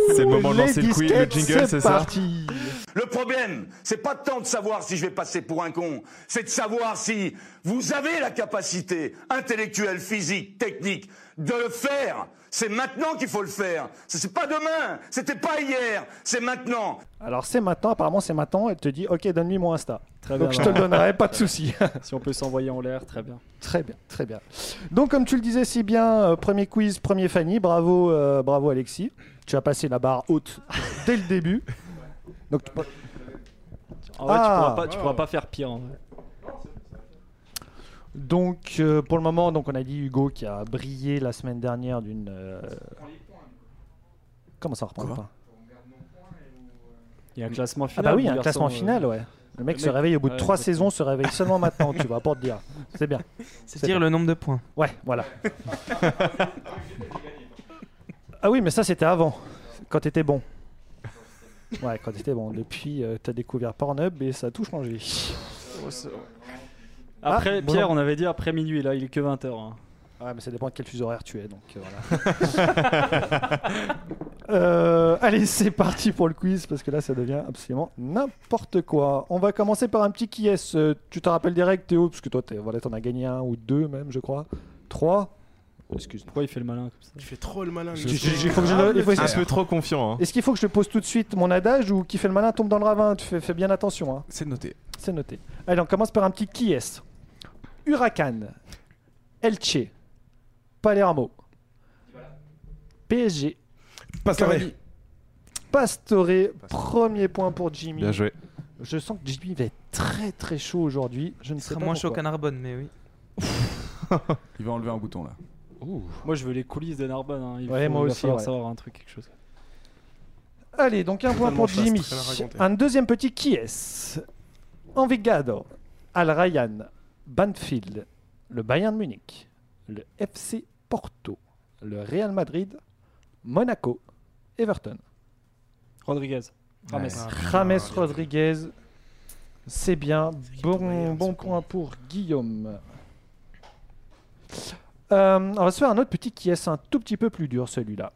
C'est le moment de Les lancer le quiz, le disquettes, jingle, c'est ça parti. Le problème, c'est pas tant de savoir si je vais passer pour un con, c'est de savoir si vous avez la capacité intellectuelle, physique, technique de le faire. C'est maintenant qu'il faut le faire. C'est c'est pas demain, c'était pas hier, c'est maintenant. Alors c'est maintenant, apparemment c'est maintenant, elle te dit ok donne-lui mon Insta. Très Donc je bien. te le donnerai, pas de souci. Si on peut s'envoyer en l'air, très bien. très bien, très bien. Donc comme tu le disais si bien, euh, premier quiz, premier Fanny, bravo, euh, bravo Alexis. Tu as passé la barre haute dès le début. Donc tu peux- En vrai, Ah. tu pourras pas, tu pourras pas faire pire. en vrai. Donc, euh, pour le moment, donc on a dit Hugo qui a brillé la semaine dernière d'une. euh, Comment ça on reprend les Quoi points Il y a un classement Ah final. bah oui, mon un garçon, classement euh, final, ouais. Le mec le se mec- réveille au bout de ouais, trois exactement. saisons, se réveille seulement maintenant, tu vois, pour te dire. C'est bien. C'est dire le nombre de points. Ouais, voilà. ah oui, mais ça c'était avant, quand t'étais bon. Ouais, quand t'étais bon. Depuis, euh, t'as découvert Pornhub et ça a tout changé. Après, Ah, bon. Pierre, on avait dit après minuit, là, il est que hein. 20h. Ouais, mais ça dépend de quel fuseau horaire tu es, donc euh, voilà. Euh, allez, c'est parti pour le quiz, parce que là, ça devient absolument n'importe quoi. On va commencer par un petit qui est Tu te rappelles des règles, Théo Parce que toi, t'es- voilà, t'en as gagné un ou deux, même, je crois. Trois Excuse-moi. Pourquoi il fait le malin comme ça Tu fais trop le malin. Ah, Je- Guillaume. je- je- faut que je le- il faut- Un peu trop confiant, hein. Est-ce qu'il faut que je le pose tout de suite, mon adage, ou qui fait le malin tombe dans le ravin Tu fais, fais bien attention, hein. C'est noté. c'est noté. Allez, on commence par un petit qui est Huracan, Elche, Palermo, PSG, Pastore. Pastore, premier point pour Jimmy. Bien joué. Je sens que Jimmy va être très très chaud aujourd'hui. Je ne Il sais sera pas moins chaud qu'un pourquoi. Narbonne, mais oui. Il va enlever un bouton là. Moi, je veux les coulisses de Narbonne. hein. Il, Ouais, faut- moi il va aussi, falloir ouais. savoir un truc, quelque chose. Allez, donc un point Totalement pour chaste, Jimmy. rien à raconter. Un deuxième petit qui est Envigado, Al Ryan, Banfield, le Bayern de Munich, le FC Porto, le Real Madrid, Monaco, Everton. Rodriguez. Rames. Ah, James Rodriguez, c'est bien. qui ton Bon, Bayern, bon ce point pour Guillaume. Euh, on va se faire un autre petit qui est un tout petit peu plus dur celui-là.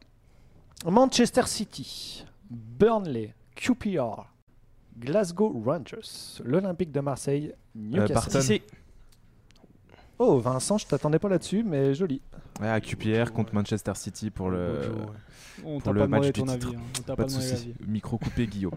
Manchester City, Burnley, QPR, Glasgow Rangers, l'Olympique de Marseille, Newcastle. Barton. oh Vincent, je t'attendais pas là-dessus, mais joli. Ouais, à QPR contre Manchester City pour le. Bonjour, ouais. On Pour t'a le pas demandé match du ton titre. avis. hein. On t'a Pas pas de demandé soucis. l'avis. Micro coupé Guillaume.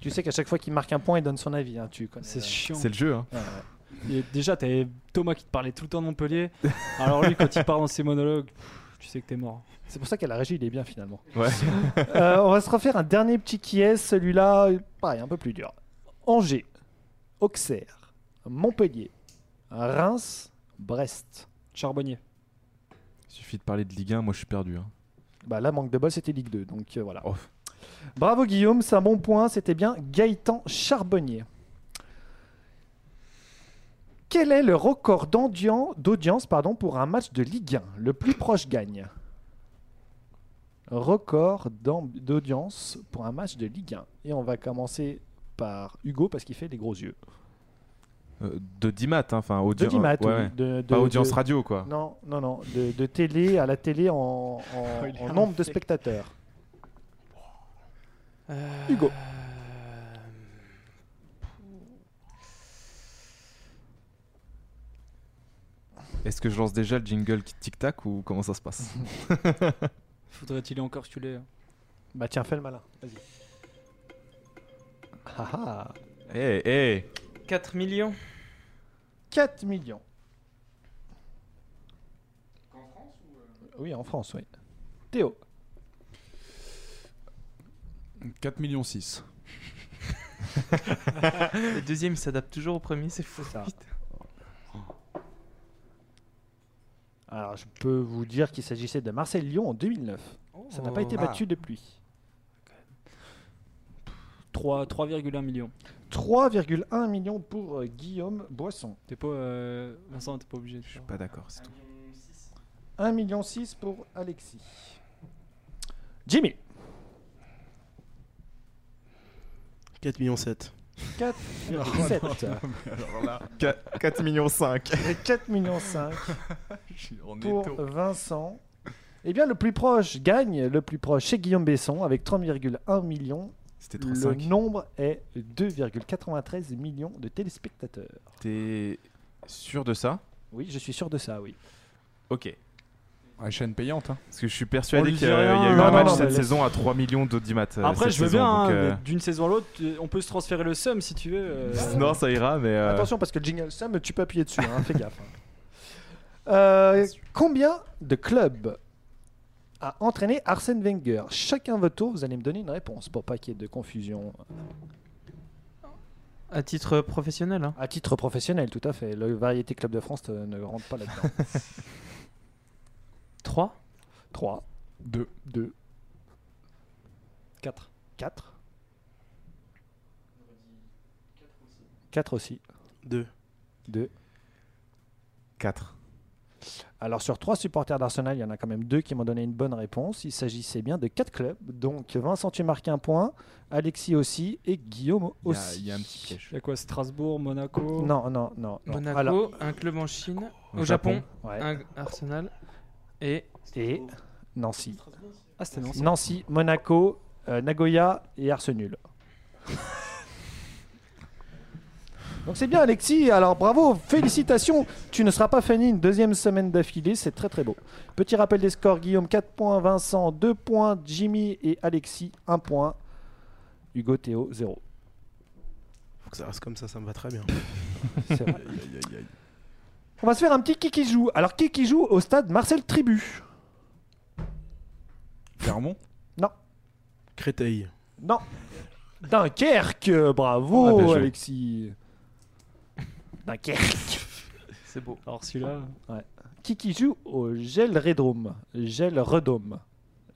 Tu sais qu'à chaque fois qu'il marque un point, il donne son avis. hein, tu connais. C'est chiant. C'est le jeu, hein. Ouais, ouais. Et déjà, t'avais Thomas qui te parlait tout le temps de Montpellier. Alors lui, quand il part dans ses monologues, pff, tu sais que t'es mort. C'est pour ça qu'à la régie, il est bien finalement. Ouais. Euh, on va se refaire un dernier petit qui est, celui-là, pareil, un peu plus dur. Angers, Auxerre, Montpellier, Reims, Brest. Charbonnier. Suffit de parler de Ligue 1, moi je suis perdu. Hein. Bah là, manque de bol, c'était Ligue 2, donc euh, voilà. Oh. Bravo Guillaume, c'est un bon point, c'était bien Gaëtan Charbonnier. Quel est le record d'endian- d'audience pardon, pour un match de Ligue 1 Le plus proche gagne. Record d'am- d'audience pour un match de Ligue 1. Et on va commencer par Hugo parce qu'il fait des gros yeux. Euh, de Dimat, hein, enfin De audience. Dimat, oui, de- de- Pas audience de- radio quoi. Non, non, non. De, de télé à la télé en, en- il a en un nombre de fake. spectateurs. Euh, Hugo. Est-ce que je lance déjà le jingle qui- tic-tac ou comment ça se passe Faudrait-il encore que tu hein l'aies. Bah tiens, fais le malin. Vas-y. Ah ah. Eh, eh 4 millions 4 millions. Oui, en France, oui. Théo, 4 millions 6. Le deuxième s'adapte toujours au premier, c'est fou. ça. alors je peux vous dire qu'il s'agissait de Marseille-Lyon en 2009. Oh. Ça n'a pas été battu depuis. 3, 3,1 millions. 3,1 millions pour euh, Guillaume Boisson. T'es pas. euh, Vincent, t'es pas obligé. tu vois. Pas d'accord, c'est tout. 1,6 million pour Alexis. Jimmy, 4 millions 7. 4,7. Alors là, 4 millions 5. et 4,5 millions On pour Vincent. Eh bien, le plus proche gagne, le plus proche chez Guillaume Besson avec 30,1 millions. C'était Le 3-5. nombre est 2,93 millions de téléspectateurs. T'es sûr de ça Oui, je suis sûr de ça, oui. Ok. Ouais, chaîne payante. Hein. Parce que je suis On persuadé le qu'il y dit a rien, eu non, un non, match non, cette mais saison à 3 millions d'audimat. euh, Après, cette je veux saison, bien, donc, hein, euh, mais d'une saison à l'autre, euh, on peut se transférer le seum si tu veux. euh. Non, ça ira, mais. euh, Attention, parce que le jingle Sam, tu peux appuyer dessus, hein, fais gaffe. hein. Euh, combien de clubs a entraîné Arsène Wenger Chacun votre tour, vous allez me donner une réponse pour pas qu'il y ait de confusion. À titre professionnel, hein. À titre professionnel, tout à fait. Le Variété Club de France te- ne rentre pas là-dedans. 3 3, 2. 2, 4. 4. 4 aussi. 2. 2. 4. Alors sur trois supporters d'Arsenal, il y en a quand même deux qui m'ont donné une bonne réponse. Il s'agissait bien de quatre clubs. Donc Vincent, tu marques un point, Alexis aussi et Guillaume Il y a- aussi. il y, a un petit piège. Il y a quoi Strasbourg, Monaco Non, non, non. non. Monaco, Alors, un club en Chine, au Japon, ouais. un Arsenal et Et Nancy. Ah, c'était non. ça. Nancy, Monaco, euh, Nagoya et Arsenal. Donc c'est bien Alexis, alors bravo, félicitations, tu ne seras pas fané une deuxième semaine d'affilée, c'est très très beau. Petit rappel des scores, Guillaume 4 points, Vincent 2 points, Jimmy et Alexis 1 point, Hugo Théo 0. Faut que ça reste comme ça, ça me va très bien. Aïe, aïe, aïe, aïe. On va se faire un petit qui qui joue. Alors qui qui joue au stade Marcel Tribu Clermont. Créteil. Non. Dunkerque, bravo Ah, bien joué. Alexis. Dunkerque. C'est beau. Alors celui-là. Qui qui joue au Gel Redome Gel Redome.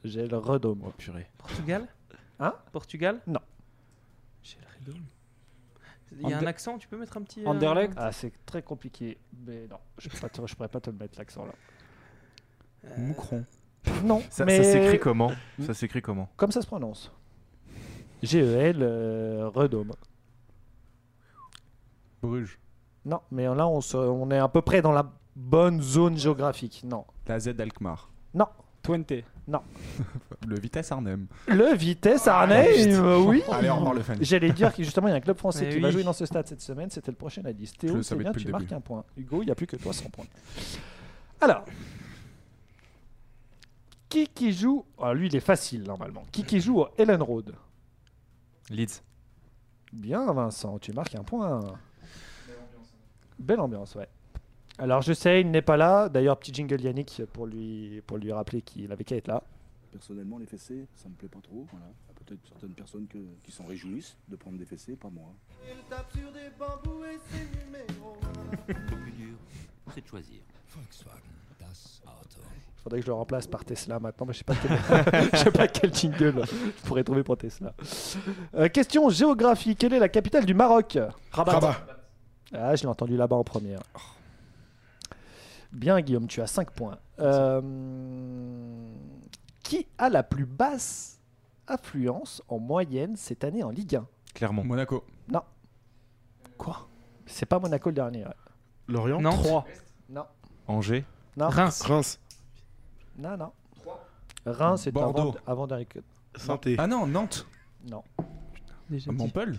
Gel Redome. Oh purée. Portugal Hein Portugal Non. J'ai le rideau. Il y a un Ander- accent, tu peux mettre un petit. euh, Anderlecht Ah, c'est très compliqué. Mais non, je peux pas te- je pourrais pas te le mettre l'accent là. euh, Moucron. Non, Ça, mais ça s'écrit comment Ça s'écrit comment comme ça se prononce. G-E-L euh, Redome. Bruges. Non, mais là on, se- on est à peu près dans la bonne zone géographique. Non, La Z Alkmaar. non. Twente. Le Vitesse Arnhem. Le Vitesse Ah, Arnhem, oui. Allez, au revoir le fan. J'allais dire que justement il y a un club français Eh qui va oui. jouer dans ce stade cette semaine, c'était le prochain à 10. Je Théo, le c'est savais bien, depuis tu le marques début. un point. Hugo, il n'y a plus que toi 100 points. Alors, qui qui joue ah, Lui, il est facile normalement. Qui qui joue au Ellen Road Leeds. Bien Vincent, tu marques un point. Belle ambiance, ouais. Alors je sais, il n'est pas là. D'ailleurs, petit jingle Yannick pour lui, pour lui rappeler qu'il avait qu'à être là. Personnellement, les fessées, ça me plaît pas trop. Voilà. Il y a Peut-être certaines personnes que- qui s'en réjouissent de prendre des fessées, pas moi. Il faudrait que je le remplace par Tesla maintenant, mais je sais pas quel, je sais pas quel jingle je pourrais trouver pour Tesla. Euh, question géographie quelle est la capitale du Maroc Rabat. Ah, je l'ai entendu là-bas en première. Bien, Guillaume, tu as 5 points. Euh, qui a la plus basse affluence en moyenne cette année en Ligue 1 Clermont. Monaco. Quoi C'est pas Monaco le dernier. ouais. Lorient. Nantes. Non, Angers. non, Reims. Reims. non, non. Reims, c'est avant, Bordeaux. avant dernier que- saint Ah non, Nantes. Non, Déjà dit. Montpellier.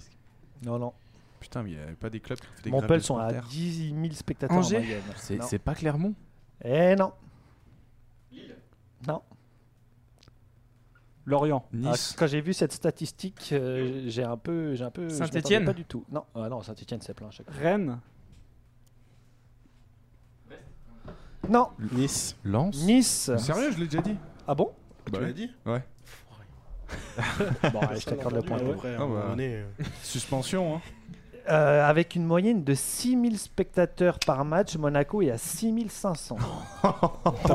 non, non. Putain, mais il n'y avait pas des clubs qui faisaient des grèves Montpellier de sont à supporters. 10 000 spectateurs Angers en moyenne. C'est Non. c'est pas Clermont Eh non. Non. Lorient. Nice. Ah, quand j'ai vu cette statistique, euh, j'ai un peu, j'ai un peu. je m'attendais Saint-Étienne Pas du tout. Non, ah non, Saint-Étienne c'est plein à chaque fois. Rennes. Non. Nice. Lens Nice. Sérieux, je l'ai déjà dit Ah bon Bah tu l'as oui. dit Bon, allez, je t'accorde le point. Ouais, après, à Ah bah. un moment donné, euh, Suspension, hein. Euh, avec une moyenne de 6000 spectateurs par match, Monaco est à 6500.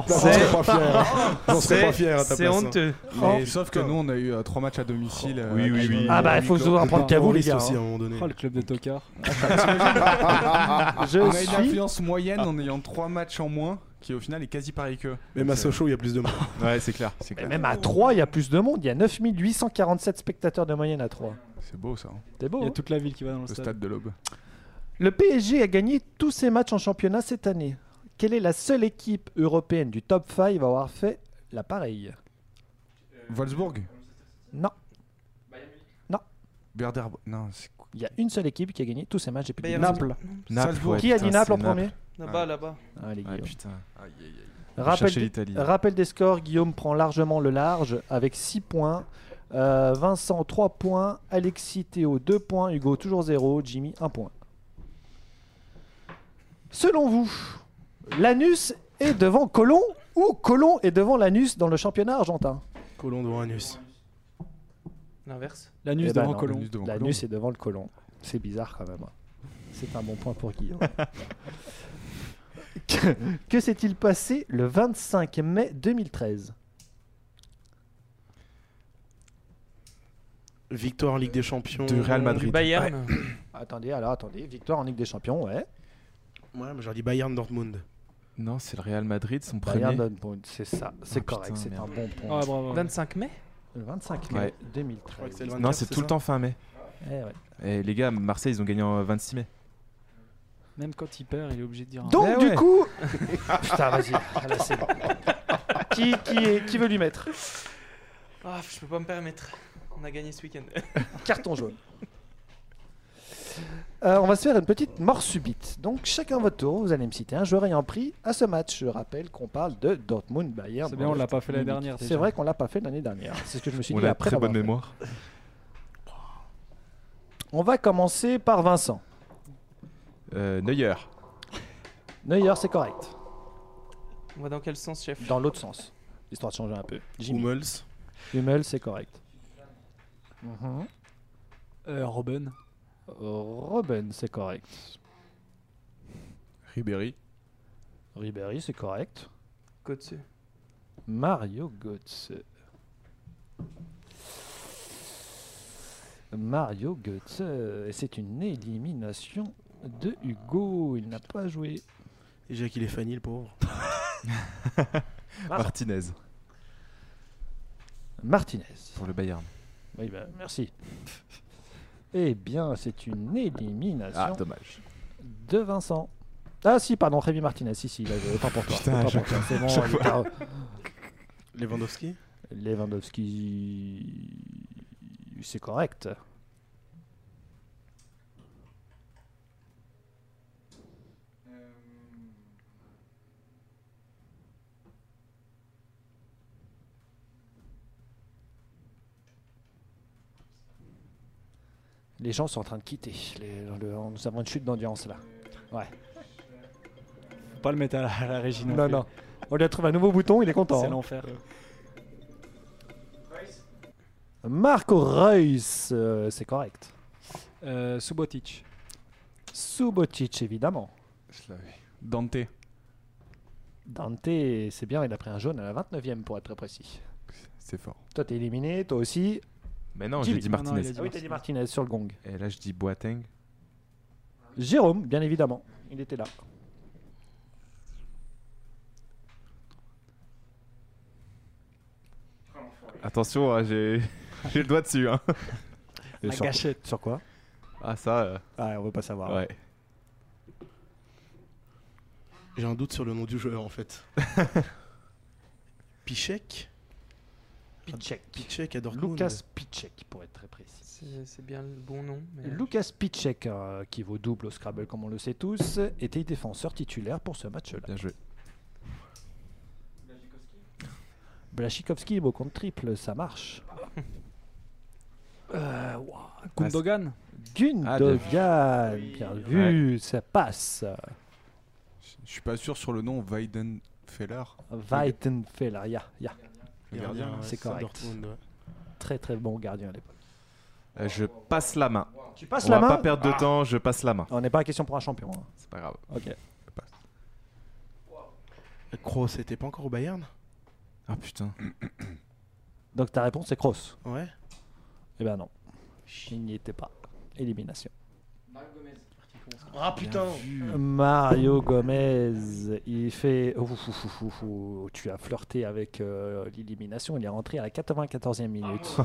serait pas fier, hein. J'en serais C'est- pas fier à ta C'est place, hein. honteux. Mais sauf que nous, on a eu euh, trois matchs à domicile. euh, Oui, oui, oui. ah bah, il faut que je vous en prendre Pas vous en les liste gars. aussi à hein. un moment donné. Oh, le club de tocards. Je Ah, On a une suis. influence moyenne Ah. en ayant trois matchs en moins, qui au final est quasi pareil euh, que. Même à euh, Sochaux, il y a plus de monde. Ouais, c'est clair. C'est clair. Même à 3, il y a plus de monde. Il y a 9847 spectateurs de moyenne à 3. C'est beau ça, hein. C'est beau. Il y a hein toute la ville qui va dans le le stade. stade de l'Aube. Le PSG a gagné tous ses matchs en championnat cette année. Quelle est la seule équipe européenne du top 5 à avoir fait la pareille Wolfsburg Non, Werder. Non, c'est quoi il y a une seule équipe qui a gagné tous ses matchs depuis Bayern. Naples. Salzbourg. ouais, qui a putain, dit Naples en c'est premier Là-bas, là-bas. Allez, Ouais, Guillaume. putain. rappel, Cherchez l'Italie. rappel des scores, Guillaume prend largement le large avec 6 points. Euh, Vincent 3 points, Alexis Théo 2 points, Hugo toujours 0, Jimmy 1 point. Selon vous, l'anus est devant Colomb ou Colomb est devant l'anus dans le championnat argentin Colon devant Anus. L'inverse. L'anus Eh ben devant non, Colomb. l'anus devant Colombe. L'anus est devant le colon. C'est bizarre quand même. hein. C'est un bon point pour Guillaume. que que s'est-il passé le 25 mai 2013 Victoire en Ligue des Champions. Du Real Madrid. Du Bayern. Attendez, alors attendez, victoire en Ligue des Champions, ouais. Ouais, mais j'aurais dit Bayern Dortmund. Non, c'est le Real Madrid, son Bayern premier. Dortmund, c'est ça, c'est Ah, correct, putain, c'est un merde. bon point. Ah, bravo. 25 mai Le 25 mai Ouais. Je crois que 2013. c'est le 24, Non, c'est tout le ça temps fin mai. Eh ouais. Et les gars, Marseille, ils ont gagné en 26 mai. Même quand il perd, il est obligé de Ah. dire. hein. un- Donc Eh du ouais. coup, putain, vas-y, ah, là, c'est bon. qui, qui, est- qui veut lui mettre Ah, je peux pas me permettre. On a gagné ce week-end. Carton jaune. Euh, on va se faire une petite mort subite. Donc chacun votre tour, vous allez me citer un joueur ayant pris à ce match. Je rappelle qu'on parle de Dortmund Bayern. C'est bien, on l'a pas fait l'année Munich. dernière. C'est déjà. vrai qu'on l'a pas fait l'année dernière. C'est ce que je me suis On dit a après. très bonne l'avoir fait. mémoire. On va commencer par Vincent. Euh, Neuer. Neuer, c'est correct. On va dans quel sens, chef Dans l'autre sens, histoire de changer un peu. Jimmy. Hummels. Hummel, c'est correct. Mhm. Euh, Robben. Robben, c'est correct. Ribéry. Ribéry, c'est correct. Côte Mario Götze. Mario Götze, et c'est une élimination de Hugo. Il n'a pas joué. Déjà qu'il est Fanny, le pauvre. Martinez Martinez. pour le Bayern. Oui, bah, merci. Eh bien, c'est une élimination Ah, dommage. de Vincent. Ah si, pardon, Rémi Martinez. Si, si, là, je- autant pour toi. Putain, autant à pour toi. C'est bon, elle est car- Lewandowski Lewandowski, c'est correct. Les gens sont en train de quitter. Les- le- on- nous avons une chute d'audience là. Faut pas le mettre à la, à la régie. Non, plus. non. On lui a trouvé un nouveau bouton, il est content. C'est hein. l'enfer. Marco Reus, euh, c'est correct. Euh, Subotic. Subotic, évidemment. Je l'avais. Dante. Dante, c'est bien, il a pris un jaune à la 29e pour être très précis. C'est fort. Toi, t'es éliminé, toi aussi. Mais non, Jimmy. j'ai dit Non, non, Martinez. il a dit Ah oui, t'as dit Martinez sur le gong. Et là, je dis Boateng. Jérôme, bien évidemment, il était là. Attention, hein, j'ai j'ai le doigt dessus. Hein. Et La sur, gâchette. sur quoi Ah, ça, euh, Ah, on veut pas savoir. ouais. J'ai un doute sur le nom du joueur en fait. Pichek Pichek. Pichek à Dortmund. Lucas Pichek, pour être très précis. C'est c'est bien le bon nom. Mais... Lucas Pichek, euh, qui vaut double au Scrabble comme on le sait tous, était défenseur titulaire pour ce match-là. Bien joué. Blachikowski, beau compte triple, ça marche. Euh, ouah, Gundogan. Ah, bien vu. Gundogan, bien vu, ça passe. Je suis pas sûr sur le nom Weidenfeller. Weidenfeller, ya, ya. Le gardien. Gardien, ouais, c'est ça, correct. Dortmund, ouais. Très très bon gardien à l'époque. Euh, je passe la main. Tu passes On la va main pas perdre de temps, je passe la main. On n'est pas à question pour un champion. hein. C'est pas grave. Ok. Kroos c'était pas encore au Bayern Ah putain. Donc ta réponse c'est Kroos. Ouais. Eh ben non. Il n'y était pas. Élimination. Ah putain Mario Gomez, il fait. Ouf, ouf, ouf, ouf, ouf. Tu as flirté avec euh, l'élimination, il est rentré à la 94e minute.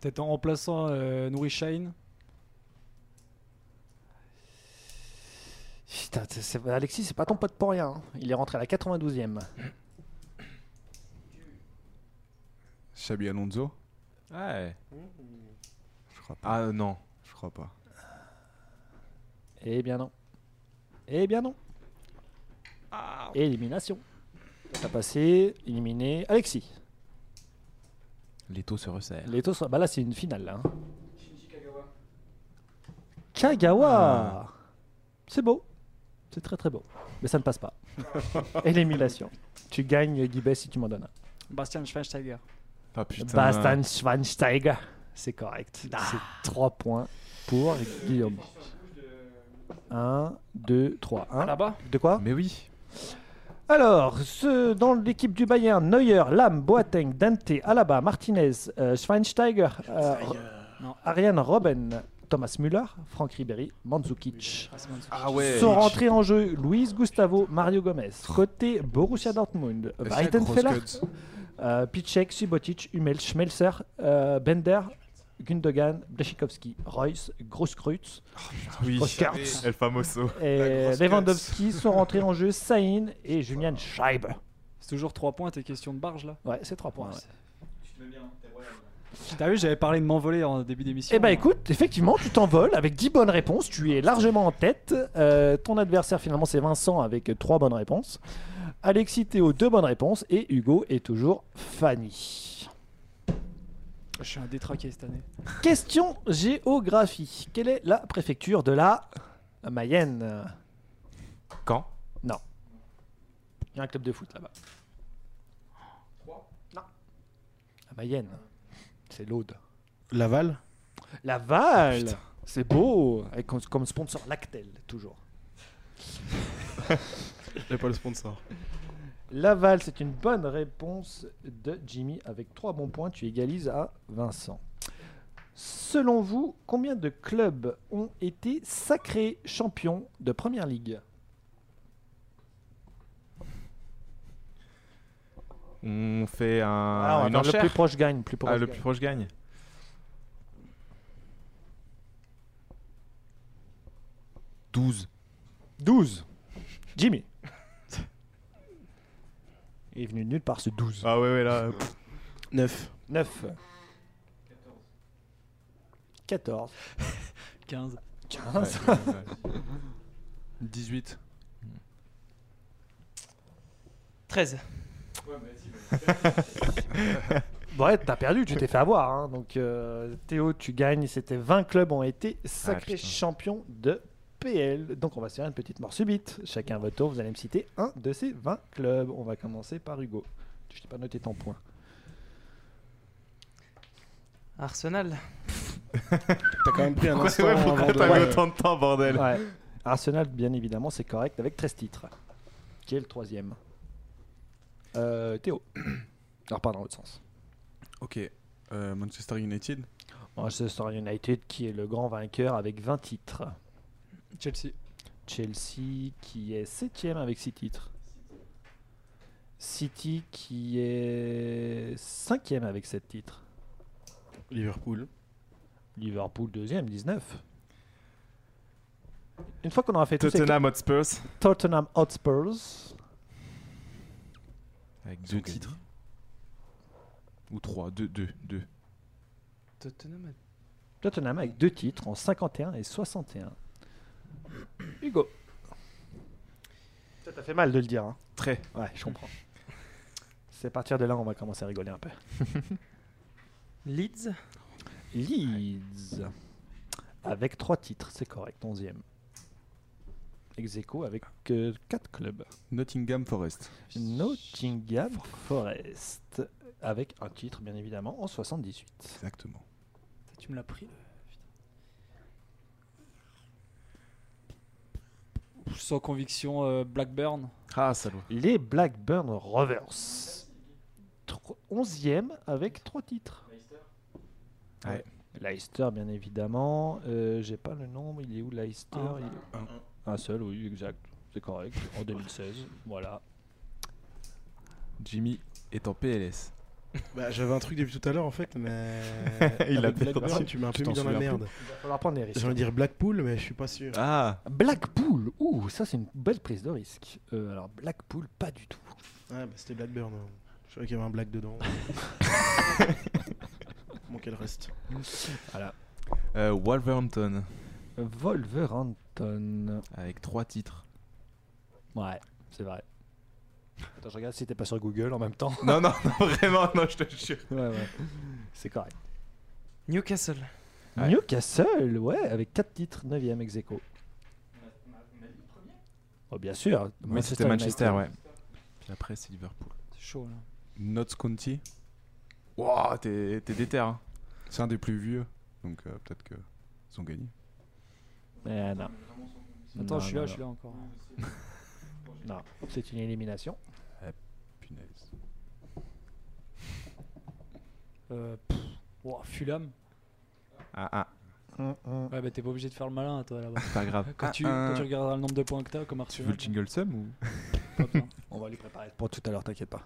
Peut-être en remplaçant euh, Nouri Shine. Putain, c'est- c'est- Alexis, c'est pas ton pote pour rien. hein. Il est rentré à la 92e. Xabi Alonso. Ouais. Je crois pas. Ah euh, non. Je crois pas. Eh bien non. Eh bien non. Ah. Élimination. T'as passé, éliminé. Alexis. Les taux se resserrent. Les taux sont- Bah là, c'est une finale. Là, hein. Ah. Kagawa C'est beau. C'est très très beau. Mais ça ne passe pas. Élimination. Tu gagnes Guibet si tu m'en donnes un. Bastian Schweinsteiger. Ah putain. Ah. Bastian Schweinsteiger. C'est correct. C'est 3 points pour Guillaume. 1, 2, 3. Là-bas. De quoi Mais oui. Alors, ce, dans l'équipe du Bayern, Neuer, Lam, Boateng, Dante, Alaba, Martinez, euh, Schweinsteiger, euh, Ro- ah, Non. Ariane Robben, Thomas Müller, Franck Ribéry, Mandzukic. Ah ouais. Sont rentrés en jeu Luis Gustavo, Mario Gomez. Côté Borussia Dortmund, Est-ce qu'il y a Weidenfeller, Kroos-Götz euh, Piszczek, Subotic, Hummel, Schmelzer, euh, Bender, Gundogan, Blachikowski, Reus, Grosskreutz, Oui. Grosskreutz El Famoso. et grosse Lewandowski sont rentrés en jeu Sain et Julian Schreiber. C'est toujours 3 points, t'es question de barge là. Ouais, c'est 3 points. ouais. T'as vu, j'avais parlé de m'envoler en début d'émission. Eh ben écoute, effectivement, tu t'envoles avec 10 bonnes réponses, tu es largement en tête. Euh, ton adversaire finalement c'est Vincent avec 3 bonnes réponses. Alexis Théo, 2 bonnes réponses. Et Hugo est toujours Fanny. Je suis un détraqué cette année. Question géographie. Quelle est la préfecture de la Mayenne Quand Il y a un club de foot là-bas. 3 Non. La Mayenne. C'est l'Aude. Laval Ah, Laval C'est beau Avec comme- comme sponsor Lactel, toujours. J'ai pas le sponsor. Laval, c'est une bonne réponse de Jimmy. Avec trois bons points, tu égalises à Vincent. Selon vous, combien de clubs ont été sacrés champions de Première Ligue On fait Ah, un, on va une faire Le enchère. plus proche gagne. Plus proche Ah, le gagne. plus proche gagne. Douze. 12. Jimmy. Il est venu nulle part ce 12. Ah ouais, ouais, là. euh, 9. 9. 14. 15. 15. 18. 13. Ouais, t'as perdu, tu t'es fait avoir. hein. Donc euh, Théo, tu gagnes. C'était 20 clubs ont été sacrés putain. champions de PL. Donc on va se faire une petite mort subite. Chacun à votre tour, vous allez me citer un de ces 20 clubs. On va commencer par Hugo. Je t'ai pas noté ton point. Arsenal. T'as quand même pris un instant. Pourquoi, ouais, pourquoi avant de- t'as mis Ouais. autant de temps, bordel Ouais. Arsenal, bien évidemment, c'est correct avec 13 titres. Qui est le troisième Euh, Théo. Alors, pas dans l'autre sens. Ok. Euh, Manchester United. Manchester United qui est le grand vainqueur avec 20 titres. Chelsea. Chelsea qui est septième avec 6 titres. City qui est cinquième avec 7 titres. Liverpool. Liverpool deuxième, 19. Une fois qu'on aura fait tous ces- Tottenham Hotspurs. Tottenham Hotspurs, Avec ont deux gagné. titres. Ou trois, deux, deux, deux. Tottenham a Tottenham avec deux titres en 51 et 61. Hugo. Ça t'a fait mal de le dire. Hein. Très. Ouais, je comprends. C'est à partir de là on va commencer à rigoler un peu. Leeds. Leeds. Avec trois titres, c'est correct, 11e. Execo avec 4 quatre clubs. Nottingham Forest. Nottingham Forest avec un titre, bien évidemment, en 78. Exactement. Ça, Tu me l'as pris. Putain. Sans conviction, euh, Blackburn. Ah, salaud. Les Blackburn Rovers. Tro- 11e avec trois titres. Ouais. Ouais. Leicester, bien évidemment. Euh, J'ai pas le nombre, il est où Leicester Un. Il est- Un seul, oui, exact. C'est correct. En 2016. Voilà. Jimmy est en PLS. Bah, j'avais un truc depuis tout à l'heure en fait, mais. Il l'a Avec Blackburn, perdu. Tu m'as un Tu peu t'en mis dans la souviens merde. Il va falloir prendre des risques. J'allais dire Blackpool, mais je suis pas sûr. Ah Blackpool, ouh, ça c'est une belle prise de risque. Euh, alors Blackpool, pas du tout. Ouais, bah, c'était Blackburn. hein. Je savais qu'il y avait un black dedans. bon, quel reste Euh, Wolverhampton. Wolverhampton, Avec trois titres. ouais, c'est vrai. Attends, je regarde si t'es pas sur Google en même temps. non, non, non, vraiment, non, je te jure. ouais, ouais, c'est correct. Newcastle. Ouais. Newcastle, ouais, avec 4 titres, 9ème ex aequo. Oh, bien sûr, Mais c'était Manchester, ouais. Puis après, c'est Liverpool. C'est chaud là. Notts County. Wouah, t'es t'es déter. hein. C'est un des plus vieux. Donc euh, peut-être que ils ont gagné. ouais. Eh, non. Attends, Non, je suis non, là, non. je suis là encore. hein. Non, c'est une élimination. Punaise. Euh, pff, ouah, Fulham. Ah, ah, Mm, Ouais, bah t'es pas obligé de faire le malin, toi là-bas. c'est pas grave. Quand, tu, Ah, quand tu ah. regarderas le nombre de points que t'as comme Tu Arsenal, veux hein. le jingle sum ou pas besoin. On va lui préparer pour tout à l'heure, t'inquiète pas.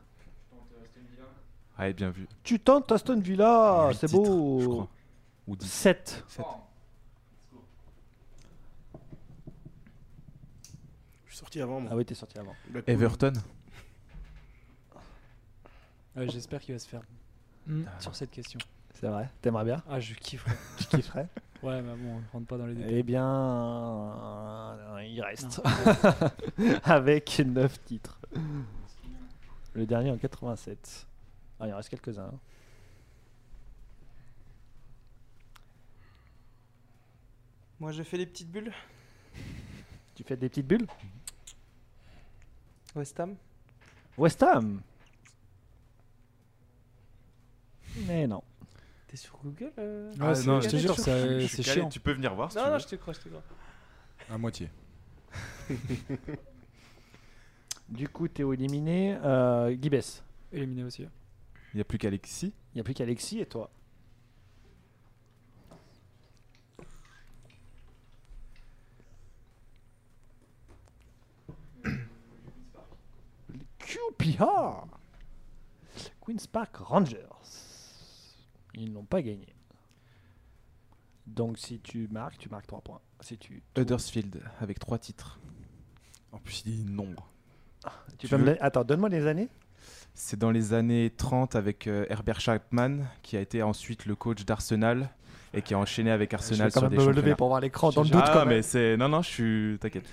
Allez, bien vu. Tu tentes Aston Villa, Huit Ah, c'est titres, beau. Je crois. Ou 10. 7. Je suis sorti avant, moi. Ah oui, t'es sorti avant. Blackpool. Everton. Ouais, J'espère qu'il va se faire Ah, sur cette question. C'est vrai. T'aimerais bien Ah, je kifferais. Tu kifferais Ouais, mais bon, on rentre pas dans les détails. Eh bien, euh, il reste. Avec 9 titres. Le dernier en 87. Ah, il en reste quelques-uns. hein. Moi, je fais les petites bulles. Tu fais des petites bulles West Ham. West Ham Mais non. T'es sur Google euh Ah, Ouais, c'est- je te jure, c'est Je suis c'est calé, chiant. Tu peux venir voir si Non, tu non, veux. je te crois, je te crois. À moitié. Du coup, Théo éliminé. Euh, Guy Bess. Éliminé hein. aussi. Il n'y a plus qu'Alexis. Il n'y a plus qu'Alexis et toi. Le QPR Queen's Park Rangers. Ils n'ont pas gagné. Donc si tu marques, tu marques 3 points. Si tu, Huddersfield avec trois titres. En plus, il dit nombre. tu Tu peux me veux- la- Attends, donne-moi les années. C'est dans les années 30 avec euh, Herbert Chapman, qui a été ensuite le coach d'Arsenal et qui a enchaîné avec Arsenal je vais sur quand des même me lever championnats. pour voir l'écran dans le doute ah, quand même. mais c'est. Non, non, je suis. T'inquiète.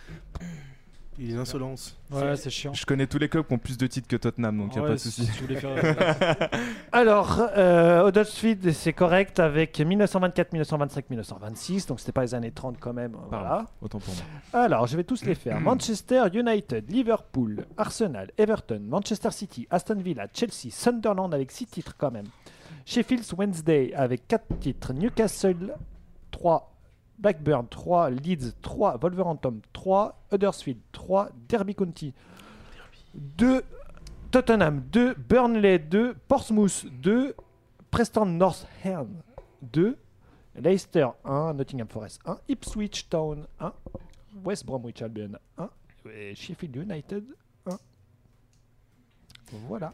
Il est insolence. Ouais, c'est chiant. Je connais tous les clubs qui ont plus de titres que Tottenham, donc il Ah a Ouais, pas de si souci. tu voulais faire- Alors, euh, Huddersfield, c'est correct avec 1924, 1925, 1926, donc c'était pas les années 30 quand même. Voilà. Autant pour moi. Alors, je vais tous les faire. Manchester United, Liverpool, Arsenal, Everton, Manchester City, Aston Villa, Chelsea, Sunderland avec 6 titres quand même. Sheffield Wednesday avec 4 titres, Newcastle 3, Blackburn 3, Leeds 3, Wolverhampton 3, Huddersfield 3, Derby County 2, Tottenham 2, Burnley 2, Portsmouth 2, Preston North End 2, Leicester 1, Nottingham Forest 1, Ipswich Town 1, West Bromwich Albion 1 et Sheffield United 1. Voilà.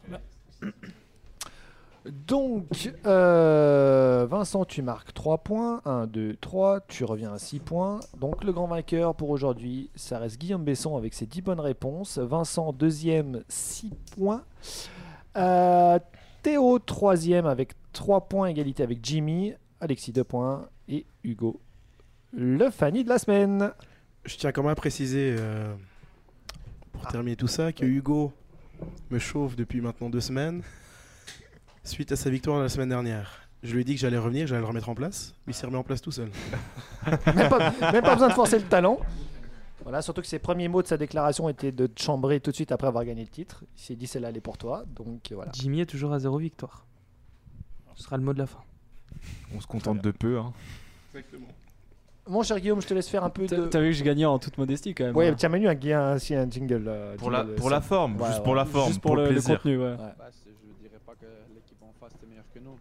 Donc, euh, Vincent, tu marques 3 points. 1, 2, 3. Tu reviens à 6 points. Donc, le grand vainqueur pour aujourd'hui, ça reste Guillaume Besson avec ses 10 bonnes réponses. Vincent, deuxième, 6 points. Euh, Théo, troisième, avec 3 points, égalité avec Jimmy. Alexis, 2 points. Et Hugo, le Fanny de la semaine. Je tiens quand même à préciser, euh, pour terminer tout ça, que Hugo me chauffe depuis maintenant deux semaines, suite à sa victoire la semaine dernière. Je lui ai dit que j'allais revenir, j'allais le remettre en place. Il s'est remis en place tout seul. même, pas, même pas besoin de forcer le talent. Voilà, surtout que ses premiers mots de sa déclaration étaient de te chambrer tout de suite après avoir gagné le titre. Il s'est dit celle-là elle est pour toi, donc euh, voilà. Jimmy est toujours à zéro victoire. Ce sera le mot de la fin. On se contente de peu. Hein. Mon cher Guillaume, je te laisse faire un peu T'as de. t'as vu que j'ai gagné en toute modestie quand même. Ouais, hein. tiens, Manu, un, gui- un, si, un jingle. euh, Pour, la, jingle, pour ça. la forme, Ouais, juste ouais. pour la forme, Juste pour, le, plaisir. contenu, ouais. Bah, c'est- je dirais pas que l'équipe en face était meilleure que nous.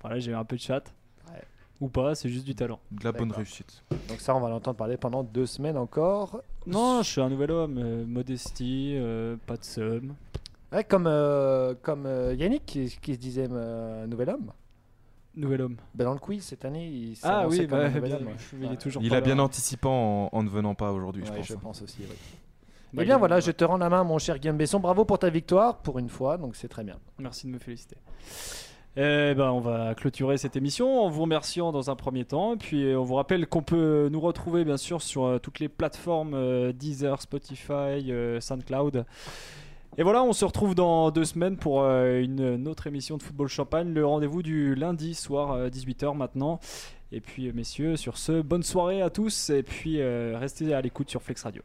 Voilà, j'ai eu un peu de chat. Ouais. Ou pas, c'est juste du talent. De la bonne D'accord. réussite. Donc euh, ça, on va l'entendre parler pendant deux semaines encore. Non, je suis un nouvel homme. euh, modestie, euh, pas de somme. Ouais, comme euh, comme euh, Yannick qui, qui se disait euh, nouvel homme. Nouvel homme. Ben, dans le quiz cette année, il s'est Ah annoncé oui, comme bah, un nouvel bien, homme. ouais. il est toujours Il pas a bien là. anticipant en, en ne venant pas aujourd'hui, Ouais, je pense. je hein. pense aussi. oui. Bah, Eh bien il- voilà, je te rends la main, mon cher Guillaume Besson. Bravo pour ta victoire, pour une fois, donc c'est très bien. Merci de me féliciter. Eh ben, on va clôturer cette émission en vous remerciant dans un premier temps. Et puis, euh, on vous rappelle qu'on peut nous retrouver, bien sûr, sur euh, toutes les plateformes euh, Deezer, Spotify, euh, SoundCloud. Et voilà, on se retrouve dans deux semaines pour euh, une, une autre émission de Football Champagne. Le rendez-vous du lundi soir, 18h maintenant. Et puis, euh, messieurs, sur ce, bonne soirée euh, à tous. Et puis, euh, restez à l'écoute sur Flex Radio.